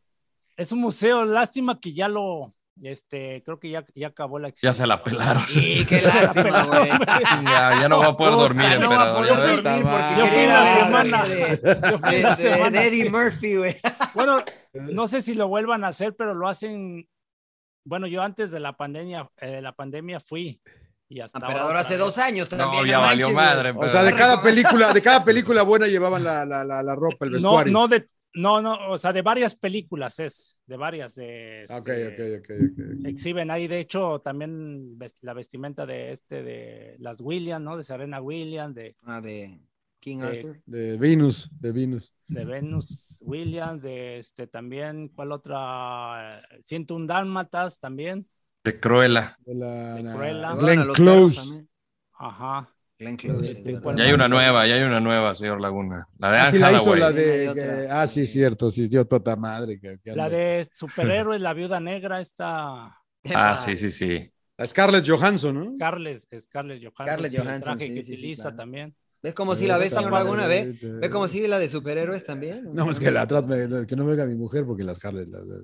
es un museo, lástima que ya lo... Este, creo que ya, ya acabó la
Ya se la pelaron.
Y qué
Ya se la
lástima,
peló,
güey.
Ya, ya no va a poder
Puta,
dormir,
no va a
emperador.
poder
ya ves.
dormir porque
Yo fui
quería
la
ver esa
semana.
de-
Yo fui
de-
la
de-
semana,
de Eddie
sí.
Murphy, güey.
Bueno, no sé si lo vuelvan a hacer, pero lo hacen. Bueno, yo antes de la pandemia, eh, de la pandemia fui y hasta
Emperador
ahora
hace
otra
dos
vez.
años
No,
también.
ya
no
valió
manches,
madre.
O sea, de cada película, de cada película buena llevaban la, la, la, la ropa, el
No,
vestuario.
no de, no, no, o sea, de varias películas es, de varias. de,
Ah, Ok,
este,
ok, ok, ok.
Exhiben ahí, de hecho, también vest- la vestimenta de este, de las Williams, ¿no? De Serena Williams, de,
Ah, de King
de-
Arthur.
De Venus, de Venus.
de Venus Williams, de este también, ¿cuál otra? 101 Dálmatas también.
De Cruella.
De la,
De
la-
Cruella.
Glenn
Bueno, los perros
Close.
también.
Ajá.
Glenn Close.
Este,
es
¿cuál
Ya
verdad.
hay una nueva, ya hay una nueva, señor Laguna. La de
Ah, sí,
Anne
la hizo
Hathaway.
la
Hay
de.
otra.
que- ah, sí, cierto, sí, dio tota madre. que- que
La
anda.
de superhéroes, la viuda negra, esta
Ah, sí, sí, sí.
La Scarlett Johansson, ¿no?
Scarlett, Scarlett Johansson,
Scarlett
el
Johansson,
traje
sí,
que
sí, sí,
utiliza
claro.
también.
¿Ves cómo si la ves,
Esta
señor
madre,
Laguna? ¿Ve?
te-
¿Ve cómo sigue la de superhéroes también?
No, es que la atrás me- que no venga mi mujer porque las Scarlett. la- la-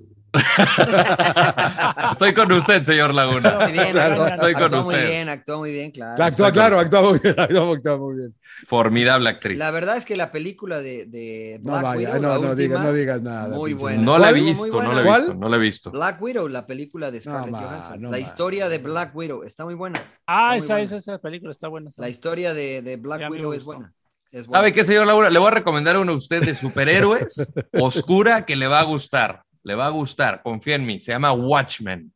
Estoy con usted, señor Laguna.
Muy bien,
Claro,
actuó-
estoy con
actuó
usted.
muy bien, actuó muy bien, claro.
la actúa, claro, actúa muy bien, actúa, actúa muy bien.
Formidable actriz.
La verdad es que la película de, de
No
Black
vaya,
Widow,
no,
la
no digas- no
última,
digas nada,
Muy
pinche
buena.
No la he
Muy
visto, no
buena.
la he
¿Cuál?
visto, no la he visto.
Black Widow, la película de Scarlett
ma,
Johansson.
no
la
ma.
historia de Black Widow está muy buena.
Ah,
Muy
esa,
buena.
esa, esa película está buena. está
La
buena.
historia de, de Black
Ya me
Widow es
gustó.
buena. Es buena.
¿Sabe qué, señor Laguna? Le voy a recomendar una a usted de superhéroes oscura que le va a gustar. Le va a gustar, confía en mí. Se llama Watchmen.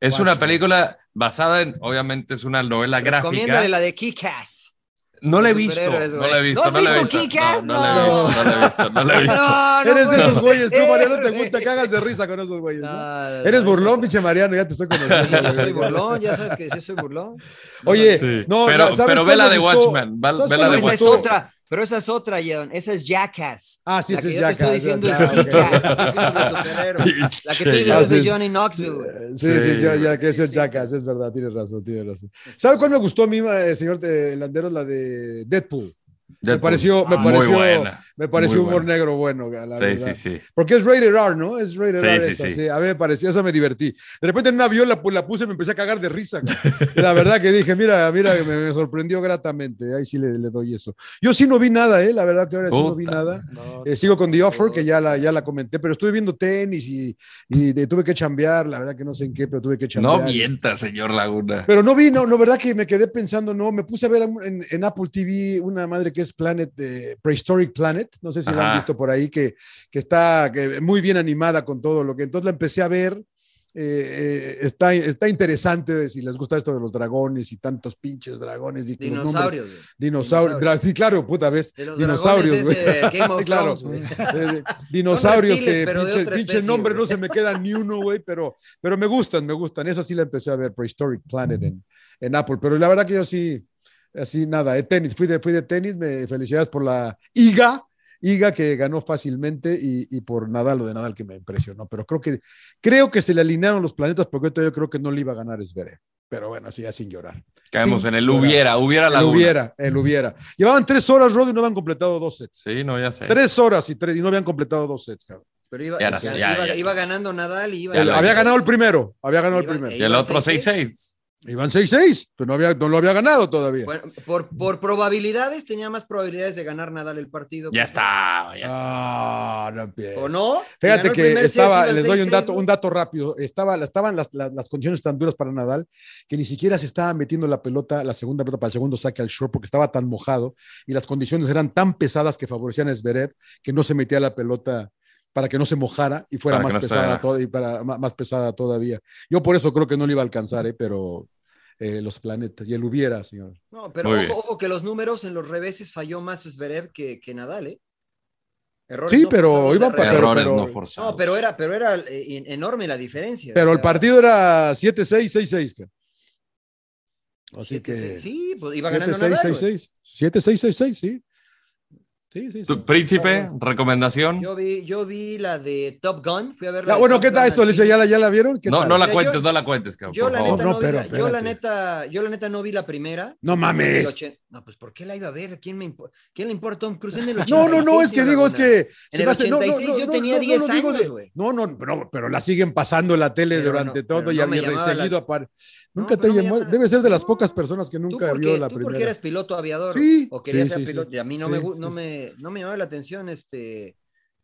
Es una
Watchmen.
película basada en, obviamente es una novela gráfica.
Recomiéndale la de Kick-Ass.
No la he
de
visto,
superhéroes,
no
güey.
la he visto.
¿No has
la he
visto Kick-Ass?
No, no la he visto, no la he visto, no la he visto.
ah, No, pues, no
Eres de
puede
esos güeyes, tú,
ser,
Mariano, te
güey.
gusta, cagas de risa con esos güeyes,
No,
¿no?
no, Ah, no,
Eres
no,
burlón,
no.
pinche Mariano, ya te estoy conociendo.
Yo
güey.
soy burlón, ya sabes que sí soy burlón.
Oye,
Sí.
no,
Pero-
no, ¿sabes
pero
cuál
ve la
me
de
gustó?
Watchmen, va-
¿Sabes
ve la
Pero
cuál
de
me
esa es
gustó?
otra, pero esa es otra, John. Esa es Jackass.
Ah, sí,
la
esa
que
es
yo te estoy
Jackass,
diciendo
ya,
es
ok.
Kick-Ass. La que tú dices
Ah,
es
sí. Eh,
de Johnny Knoxville. güey. Este,
Sí, sí,
Sí,
yo, ya que
sí,
eso es
sí.
Jackass, es verdad, tienes razón, tienes razón.
este.
¿Sabes cuál me gustó a mí, eh, señor eh, Landeros? La de Deadpool. Me
Deadpool.
pareció, me
Ah,
Muy
pareció,
buena.
me pareció
muy
humor
buena.
negro bueno, la
Sí,
verdad.
sí, sí.
Porque es rated R, ¿no? Es rated
Sí,
R
sí,
esa,
sí.
sí. A mí me pareció, esa me divertí. De repente en un avión la, pu- la puse y me empecé a cagar de risa. cabrón. La verdad que dije, mira, mira, me, me sorprendió gratamente. Ahí sí le, le doy eso. Yo sí no vi nada, ¿eh? La verdad que ahora sí no vi
Puta.
nada.
No,
Eh, sigo con The Offer, que ya la, ya la comenté, pero estuve viendo tenis y, y de- tuve que chambear. La verdad que no sé en qué, pero tuve que chambear.
No mienta, señor Laguna.
Pero no vi, no, no, verdad que me quedé pensando, no, me puse a ver en, en Apple TV una madre que es Planet, eh, Prehistoric Planet, no sé si la
Ajá.
han visto por ahí, que, que está que muy bien animada con todo lo que, entonces la empecé a ver, eh, eh, está, está interesante si les gusta esto de los dragones y tantos pinches dragones y que los nombres-
Dinosaurios. güey.
Dinosaurios. dra- Sí, claro, puta vez.
De los
Dinosaurios,
dragones
güey.
es, eh, Game of
claro.
Thrones, güey.
Eh, dinosaurios
reptiles,
que
pero de
pinche,
otra
pinche
especie,
nombre
güey.
no se me queda ni uno, güey, pero, pero me gustan, me gustan. Esa sí la empecé a ver, Prehistoric Planet en, en Apple. Pero la verdad que yo sí, así nada, eh, tenis, fui de, fui de tenis, me felicidades por la IGA. Iga que ganó fácilmente y, y por Nadal, lo de Nadal que me impresionó, pero creo que creo que se le alinearon los planetas porque ahorita yo creo que no le iba a ganar Zverev, pero bueno, sí, ya sin llorar.
Caemos
sin
en el
llorar.
hubiera, hubiera
el
Laguna.
hubiera, el hubiera. Llevaban tres horas, Rod, y no habían completado dos sets.
Sí, no, ya sé.
Tres horas y tres, y no habían completado dos sets, cabrón.
Pero iba,
Ya la
o sea,
sé, ya,
iba-
ya.
iba ganando Nadal y iba.
Ya
El-
la-
había ganado el primero, había ganado el
Iba-
primero.
Y el otro
6-6.
6-6.
Iban 6-6, pero no, había, no lo había ganado todavía.
Bueno, por, por probabilidades tenía más probabilidades de ganar Nadal el partido.
Ya está, ya
está. Ah, no empieces.
¿O no?
Fíjate
Ganó el
que
primer set,
estaba,
iba
les doy un
6-6,
dato,
¿no?
un dato rápido. Estaba, estaban las, las- las condiciones tan duras para Nadal que ni siquiera se estaba metiendo la pelota, la segunda pelota para el segundo saque al short porque estaba tan mojado y las condiciones eran tan pesadas que favorecían a Zverev que no se metía la pelota para que no se mojara y fuera
Para que
más
no se-
pesada, to- y para, ma- más pesada todavía. Yo por eso creo que no le iba a alcanzar, ¿eh? pero eh, los planetas, y él hubiera, señor.
No, pero
Muy
ojo,
bien.
ojo que los números en los reveses falló más Zverev que, que Nadal, ¿eh? Errores
Sí,
no
pero
forzados
iba
de
para... pero-
Errores
pero-
no forzados.
No, pero era, pero era eh, en- enorme la diferencia.
Pero
o
el
sea,
partido era 7-6, 6-6. cara. Así
siete,
que.
seis. Sí, pues iba ganando Nadal. güey.
7-6, 7-6-6-6, sí. Sí,
Ah,
sí, sí.
Tu príncipe, recomendación.
Yo vi, yo vi la de Top Gun, fui a ver la de
Ya, Ah, bueno,
Top
¿qué
Gun
tal
al
esto? Alicia?
cine.
¿Ya la, ya la vieron? ¿Qué
No,
tal?
no la
Mira,
cuentes,
yo-
no la cuentes, cabrón.
Yo
por
la,
favor.
neta no, vi
pero
la- yo la
espérate.
neta, yo la neta no vi la primera.
No mames.
Del ochen- No, pues ¿por qué la iba a ver? ¿Quién, me impo- ¿Quién le importa a Tom Cruise en el
No, no, no,
86,
es que
señor
digo, es
Laguna?
que.
En el
me hace-
86 yo tenía 10
lo digo
años,
de-
güey.
No, no, pero, pero la siguen pasando en la tele
Pero
durante
no,
todo
pero
y
no
había
me llamaba la-
seguido a par- Nunca
pero
te
no me
llamó.
llamaba la-
Debe ser de las pocas personas que
¿Tú
nunca
porque,
vio la
tú porque
primera.
eras piloto aviador
Sí,
o querías
sí,
ser
sí,
piloto.
sí.
y a mí no,
Sí,
me, gu- no,
sí,
me, no me llamaba la atención este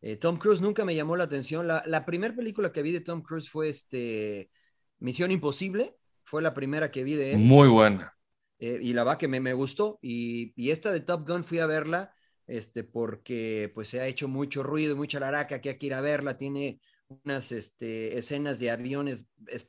eh, Tom Cruise, nunca me llamó la atención. La, la primera película que vi de Tom Cruise fue este Misión Imposible, fue la primera que vi de él.
Muy buena.
Eh, y la va que me, me gustó. Y, y esta de Top Gun fui a verla este, porque pues se ha hecho mucho ruido, y mucha laraca, que hay que ir a verla. Tiene unas este, escenas de aviones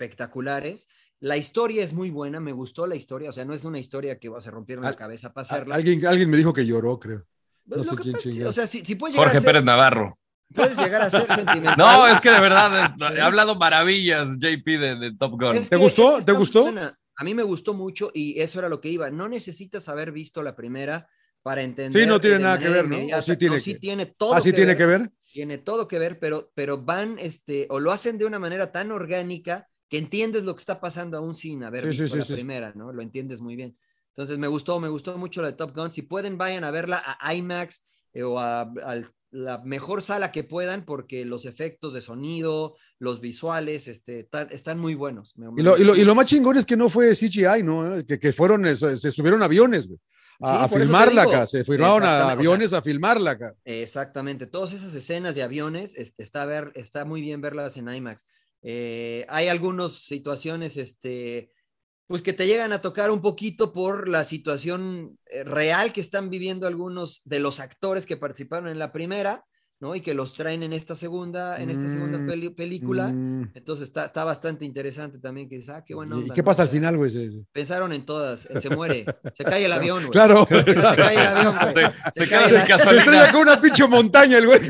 espectaculares. La historia es muy buena, me gustó la historia. O sea, no es una historia que se rompieron la
Al-
cabeza para
Al-
hacerla.
Alguien, alguien me dijo que lloró, creo.
Pues,
No
lo
sé
que
quién
pasa- sí,
chingado.
o sea, si, si puedes, llegar
Jorge
a ser,
Pérez Navarro.
puedes llegar a ser sentimental.
No, es que de verdad eh, he hablado maravillas, JP, de, de Top Gun.
Es que- es que está muy buena. A mí me gustó mucho y eso era lo que iba. No necesitas haber visto la primera para entender.
Sí, no tiene
de
nada que
manera
ver, ¿no?
inmediata.
¿O sí tiene
No,
que-
tiene todo.
Ah, sí tiene que ver.
Tiene todo que ver, pero, pero van, este, o lo hacen de una manera tan orgánica que entiendes lo que está pasando aún sin haber
Sí, sí,
visto
sí,
la
sí, sí.
primera, ¿no? Lo entiendes muy bien. Entonces me gustó, me gustó mucho la de Top Gun. Si pueden, vayan a verla a IMAX eh, o a, al- la mejor sala que puedan porque los efectos de sonido, los visuales, este, tan- están muy buenos. Me-
Y lo, y, lo,
me-
y lo más chingón es que no fue CGI, ¿no? Eh, Que, que fueron, eh, se se subieron aviones, güey.
Sí,
A, a
por eso te
filmarla
digo.
acá, se firmaron a
Exactamente, o sea,
aviones a filmarla acá.
Exactamente, todas esas escenas de aviones es- está, ver, está muy bien verlas en IMAX. Eh, hay algunas situaciones este, pues que te llegan a tocar un poquito por la situación eh, real que están viviendo algunos de los actores que participaron en la primera, ¿no? Y que los traen en esta segunda, en esta segunda
Mm,
peli- película.
mm.
Entonces está, está bastante interesante también que dices, ah, qué buena
¿Y
onda,
qué
¿no?
pasa al
O sea,
final, güey? Se- se-
Pensaron en todas, eh, se muere, se cae el
Claro.
avión, güey.
Claro.
Se cae el avión, güey.
Se- se cae
el-
sin
Se estrella con una pinche montaña el güey.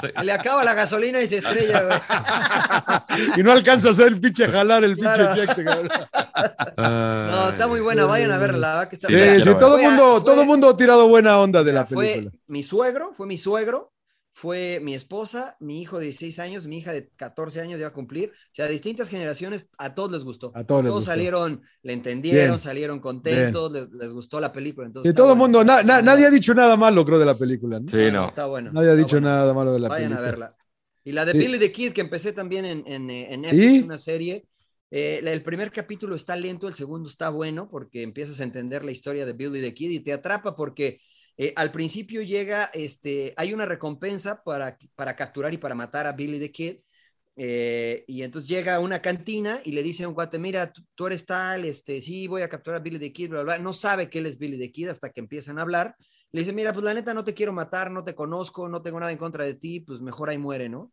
Se le acaba la gasolina y se estrella, güey.
Y no alcanza a hacer el pinche jalar el pinche
Claro.
ejecte, cabrón.
No, está muy buena, vayan a verla. la verdad que está-
Sí, sí, todo el
Fue a-
mundo, todo el mundo ha tirado buena onda de la
Fue
película.
mi suegro, fue mi suegro, fue mi esposa, mi hijo de 16 años, mi hija de 14 años ya va a cumplir. O sea, distintas generaciones, a todos les gustó.
A todos les gustó.
salieron, le entendieron,
Bien.
salieron contentos, les, les gustó la película. Entonces,
De
está
todo el
bueno.
mundo, na- na- nadie ha dicho nada malo, creo, de la película. ¿no?
Sí, no.
Está bueno.
Nadie ha dicho nada malo de la
Vayan
película.
a verla. Y la de
Sí.
Billy the Kid, que empecé también en, en, eh, en Netflix,
¿Y?
una serie. Eh, la- el primer capítulo está lento, el segundo está bueno porque empiezas a entender la historia de Billy the Kid y te atrapa porque eh, al principio llega, este, hay una recompensa para, para capturar y para matar a Billy the Kid. Eh, y entonces llega a una cantina y le dice a un cuate, mira, tú, tú eres tal, este, sí, voy a capturar a Billy the Kid, bla, bla, bla. No sabe que él es Billy the Kid hasta que empiezan a hablar. Le dice, mira, pues la neta no te quiero matar, no te conozco, no tengo nada en contra de ti, pues mejor ahí muere, ¿no?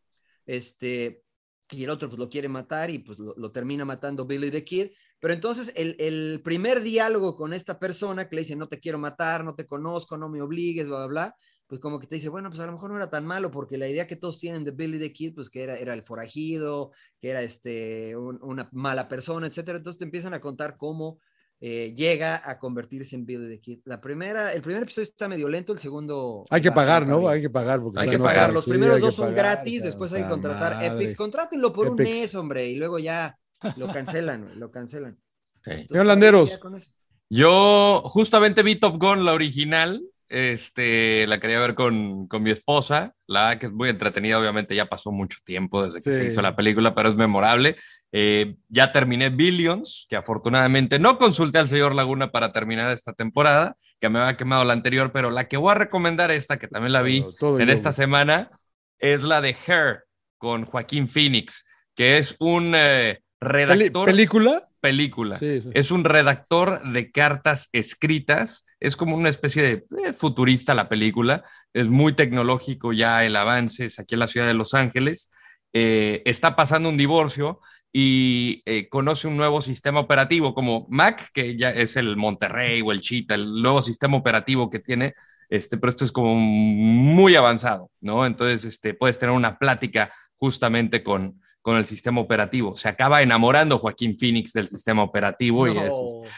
Este, y el otro pues lo quiere matar y pues lo, lo termina matando Billy the Kid. Pero entonces el, el primer diálogo con esta persona que le dice, no te quiero matar, no te conozco, no me obligues, bla, bla, bla, pues como que te dice, bueno, pues a lo mejor no era tan malo, porque la idea que todos tienen de Billy the Kid, pues que era, era el forajido, que era este, un- una mala persona, etcétera. Entonces te empiezan a contar cómo eh, llega a convertirse en Billy the Kid. La primera, el primer episodio está medio lento, el segundo...
Hay que
va-
pagar,
va
¿no?
bien.
Hay que pagar. Porque
Hay
está
que
no
pagar. Los
sí,
primeros
hay que
dos son
pagar,
gratis,
cabrón,
después hay que
puta
contratar
madre.
Epics. Contrátenlo por un
Epix.
mes, hombre, y luego ya lo cancelan, güey, lo cancelan.
Sí.
Entonces,
Landeros.
con eso.
Yo justamente vi Top Gun, la original, Este, la quería ver con, con mi esposa, la verdad que es muy entretenida, obviamente ya pasó mucho tiempo desde que
Sí.
se hizo la película, pero es memorable. Eh, ya terminé Billions, que afortunadamente no consulté al señor Laguna para terminar esta temporada, que me había quemado la anterior, pero la que voy a recomendar esta, que también la vi
todo
en
yo,
esta semana, es la de Her con Joaquín Phoenix, que es un eh, redactor.
¿Película?
Película.
Sí, sí.
Es un redactor de cartas escritas. Es como una especie de eh, futurista la película. Es muy tecnológico ya el avance. Es aquí en la ciudad de Los Ángeles. Eh, está pasando un divorcio y eh, conoce un nuevo sistema operativo como Mac, que ya es el Monterrey o el Cheetah, el nuevo sistema operativo que tiene. Este, pero esto es como muy avanzado, ¿no? Entonces, este, puedes tener una plática justamente con, con el sistema operativo. Se acaba enamorando Joaquín Phoenix del sistema operativo y es,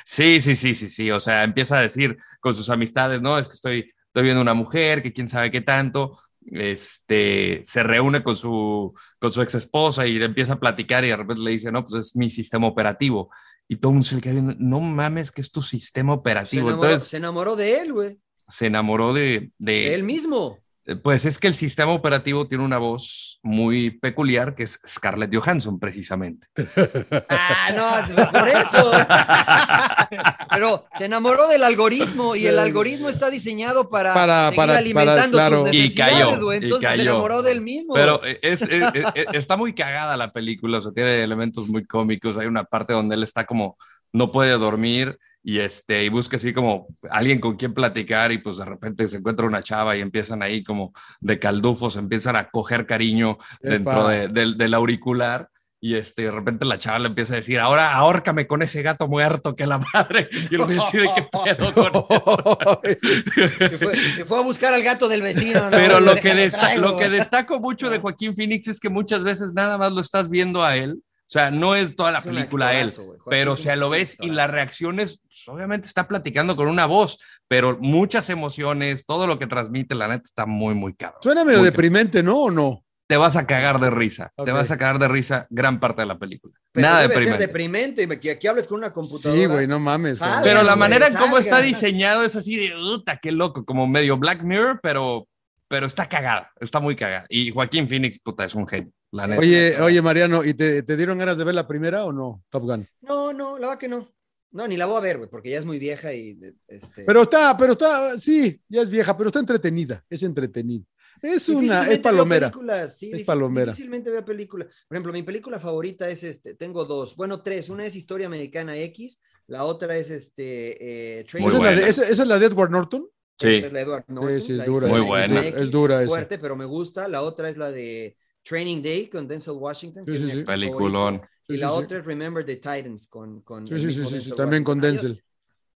Sí, sí, sí, sí, sí. O sea, empieza a decir con sus amistades, no, es que estoy, estoy viendo una mujer, que quién sabe qué tanto. Este se reúne con su, con su ex esposa y le empieza a platicar y de repente le dice, no, pues es mi sistema operativo. Y todo el mundo se le queda viendo, no mames, que es tu sistema
Se
operativo.
enamoró,
Entonces
se enamoró de él, güey.
se enamoró de, de
De él mismo.
Pues es que el sistema operativo tiene una voz muy peculiar que es Scarlett Johansson, precisamente.
Ah, no, por eso. Pero se enamoró del algoritmo y el algoritmo está diseñado para,
Para-
seguir
para-
alimentando
para- claro.
tus
y
necesidades,
cayó.
güey.
y
Entonces
cayó.
se enamoró del mismo.
Pero eh, es, es- es- es- está muy cagada la película, o sea, tiene elementos muy cómicos. Hay una parte donde él está como, no puede dormir y, este, y busca así como alguien con quien platicar y pues de repente se encuentra una chava y empiezan ahí como de caldufos, empiezan a coger cariño
Epa.
dentro de- del, del auricular. Y este, de repente la chava le empieza a decir, ahora ahórcame con ese gato muerto que la madre. Y él me dice, ¿qué pedo con
Se fue, se fue a buscar al gato del vecino. ¿no?
pero
Y
lo
deja
que, desta-
traigo,
lo que
güey.
destaco mucho de Joaquín Phoenix es que muchas veces nada más lo estás viendo a él. O sea, no es toda la
un
película
actorazo,
él,
güey. Joaquín
pero o sea,
Phoenix
lo
es un
ves y las reacciones, pues, obviamente está platicando con una voz, pero muchas emociones, todo lo que transmite, la neta está muy, muy caro.
Suena medio deprimente, ¿no? ¿O no?
Te vas a cagar de risa, te
Ok.
vas a cagar de risa gran parte de la película.
Pero
nada
debe ser
deprimente.
deprimente. y que aquí hables con una computadora.
Sí, güey, no mames. cabrón.
Pero la
güey,
manera en cómo está
salgan.
diseñado es así de, puta, qué loco, como medio Black Mirror, pero, pero está cagada, está muy cagada. Y Joaquín Phoenix, puta, es un genio, la neta.
Oye, oye, Mariano, ¿y te, te dieron ganas de ver la primera o no, Top Gun?
No, no, la verdad que no. No, ni la voy a ver, güey, porque ya es muy vieja y este.
Pero está, pero está, sí, ya es vieja, pero está entretenida, es entretenida. Es una,
Difícilmente
es
veo
palomera.
películas, sí,
Es
dif-
palomera.
Difícilmente veo películas. Por ejemplo, mi película favorita es este, tengo dos, bueno, tres. Una es Historia Americana X, la otra es este, eh, Train
¿Esa es, la de, esa- esa es la de Edward Norton?
Sí.
Esa es la de Edward Norton.
Sí, sí, es
la
dura.
Historia
Muy buena.
Americana X,
Es dura esa.
fuerte, pero me gusta. La otra es la de Training Day con Denzel Washington. que
Sí,
es
sí,
mi
sí.
actor favorito.
Peliculón.
Y
Sí,
la
sí, sí.
otra es Remember the Titans con, con
Sí,
el
sí,
mismo
sí, sí,
Denzel
también con
Washington. Hay
Denzel.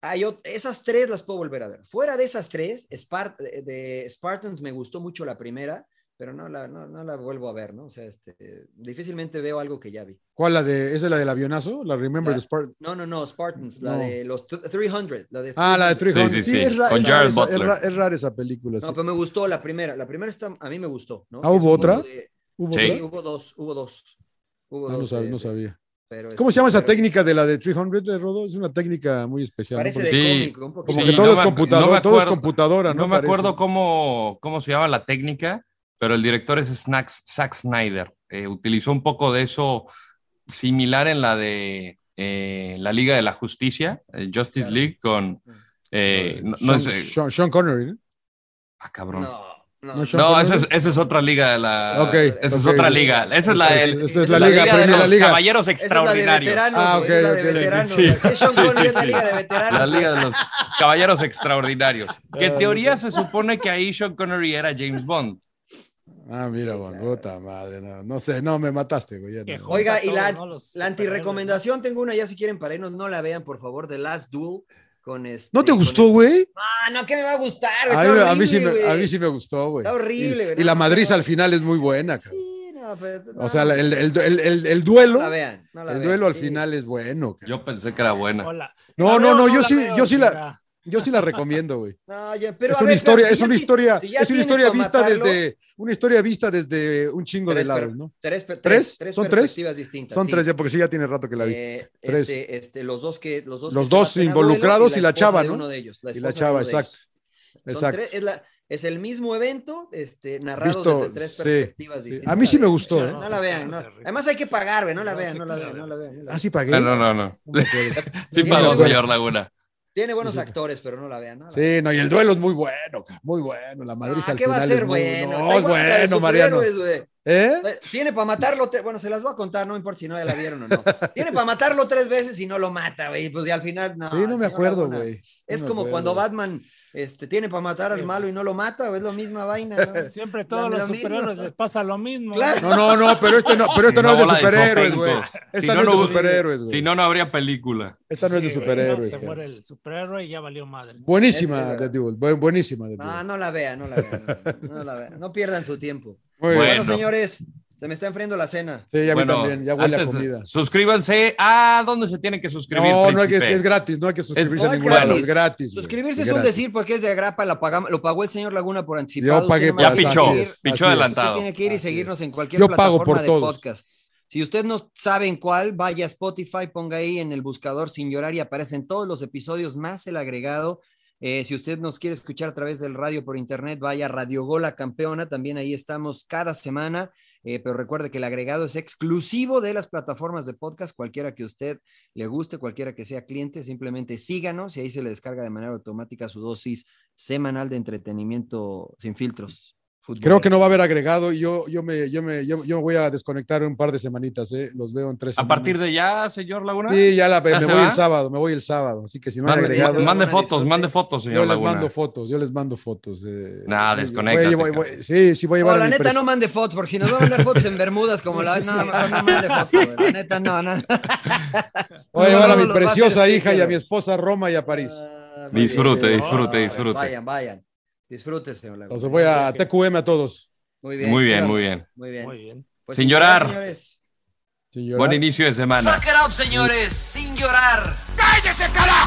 hay ot- esas tres las puedo volver a ver. Fuera de esas tres, Spart- de- de Spartans me gustó mucho la primera, pero no la, no, no la vuelvo a ver, ¿no? O sea, este, difícilmente veo algo que ya vi.
¿Cuál la de, esa es la del avionazo? La Remember
La-
the Spartans.
No, no, no, Spartans, la
No.
de los th- 300. La de
Ah, la de
300.
300.
Sí, sí, sí,
es ra-
con
es rara
Gerard
esa-
Butler.
Es, ra- es rara esa película. sí.
No, pero me gustó la primera. La primera está, a mí me gustó, ¿no?
Ah, ¿hubo
Es
otra?
como de-
¿Hubo
sí,
otra?
hubo dos, hubo dos. Hubo
Ah, no
dos,
sab-
eh,
no sabía.
pero
¿Cómo
este,
se llama esa
pero
técnica de la de 300, eh, Rodo? Es una técnica muy especial. ¿no?
Parece de
Porque-
cómico, un poquito.
Como que todo
no
es
me ac-
computador-
no me
todo es
acuerdo-
computadora, ¿no?
me
Parece.
acuerdo cómo, cómo se llama la técnica, pero el director es Snack- Zack Snyder. Eh, utilizó un poco de eso similar en la de eh, la Liga de la Justicia, eh, Justice League, con. eh, no, no
Mm. Sean,
es, eh,
Sean- Sean Connery, ¿no?
ah, cabrón. No.
No,
No, Sean Connery.
esa es, esa es otra liga de la.
Ok,
esa es
ok.
otra liga. Esa es la, del-
Esa es la liga,
de
primera
los
liga.
caballeros
Esa es la de
extraordinarios.
veteranos,
Ah,
güey, es la
ok,
de
ok, sí,
veteranos.
sí.
la de Sean
Sí,
Connery
sí,
es la
sí.
liga de veteranos.
La Liga de los Caballeros Extraordinarios. Que en teoría se supone que ahí Sean Connery era James Bond.
Ah, mira, Juan, puta madre. No, no sé, no, me mataste, güey. ya
Que
no.
joya.
Oiga, y
Todo,
la,
¿no? Los
la antirecomendación, tengo una ya si quieren para irnos, no la vean, por favor, The Last Duel con este.
¿No te
con-
gustó, güey?
Ah, no, que me va a gustar.
A,
güey,
mí-
está
a mí sí
horrible,
me- a
güey.
mí sí me gustó, güey.
Está horrible,
Y-
güey,
Y,
no,
la
no,
Madrid
no.
al final es muy buena. cabrón.
Sí, no, pero-
O sea,
no,
la- el, el- el- el- el duelo,
no la vean, no la
el
vean,
duelo al
sí.
final es bueno. cabrón.
Yo pensé que era buena.
Hola.
No,
La
no,
veo,
no, yo
la
sí,
veo,
yo sí la,
chinga.
yo sí la recomiendo, güey.
No, ya, pero
Es
a
una
ver,
historia,
espérate,
es
si ya
una
ti-
historia,
si ya
es una
tienes
historia
para
vista
matarlo,
desde, una historia vista desde un chingo de
tres per-
lados, ¿no?
Tres, per-
¿Tres?
tres
¿Son tres?
perspectivas distintas.
Son
sí.
tres ya, porque sí ya tiene rato que la vi.
Eh,
Tres.
ese, este, los dos que los dos,
Los
que se
dos
baten a duelo
involucrados y la
esposa
chava,
de
¿no?
uno de ellos,
y la
esposa de
chava,
uno de ellos.
exacto.
Son
Exacto.
tres- es, la- es el mismo evento, este, narrado
Visto,
desde tres
sí,
perspectivas
sí.
distintas.
A mí sí me
No la
gustó,
vean,
¿eh?
No, la vean. no. Además hay que pagar, güey, no la vean, no la vean, no la vean.
Ah, sí pagué.
No, no, no. no. sí
No me
pagó,
acuerdo.
señor Laguna.
Tiene buenos actores, pero no la vean. no la
Sí, no, y el duelo es muy bueno, ca- muy bueno. La Madrid
Ah,
al
¿qué va a
final
ser
es muy-
bueno?
no,
Está
es
igual que la de
bueno, Mariano.
superhéroes, güey.
¿Eh?
Tiene para matarlo, tre- bueno, se las voy a contar, no importa si no ya la vieron o no. Tiene para matarlo tres veces y no lo mata, güey. Pues y al final, no.
Sí, no
el
me
señor
acuerdo,
Laguna.
güey. No
Es
me
como
acuerdo.
cuando Batman este, tiene para matar al malo y
pues.
no lo mata, güey, es la misma vaina. ¿no?
Siempre
Lo-
todos
lo
los
mismo.
superhéroes les pasa lo mismo. ¿eh?
Claro.
No, no, no, pero este no, pero esta no,
Una
es de
bola de
superhéroes, güey.
sopensos.
Esta
Si
no,
no,
es de
no-
superhéroes, güey.
Si no, no habría película.
Esta no es de
Sí, güey,
superhéroes.
no, se
cara.
muere el superhéroe y ya valió madre.
Buenísima, The Duel. buen- Buenísima, The
No,
Ah,
Duel.
no la vean, no la vean. No, no la vean. No pierdan su tiempo.
Muy
bueno,
bien.
señores, se me está enfriendo la cena.
Sí, ya vi
Bueno,
también, ya huele a
antes de-
comida.
Suscríbanse. ¿A dónde se tienen que suscribir?
No, no hay que,
príncipe?
es gratis, no hay que suscribirse
Es-
a
no, es
ningún lado,
gratis.
es gratis. güey.
Suscribirse es un
Gratis.
decir porque es de agrapa, la pagam- lo pagó el señor Laguna por anticipado.
pues. Yo pagué
Usted
por-
nomás
Ya
tiene
pichó,
que ir-
Así es,
pichó
así es.
Usted
adelantado.
tiene que ir y seguirnos en cualquier
Yo
plataforma
pago por
de
todos.
podcast. Si usted no sabe en cuál, vaya a Spotify, ponga ahí en el buscador sin llorar y aparecen todos los episodios más el agregado. Eh, si usted nos quiere escuchar a través del radio por internet, vaya a Radio Gola Campeona, también ahí estamos cada semana. Eh, pero recuerde que el agregado es exclusivo de las plataformas de podcast, cualquiera que usted le guste, cualquiera que sea cliente, simplemente síganos y ahí se le descarga de manera automática su dosis semanal de entretenimiento sin filtros.
Creo
futbolero.
que no va a haber agregado. Yo, yo, me, yo, me, yo, yo me voy a desconectar un par de semanitas, ¿eh? Los veo en tres
A partir de ya, señor Laguna.
Sí, ya, la,
¿Ya
me
se
voy
va?
el sábado, me voy el sábado. Así que si no han
Mande,
agregado.
mande- mande
Laguna,
fotos,
disfrute.
mande fotos,
Yo
señor
les
Laguna.
mando fotos, yo les mando fotos. eh.
Nah, desconéctate,
Voy- voy-
cabrón.
sí, sí, voy a
No,
llevar.
la
a mi
neta
pres-
no mande fotos, porque si nos van a mandar fotos en Bermudas como la
Sí, sí,
no,
sí.
mejor no mande fotos, güey. la neta no, no.
Voy a llevar a
No,
mi
no, lo va a hacer
preciosa
este,
hija y a
pero-
mi esposa a Roma y a París.
Ah, muy
Disfrute,
bien.
disfrute,
Ah,
disfrute.
Vayan, vayan. Disfrute, señor Laguna.
Entonces voy a TQM a todos.
Muy bien.
Muy bien,
claro.
muy bien.
Muy bien.
Muy bien.
Pues,
Sin llorar.
señores.
Sin llorar.
Buen inicio de semana.
Suck it up, señores, sin llorar.
¡Cállese, carajo!